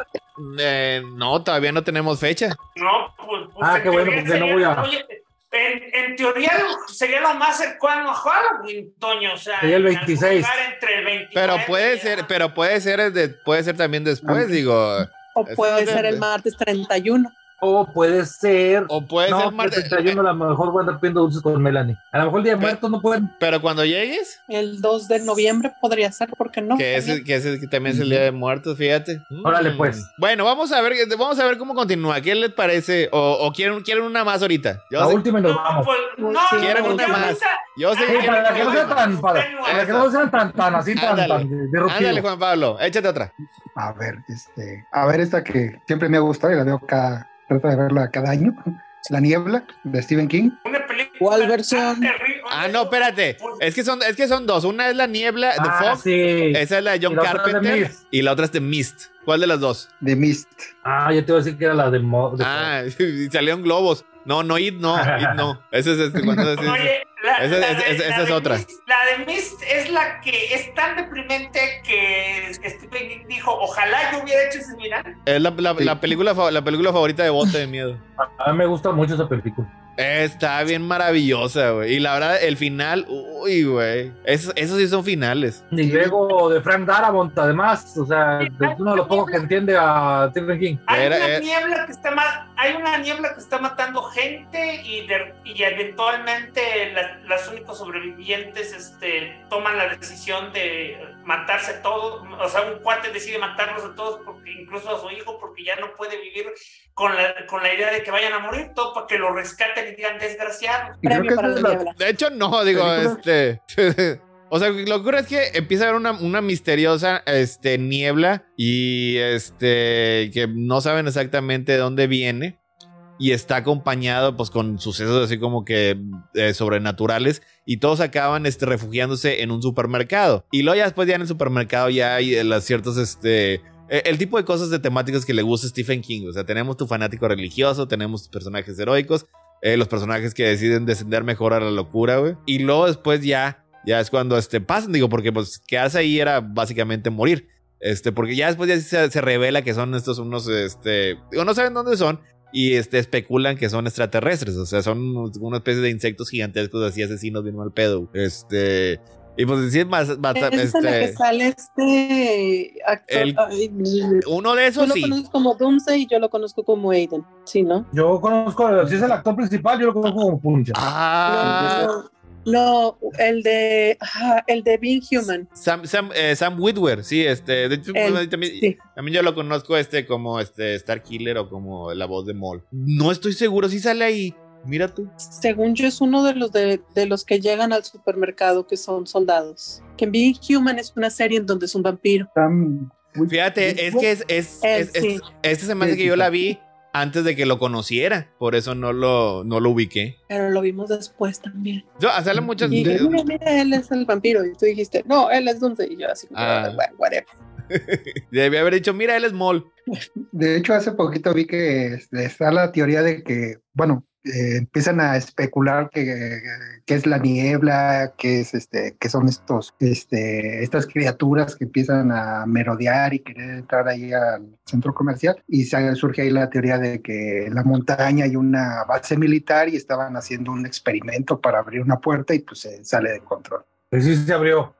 Eh, no, todavía no tenemos fecha. No, pues, pues, Ah, en qué bueno, teoría porque no sería- voy a- oye, en, en teoría lo- sería lo más cercano a Halloween, Toño, o sea, Sería el en algún 26. lugar entre el 29 Pero puede y- ser, pero puede ser, de- puede ser también después, digo. O Es- puede ser el martes 31. O puede ser. O puede no, pues, ser el martes. 31 a lo mejor voy a andar pidiendo dulces con Melanie. A lo mejor el día de Pero- muertos no pueden. Pero cuando llegues, El 2 de noviembre podría ser, porque no? que es, También. que es- que también es el día de muertos, fíjate. Órale, Mm. pues. Bueno, vamos a ver, este, vamos a ver cómo continúa. ¿Qué les parece? O, o quieren, quieren una más ahorita. La Yo sé, última y nos No, vamos. pues, no, Sí, quieren no, una ya más. ahorita- yo sé que Sí, Ay, para quieren que no una sea más. tan, para, para que no sean tan, tan así, tan, eh, Ándale. tan disruptivos. Ándale, Juan Pablo, échate otra. A ver, este, a ver esta que siempre me ha gustado y la veo cada, trato de verla cada año. La niebla de Stephen King. Una película ¿Cuál versión? tan terrible. Ah, no, espérate. Es que son, es que son dos. Una es la niebla de Ah, Fox, sí. esa es la de John Y la otra es de Carpenter Mist. y la otra es de Mist. ¿Cuál de las dos? de Mist. Ah, yo te iba a decir que era la de. Mo de- Ah, (laughs) y salieron globos. No, no, It no, It (laughs) no. Ese es este, cuando es- Oye, la, Esa- la esa- de- esa- la esa es de otra. Mist- la de Mist es la que es tan deprimente que Stephen King dijo, ojalá yo hubiera hecho ese mirar. es la, la- la película, fa- la película favorita de Bote de Miedo. A mí me gusta mucho esa película. Está bien maravillosa, güey. Y la verdad, el final, uy, güey. Es- esos sí son finales. Y luego de Frank Darabont, además. O sea, es uno de los pocos que entiende a Stephen King. Hay Era- una era- niebla que está ma- hay una niebla que está matando gente y, de- y eventualmente la- los únicos sobrevivientes este, toman la decisión de matarse a todos. O sea, un cuate decide matarlos a todos, porque, incluso a su hijo, porque ya no puede vivir con la, con la idea de que vayan a morir, todo para que lo rescaten y digan desgraciado. Y creo Premio que para esa la es la- niebla. (laughs) De hecho, no, digo, ¿Película? este. (laughs) o sea, lo que ocurre es que empieza a haber una, una misteriosa este, niebla y este. que no saben exactamente de dónde viene. Y está acompañado, pues, con sucesos así como que eh, sobrenaturales. Y todos acaban este, refugiándose en un supermercado. Y luego ya después, ya en el supermercado, ya hay eh, las ciertas. Este, eh, el tipo de cosas de temáticas que le gusta a Stephen King. O sea, tenemos tu fanático religioso, tenemos personajes heroicos, eh, los personajes que deciden descender mejor a la locura, güey. Y luego después ya, ya es cuando este, pasan, digo, porque pues quedarse ahí era básicamente morir. Este, porque ya después ya se, se revela que son estos unos, este, digo, no saben dónde son y este, especulan que son extraterrestres, o sea, son unos- una especie de insectos gigantescos así asesinos bien mal pedo. güey. Este, y pues decir más, más- Es en la que este, sale este actor. El- ay, yo uno de esos lo sí. conozco como Doomsday y yo lo conozco como Aiden. Sí, ¿no? Yo conozco, si es el actor principal, yo lo conozco como Puncha. Ah, No, el de ah, el de Being Human. Sam, Sam, eh, Sam Witwer, sí, este, de hecho, Él, también, sí. También yo lo conozco este como este Star Killer o como la voz de Mol. No estoy seguro si sale ahí. Mira tú. Según yo, es uno de los, de, de los que llegan al supermercado, que son soldados. Que en Being Human es una serie en donde es un vampiro. Tan- uy, Fíjate, es que es, es, Eh, es- es- sí. esta se me hace que yo la vi antes de que lo conociera. Por eso no lo, no lo ubiqué. Pero lo vimos después también. Yo, o sea, le muchas. Y ¿De- mira, mira, él es el vampiro. Y tú dijiste, no, él es dulce. Y yo así, como, Ah. "Bueno, whatever. Debí haber dicho, mira, él es Mol. De hecho, hace poquito vi que este, está la teoría de que, bueno, eh, empiezan a especular que, que es la niebla, que es este, que son estos, este, estas criaturas que empiezan a merodear y querer entrar ahí al centro comercial. Y sa- surge ahí la teoría de que en la montaña hay una base militar y estaban haciendo un experimento para abrir una puerta y pues se sale de control. Y Pues sí se abrió.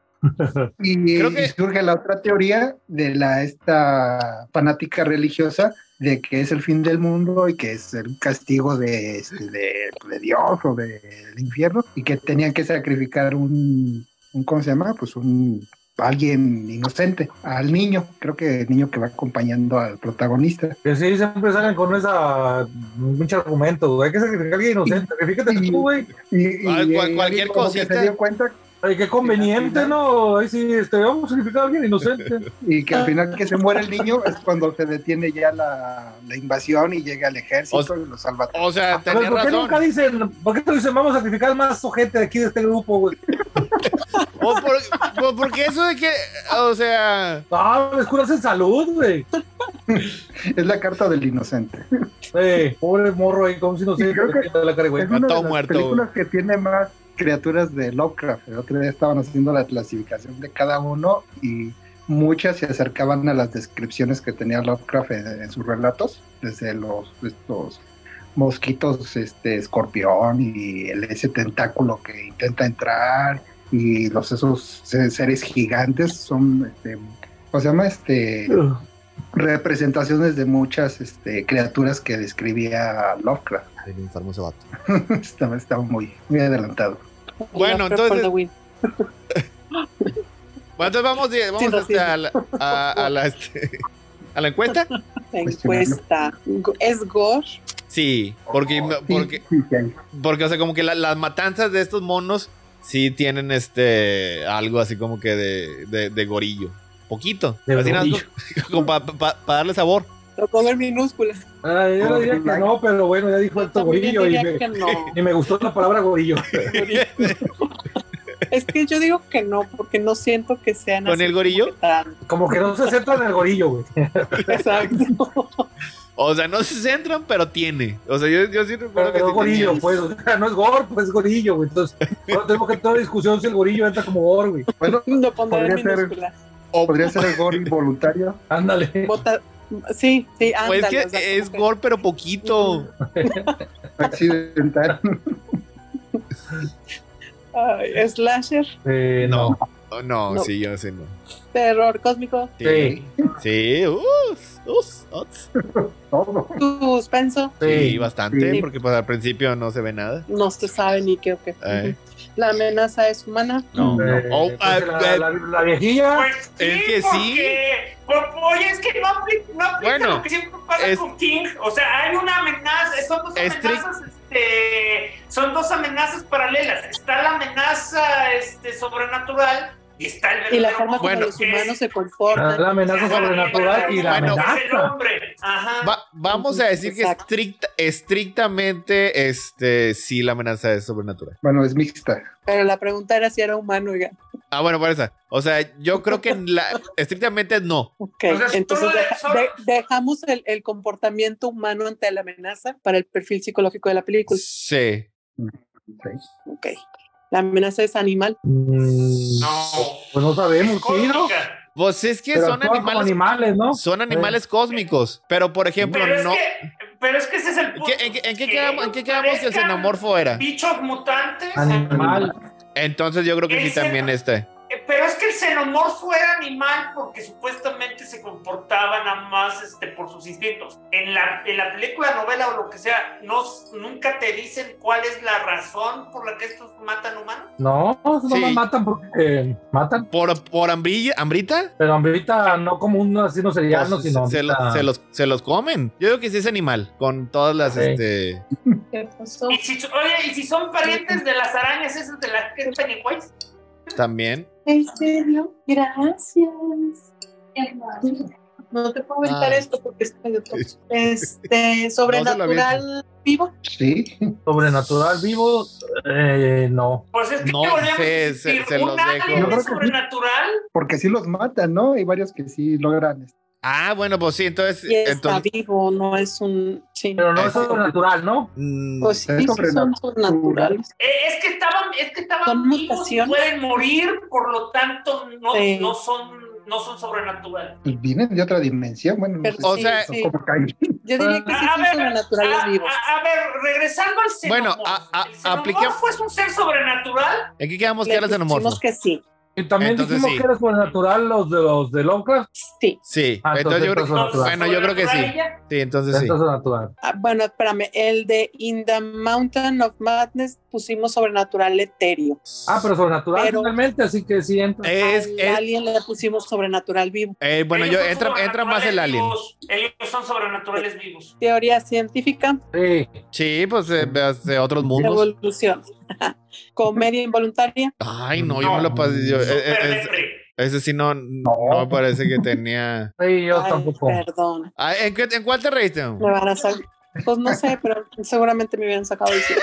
Y, Creo que- y surge la otra teoría de la esta fanática religiosa de que es el fin del mundo y que es el castigo de, este, de, de Dios o del infierno y que tenían que sacrificar un, un ¿cómo se llama? Pues un alguien inocente al niño, creo que el niño que va acompañando al protagonista. Que sí, siempre salen con esa mucho argumento, güey. Hay que sacrificar a alguien inocente. Fíjate Sí. tú, güey. Y, y Ah, cual- él cualquier como que cosita. se dio cuenta Ay, qué conveniente, ¿no? Ahí sí, este, vamos a sacrificar a alguien inocente. (laughs) y que al final que se muere el niño es cuando se detiene ya la, la invasión y llega el ejército O- y lo salva. O Ah, sea, A ver, tenía ¿por qué razón. nunca dicen, por qué no dicen, vamos a sacrificar al más ojete de aquí de este grupo, güey? O por, o porque eso de que. O sea. Ah, les curas en salud, güey. Es la carta del inocente. Eh, pobre morro ahí, como si no Y se creo que- de la cara, (laughs) güey. Es una todo de las muerto, películas que tiene más criaturas de Lovecraft. El otro día estaban haciendo la clasificación de cada uno y muchas se acercaban a las descripciones que tenía Lovecraft en, en sus relatos, desde los estos mosquitos, este escorpión y el- ese tentáculo que intenta entrar y los esos se- seres gigantes son, este, ¿cómo se llama? Este, representaciones de muchas este, criaturas que describía Lovecraft. El enfermo se vato. (laughs) Estaba, estaba muy, muy adelantado. Bueno, After for entonces- the win. Bueno, entonces vamos, eh, vamos Sin este, a, la, a, a la, este, a la encuesta. Cuestionarlo. Encuesta. Go- ¿Es gore? Sí, porque, Sí, porque, sí, sí, hay. porque o sea, como que la- las matanzas de estos monos sí tienen este algo así como que de, de, de gorillo. Poquito. De así nada, gorillo. como para darle (laughs) sabor. Lo pongo en minúscula. Ah, yo le diría que no, pero bueno, ya dijo esto También gorillo y diría me, que no. y me gustó la (laughs) palabra gorillo. (laughs) Es que yo digo que no, porque no siento que sean ¿Con así el como gorillo? que tan- Como que no se centra en el gorillo, güey. (laughs) Exacto. O sea, no se centran, pero tiene. O sea, yo, yo sí recuerdo que Pero sí es gorillo, tenía. pues. O sea, no es gor, pues es gorillo, güey. Entonces, ahora tenemos que entrar a discusión si el gorillo entra como gor, güey. Bueno, Lo pondré en Podría ser- minúscula. O- podría ser el gore involuntario. Ándale. Bota- Sí, sí, ándale. pues es que o sea, como es que- gore, pero poquito. accidental. Ay, slasher, Eh, No, no, No. sí, yo sé, no. terror cósmico, Sí. Sí, us, us, us. Todo. suspenso, Sí, Sí. bastante, Sí. porque pues, al principio no se ve nada. no se sabe ni qué o qué. Eh. La amenaza es humana. No, no. Eh, Oh, pues, ah, la, eh, la- la viejilla. Pues Es que sí. porque- por- Oye, es que no apli- no aplica, Bueno, lo que siempre pasa es- con King. O sea, hay una amenaza, son dos Es tri- amenazas, este, son dos amenazas paralelas. Está la amenaza este, sobrenatural y está el Y la verdadero forma monstruo, Bueno. como los que es- humanos se La, comportan. Ah, la amenaza Bueno, sobrenatural y la bueno, Bueno. amenaza. Es el hombre. Ajá. Va- vamos a decir que Exacto. estricta, estrictamente, este, sí, la amenaza es sobrenatural. Bueno, es mixta. Pero la pregunta era si era humano, oiga. Ah, bueno, por esa. O sea, yo creo que en (laughs) la, estrictamente no. Ok, O sea, entonces solo de- deja- solo- de- dejamos el, el comportamiento humano ante la amenaza para el perfil psicológico de la película. Sí. Sí. Ok. La amenaza es animal. Mm, No. Pues no sabemos, sí, ¿no? Cósmica. Pues es que Pero son actúan como animales, animales, ¿no? son animales cósmicos. Pero, por ejemplo, Pero, es no. que, pero es que ese es el punto. ¿Qué- en, qué- en qué que quedamos, en qué quedamos que el parezcan xenomorfo era? Bichos mutantes. Animal. Entonces yo creo que sí Ese- también este. Eh, Pero es que el xenomorfo era animal porque supuestamente se comportaba nada más este, por sus instintos. En la, en la película, novela o lo que sea, no, nunca te dicen cuál es la razón por la que estos matan humanos. No, pues, no Sí. me matan porque eh, matan. ¿Por, por hambrilla, hambrita? Pero ahorita no como un asesino serial, no, Pues, sino. se, lo- ahorita- se los, se los comen. Yo digo que sí es animal, con todas las... Sí. Este... ¿Qué pasó? Y si, oye, y si son parientes de las arañas esas de las que es Pennywise. También. ¿En serio? Gracias. Hermano. No te puedo evitar Ah. esto porque es medio tonto. (laughs) Este, sobrenatural vivo. Sí, Sobrenatural vivo, eh, no. Pues es que No volvemos sé, a insistir, se- se un los dejo. alien Yo creo es que sí. sobrenatural. porque sí los matan, ¿no? Hay varios que sí logran. este, Ah, bueno, pues sí, entonces... Y está entonces vivo, no es un. Sí. Pero no Ah, es sí. sobrenatural, ¿no? mm, Pues sí, Es sí son sobrenatural. sobrenaturales. Eh, es que estaban, es que estaban Son vivos, y mutaciones. pueden morir, por lo tanto no, Sí. no son, no son sobrenaturales. Y vienen de otra dimensión. Bueno, no Pero sé O sí, sea- si- sí. cómo caen. Yo diría que Pues sí A son ver, Ah, sobrenaturales a, vivos. a- a ver, regresando al xenomorfo. Bueno, a- a- ¿El xenomorfo apliquemos- es un ser sobrenatural? ¿En qué quedamos que Le era el xenomorfo? pusimos que sí. Y también Entonces dijimos sí. que era sobrenatural los de los de Lovecraft. Sí. Sí, Ah, entonces entonces yo creo no que... son- Entonces, Bueno, yo creo que sí. ¿sobrenatural Sí, entonces sí. Es sobrenatural. Ah, bueno, espérame. El de In the Mountain of Madness pusimos sobrenatural etéreo. Ah, pero sobrenatural Pero- Eh. finalmente, así que sí entra. Es, Al es- alien le pusimos sobrenatural vivo. eh, bueno, Ellos yo son entra, entra más el sobrenaturales alien. vivos. Ellos son sobrenaturales vivos. Teoría científica, Sí. Sí, pues eh, veas de otros mundos. evolución. (laughs) Comedia involuntaria. Ay, no, No. yo me lo pasé. yo- eh, eh, Super es- depre. ese sí no, no me parece que tenía. Sí, yo Ay, tampoco. Perdón. Ah, ¿en, qué- en cuál te reíste? Me van a sacar. Pues no sé, pero seguramente me hubieran sacado el siete.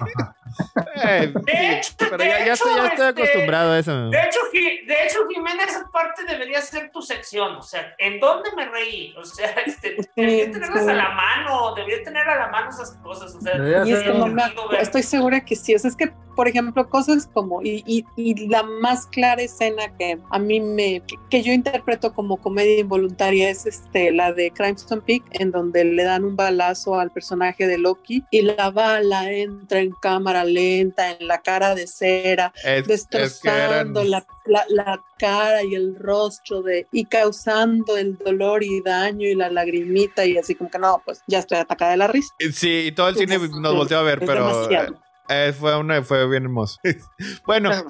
Ok. Eh, De sí, hecho, pero de ya, ya estoy, hecho, ya estoy este, acostumbrado a eso. De hecho, Gi- de hecho, Jimena, esa parte debería ser tu sección. O sea, ¿en dónde me reí? O sea, este, debería tenerlas sí. a la mano, debería tener a la mano esas cosas. O sea, Debería Y es que no me divertido acu- ver. Estoy segura que sí. O sea, es que, por ejemplo, cosas como, y, y- y la más clara escena que a mí me, que yo interpreto como comedia involuntaria es este, la de Crimson Peak, en donde le dan un balazo al personaje de Loki y la bala entra en cámara lenta, en la cara de cera, Es, es que eran. destrozando la, la- la cara y el rostro de y causando el dolor y daño y la lagrimita y así como que no, pues ya estoy atacada de la risa. Sí, y todo el cine Es- nos volteó a ver, Es pero demasiado. eh, fue, una, fue bien hermoso. (laughs) bueno, Ajá.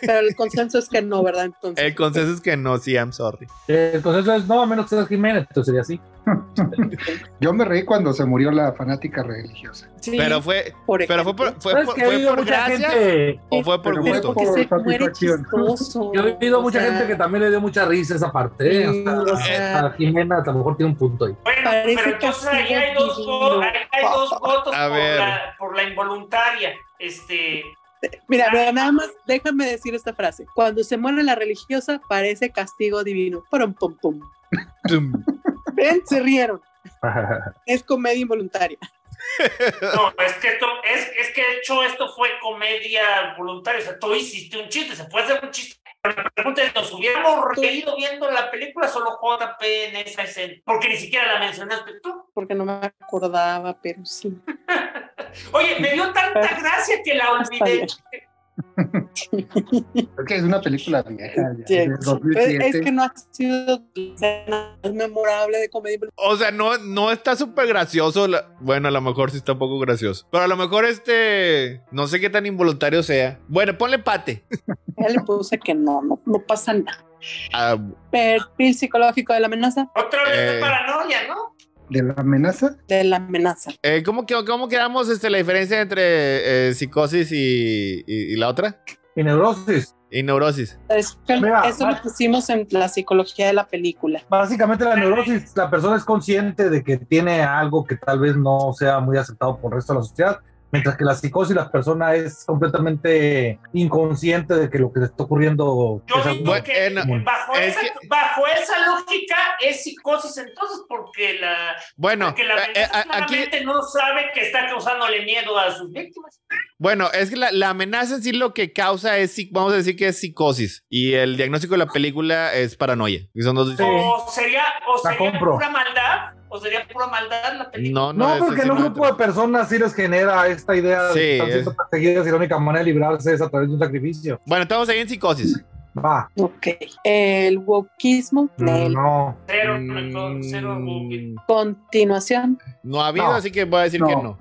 Pero el consenso es que no, ¿verdad? Entonces, el consenso es que no, sí, I'm sorry. El concepto Eh, pues es, no, a menos que seas Jiménez, entonces sería así. Yo me reí cuando se murió la fanática religiosa. sí, Pero fue, por pero ejemplo. fue por, fue, ¿Sabes por- que ha fue habido por mucha gracia gente? o fue por Pero fue gusto. por- porque se por muere satisfacción. chistoso. Yo he oído o mucha sea, gente que también le dio mucha risa esa parte. ¿eh? Sí, O sea, o sea- hasta Jimena a lo mejor tiene un punto ahí. Bueno, Parece pero entonces que ahí sigue hay dos, viviendo. go- ahí hay dos votos A por ver. la, por la involuntaria. Este, Mira, pero nada más déjame decir esta frase. Cuando se muere la religiosa, parece castigo divino. Pum, pum, pum. Ven, se rieron. Es comedia involuntaria. no, es que esto, es, es que de hecho esto fue comedia voluntaria. O sea, tú hiciste un chiste, se puede hacer un chiste. Pero la pregunta es, ¿nos hubiéramos reído viendo la película solo JP en esa escena? Porque ni siquiera la mencionaste tú. Porque no me acordaba, pero sí. Oye, me dio tanta gracia que la Está olvidé. bien. Es que es una película vieja. ya, de Pero Pues, Es 2007. que no ha sido la escena más memorable de comedia involuntaria. O sea, no, no está súper gracioso. la- Bueno, a lo mejor sí está un poco gracioso. Pero a lo mejor este. No sé qué tan involuntario sea. Bueno, ponle pate. Ya le puse que no, no, no pasa nada. Ah, Perfil psicológico de la amenaza, Otra vez Eh. de paranoia, ¿no? De la amenaza. de la amenaza. eh, ¿cómo, que- cómo quedamos este, la diferencia entre eh, psicosis y, y- y la otra? Y neurosis. Y neurosis. Es que Mira, eso va- lo pusimos en la psicología de la película. Básicamente la neurosis, la persona es consciente de que tiene algo que tal vez no sea muy aceptado por el resto de la sociedad, mientras que la psicosis, la persona es completamente inconsciente de que lo que le está ocurriendo... Yo es algo- digo bueno, que eh, no. bajo, Es esa, que- bajo esa lógica es psicosis entonces, porque la, Bueno, porque la eh, eh, amenaza a- aquí. claramente no sabe que está causándole miedo a sus víctimas. Bueno, es que la, la amenaza en sí lo que causa es. psi- Vamos a decir que es psicosis. Y el diagnóstico de la película es paranoia. Y son dos. Sí. O sería, o La sería compro. pura maldad, o sería pura maldad la película. No, no, No, es- porque es- en un no- grupo de personas sí les genera esta idea Sí, de que están siendo es- perseguidas y la única manera de librarse es a través de un sacrificio. Bueno, estamos ahí en psicosis. Va. Ok. El wokismo. el- No. Cero, Mm, no, cero, Google. Continuación. No ha habido, No. así que voy a decir No. que no.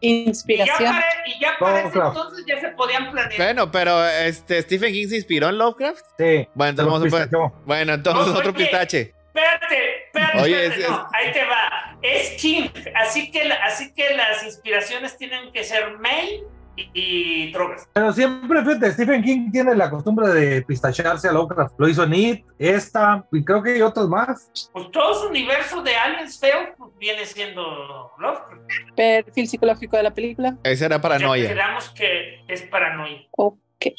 Y ya Inspiración. para, y ya No, para ese claro. entonces ya se podían planear. Bueno, pero este Stephen King se inspiró en Lovecraft. Sí. Bueno, entonces, vamos a poner- Pistachón. bueno, entonces No, otro oye. pistache. Espérate, espérate, Oye, espérate, es- no, ahí te va. Es King, así que, la- así que las inspiraciones tienen que ser mail y, y drogas. Pero siempre, fíjate, Stephen King tiene la costumbre de pistacharse a Lovecraft. Lo hizo en It, esta, y creo que hay otros más. Pues todo su universo de aliens feos pues, viene siendo Lovecraft. Perfil psicológico de la película. Esa era Ya paranoia. quedamos que es paranoia. Ok.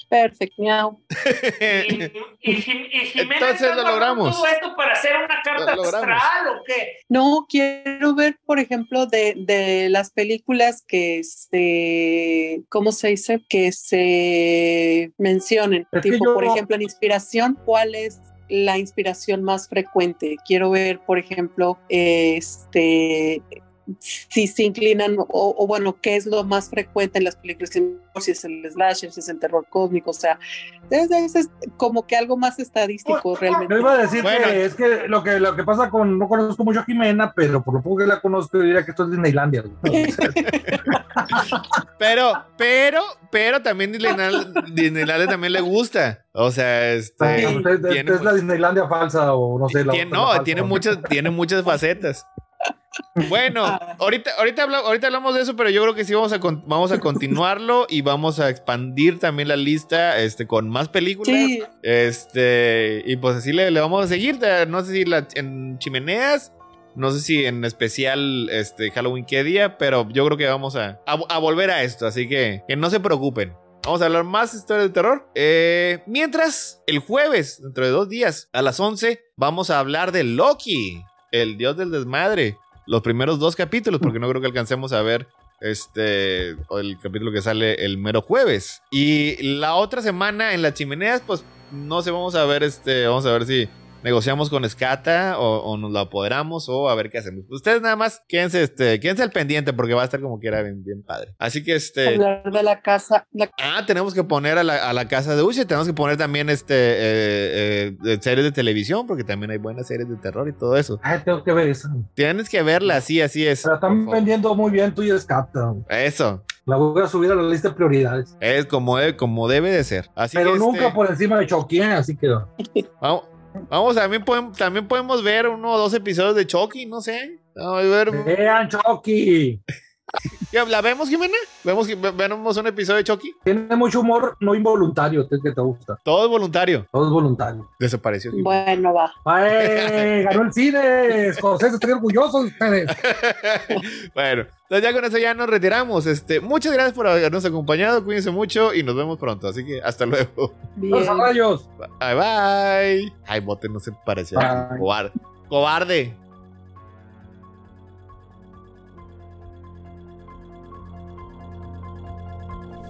Perfecto. Miau. (laughs) Y, y, Jim- y Jiménez Eh, Entonces lo ¿no guardó logramos. todo esto para hacer una carta Lo logramos. astral o qué? No, quiero ver, por ejemplo, de, de las películas que se, ¿cómo se dice? Que se mencionen. Es que tipo, yo- por ejemplo, en inspiración, ¿cuál es la inspiración más frecuente? Quiero ver, por ejemplo, este si se inclinan o, o, bueno, qué es lo más frecuente en las películas, si es el slasher, si es el terror cósmico, o sea, es, es- es como que algo más estadístico realmente. Yo Pues, iba a decir Bueno. que es que lo, que lo que pasa con, no conozco mucho a Jimena, pero por lo poco que la conozco, yo diría que esto es Disneylandia. güey. Pero, pero, pero también Disneyland, Disneyland también le gusta. O sea, Esta este. Sí. esta tiene es la mu- Disneylandia falsa o no sé. La tiene- otra no, falsa. tiene muchas, tiene muchas (laughs) facetas. Bueno, Ah. ahorita, ahorita, habla- ahorita hablamos de eso, pero yo creo que sí vamos a, con- vamos a continuarlo y vamos a expandir también la lista este, con más películas. Sí, Este, y pues así le, le vamos a seguir. de- No sé si la- en chimeneas, no sé si en especial este Halloween qué día, pero yo creo que vamos a, a- a volver a esto. Así que, que no se preocupen. Vamos a hablar más historias de terror. Eh, mientras, el jueves, dentro de dos días, a las 11, vamos a hablar de Loki, el dios del desmadre. Los primeros dos capítulos, porque no creo que alcancemos a ver este o el capítulo que sale el mero jueves y la otra semana en las chimeneas pues no sé vamos a ver este vamos a ver si negociamos con Escata o, o nos la apoderamos o a ver qué hacemos ustedes nada más quédense este quédense al pendiente porque va a estar como quiera bien, bien padre así que este hablar de la casa, la Ah, tenemos que poner a la, a la casa de Uche, tenemos que poner también este eh, eh, de series de televisión, porque también hay buenas series de terror y todo eso. Ay, tengo que ver eso. Tienes que verla, así, así es. Pero por están favor. vendiendo muy bien tú y Escapta. Eso, La voy a subir a la lista de prioridades. es como, debe- como debe de ser. Así pero que, este, nunca por encima de Choquien, así que. Vamos, vamos, también podemos, también podemos ver uno o dos episodios de Chucky, no sé. Vamos a ver- Vean, Chucky. ¿Ya ¿La vemos, Jimena? ¿Vemos, que- ve- ¿Vemos un episodio de Chucky? Tiene mucho humor no involuntario, que es que te gusta. Todo es voluntario. Todo es (laughs) voluntario. Desapareció. Jimena. Bueno, va. ¡Ay! ¡Ganó el cine! Escocés, estoy orgulloso de ustedes. (laughs) bueno, entonces ya con eso ya nos retiramos. Este, muchas gracias por habernos acompañado. Cuídense mucho y nos vemos pronto. Así que hasta luego. (laughs) ¡Los Bien. rayos! Bye bye. Ay, bote, no se pareció. Bye. Cobarde. Cobarde.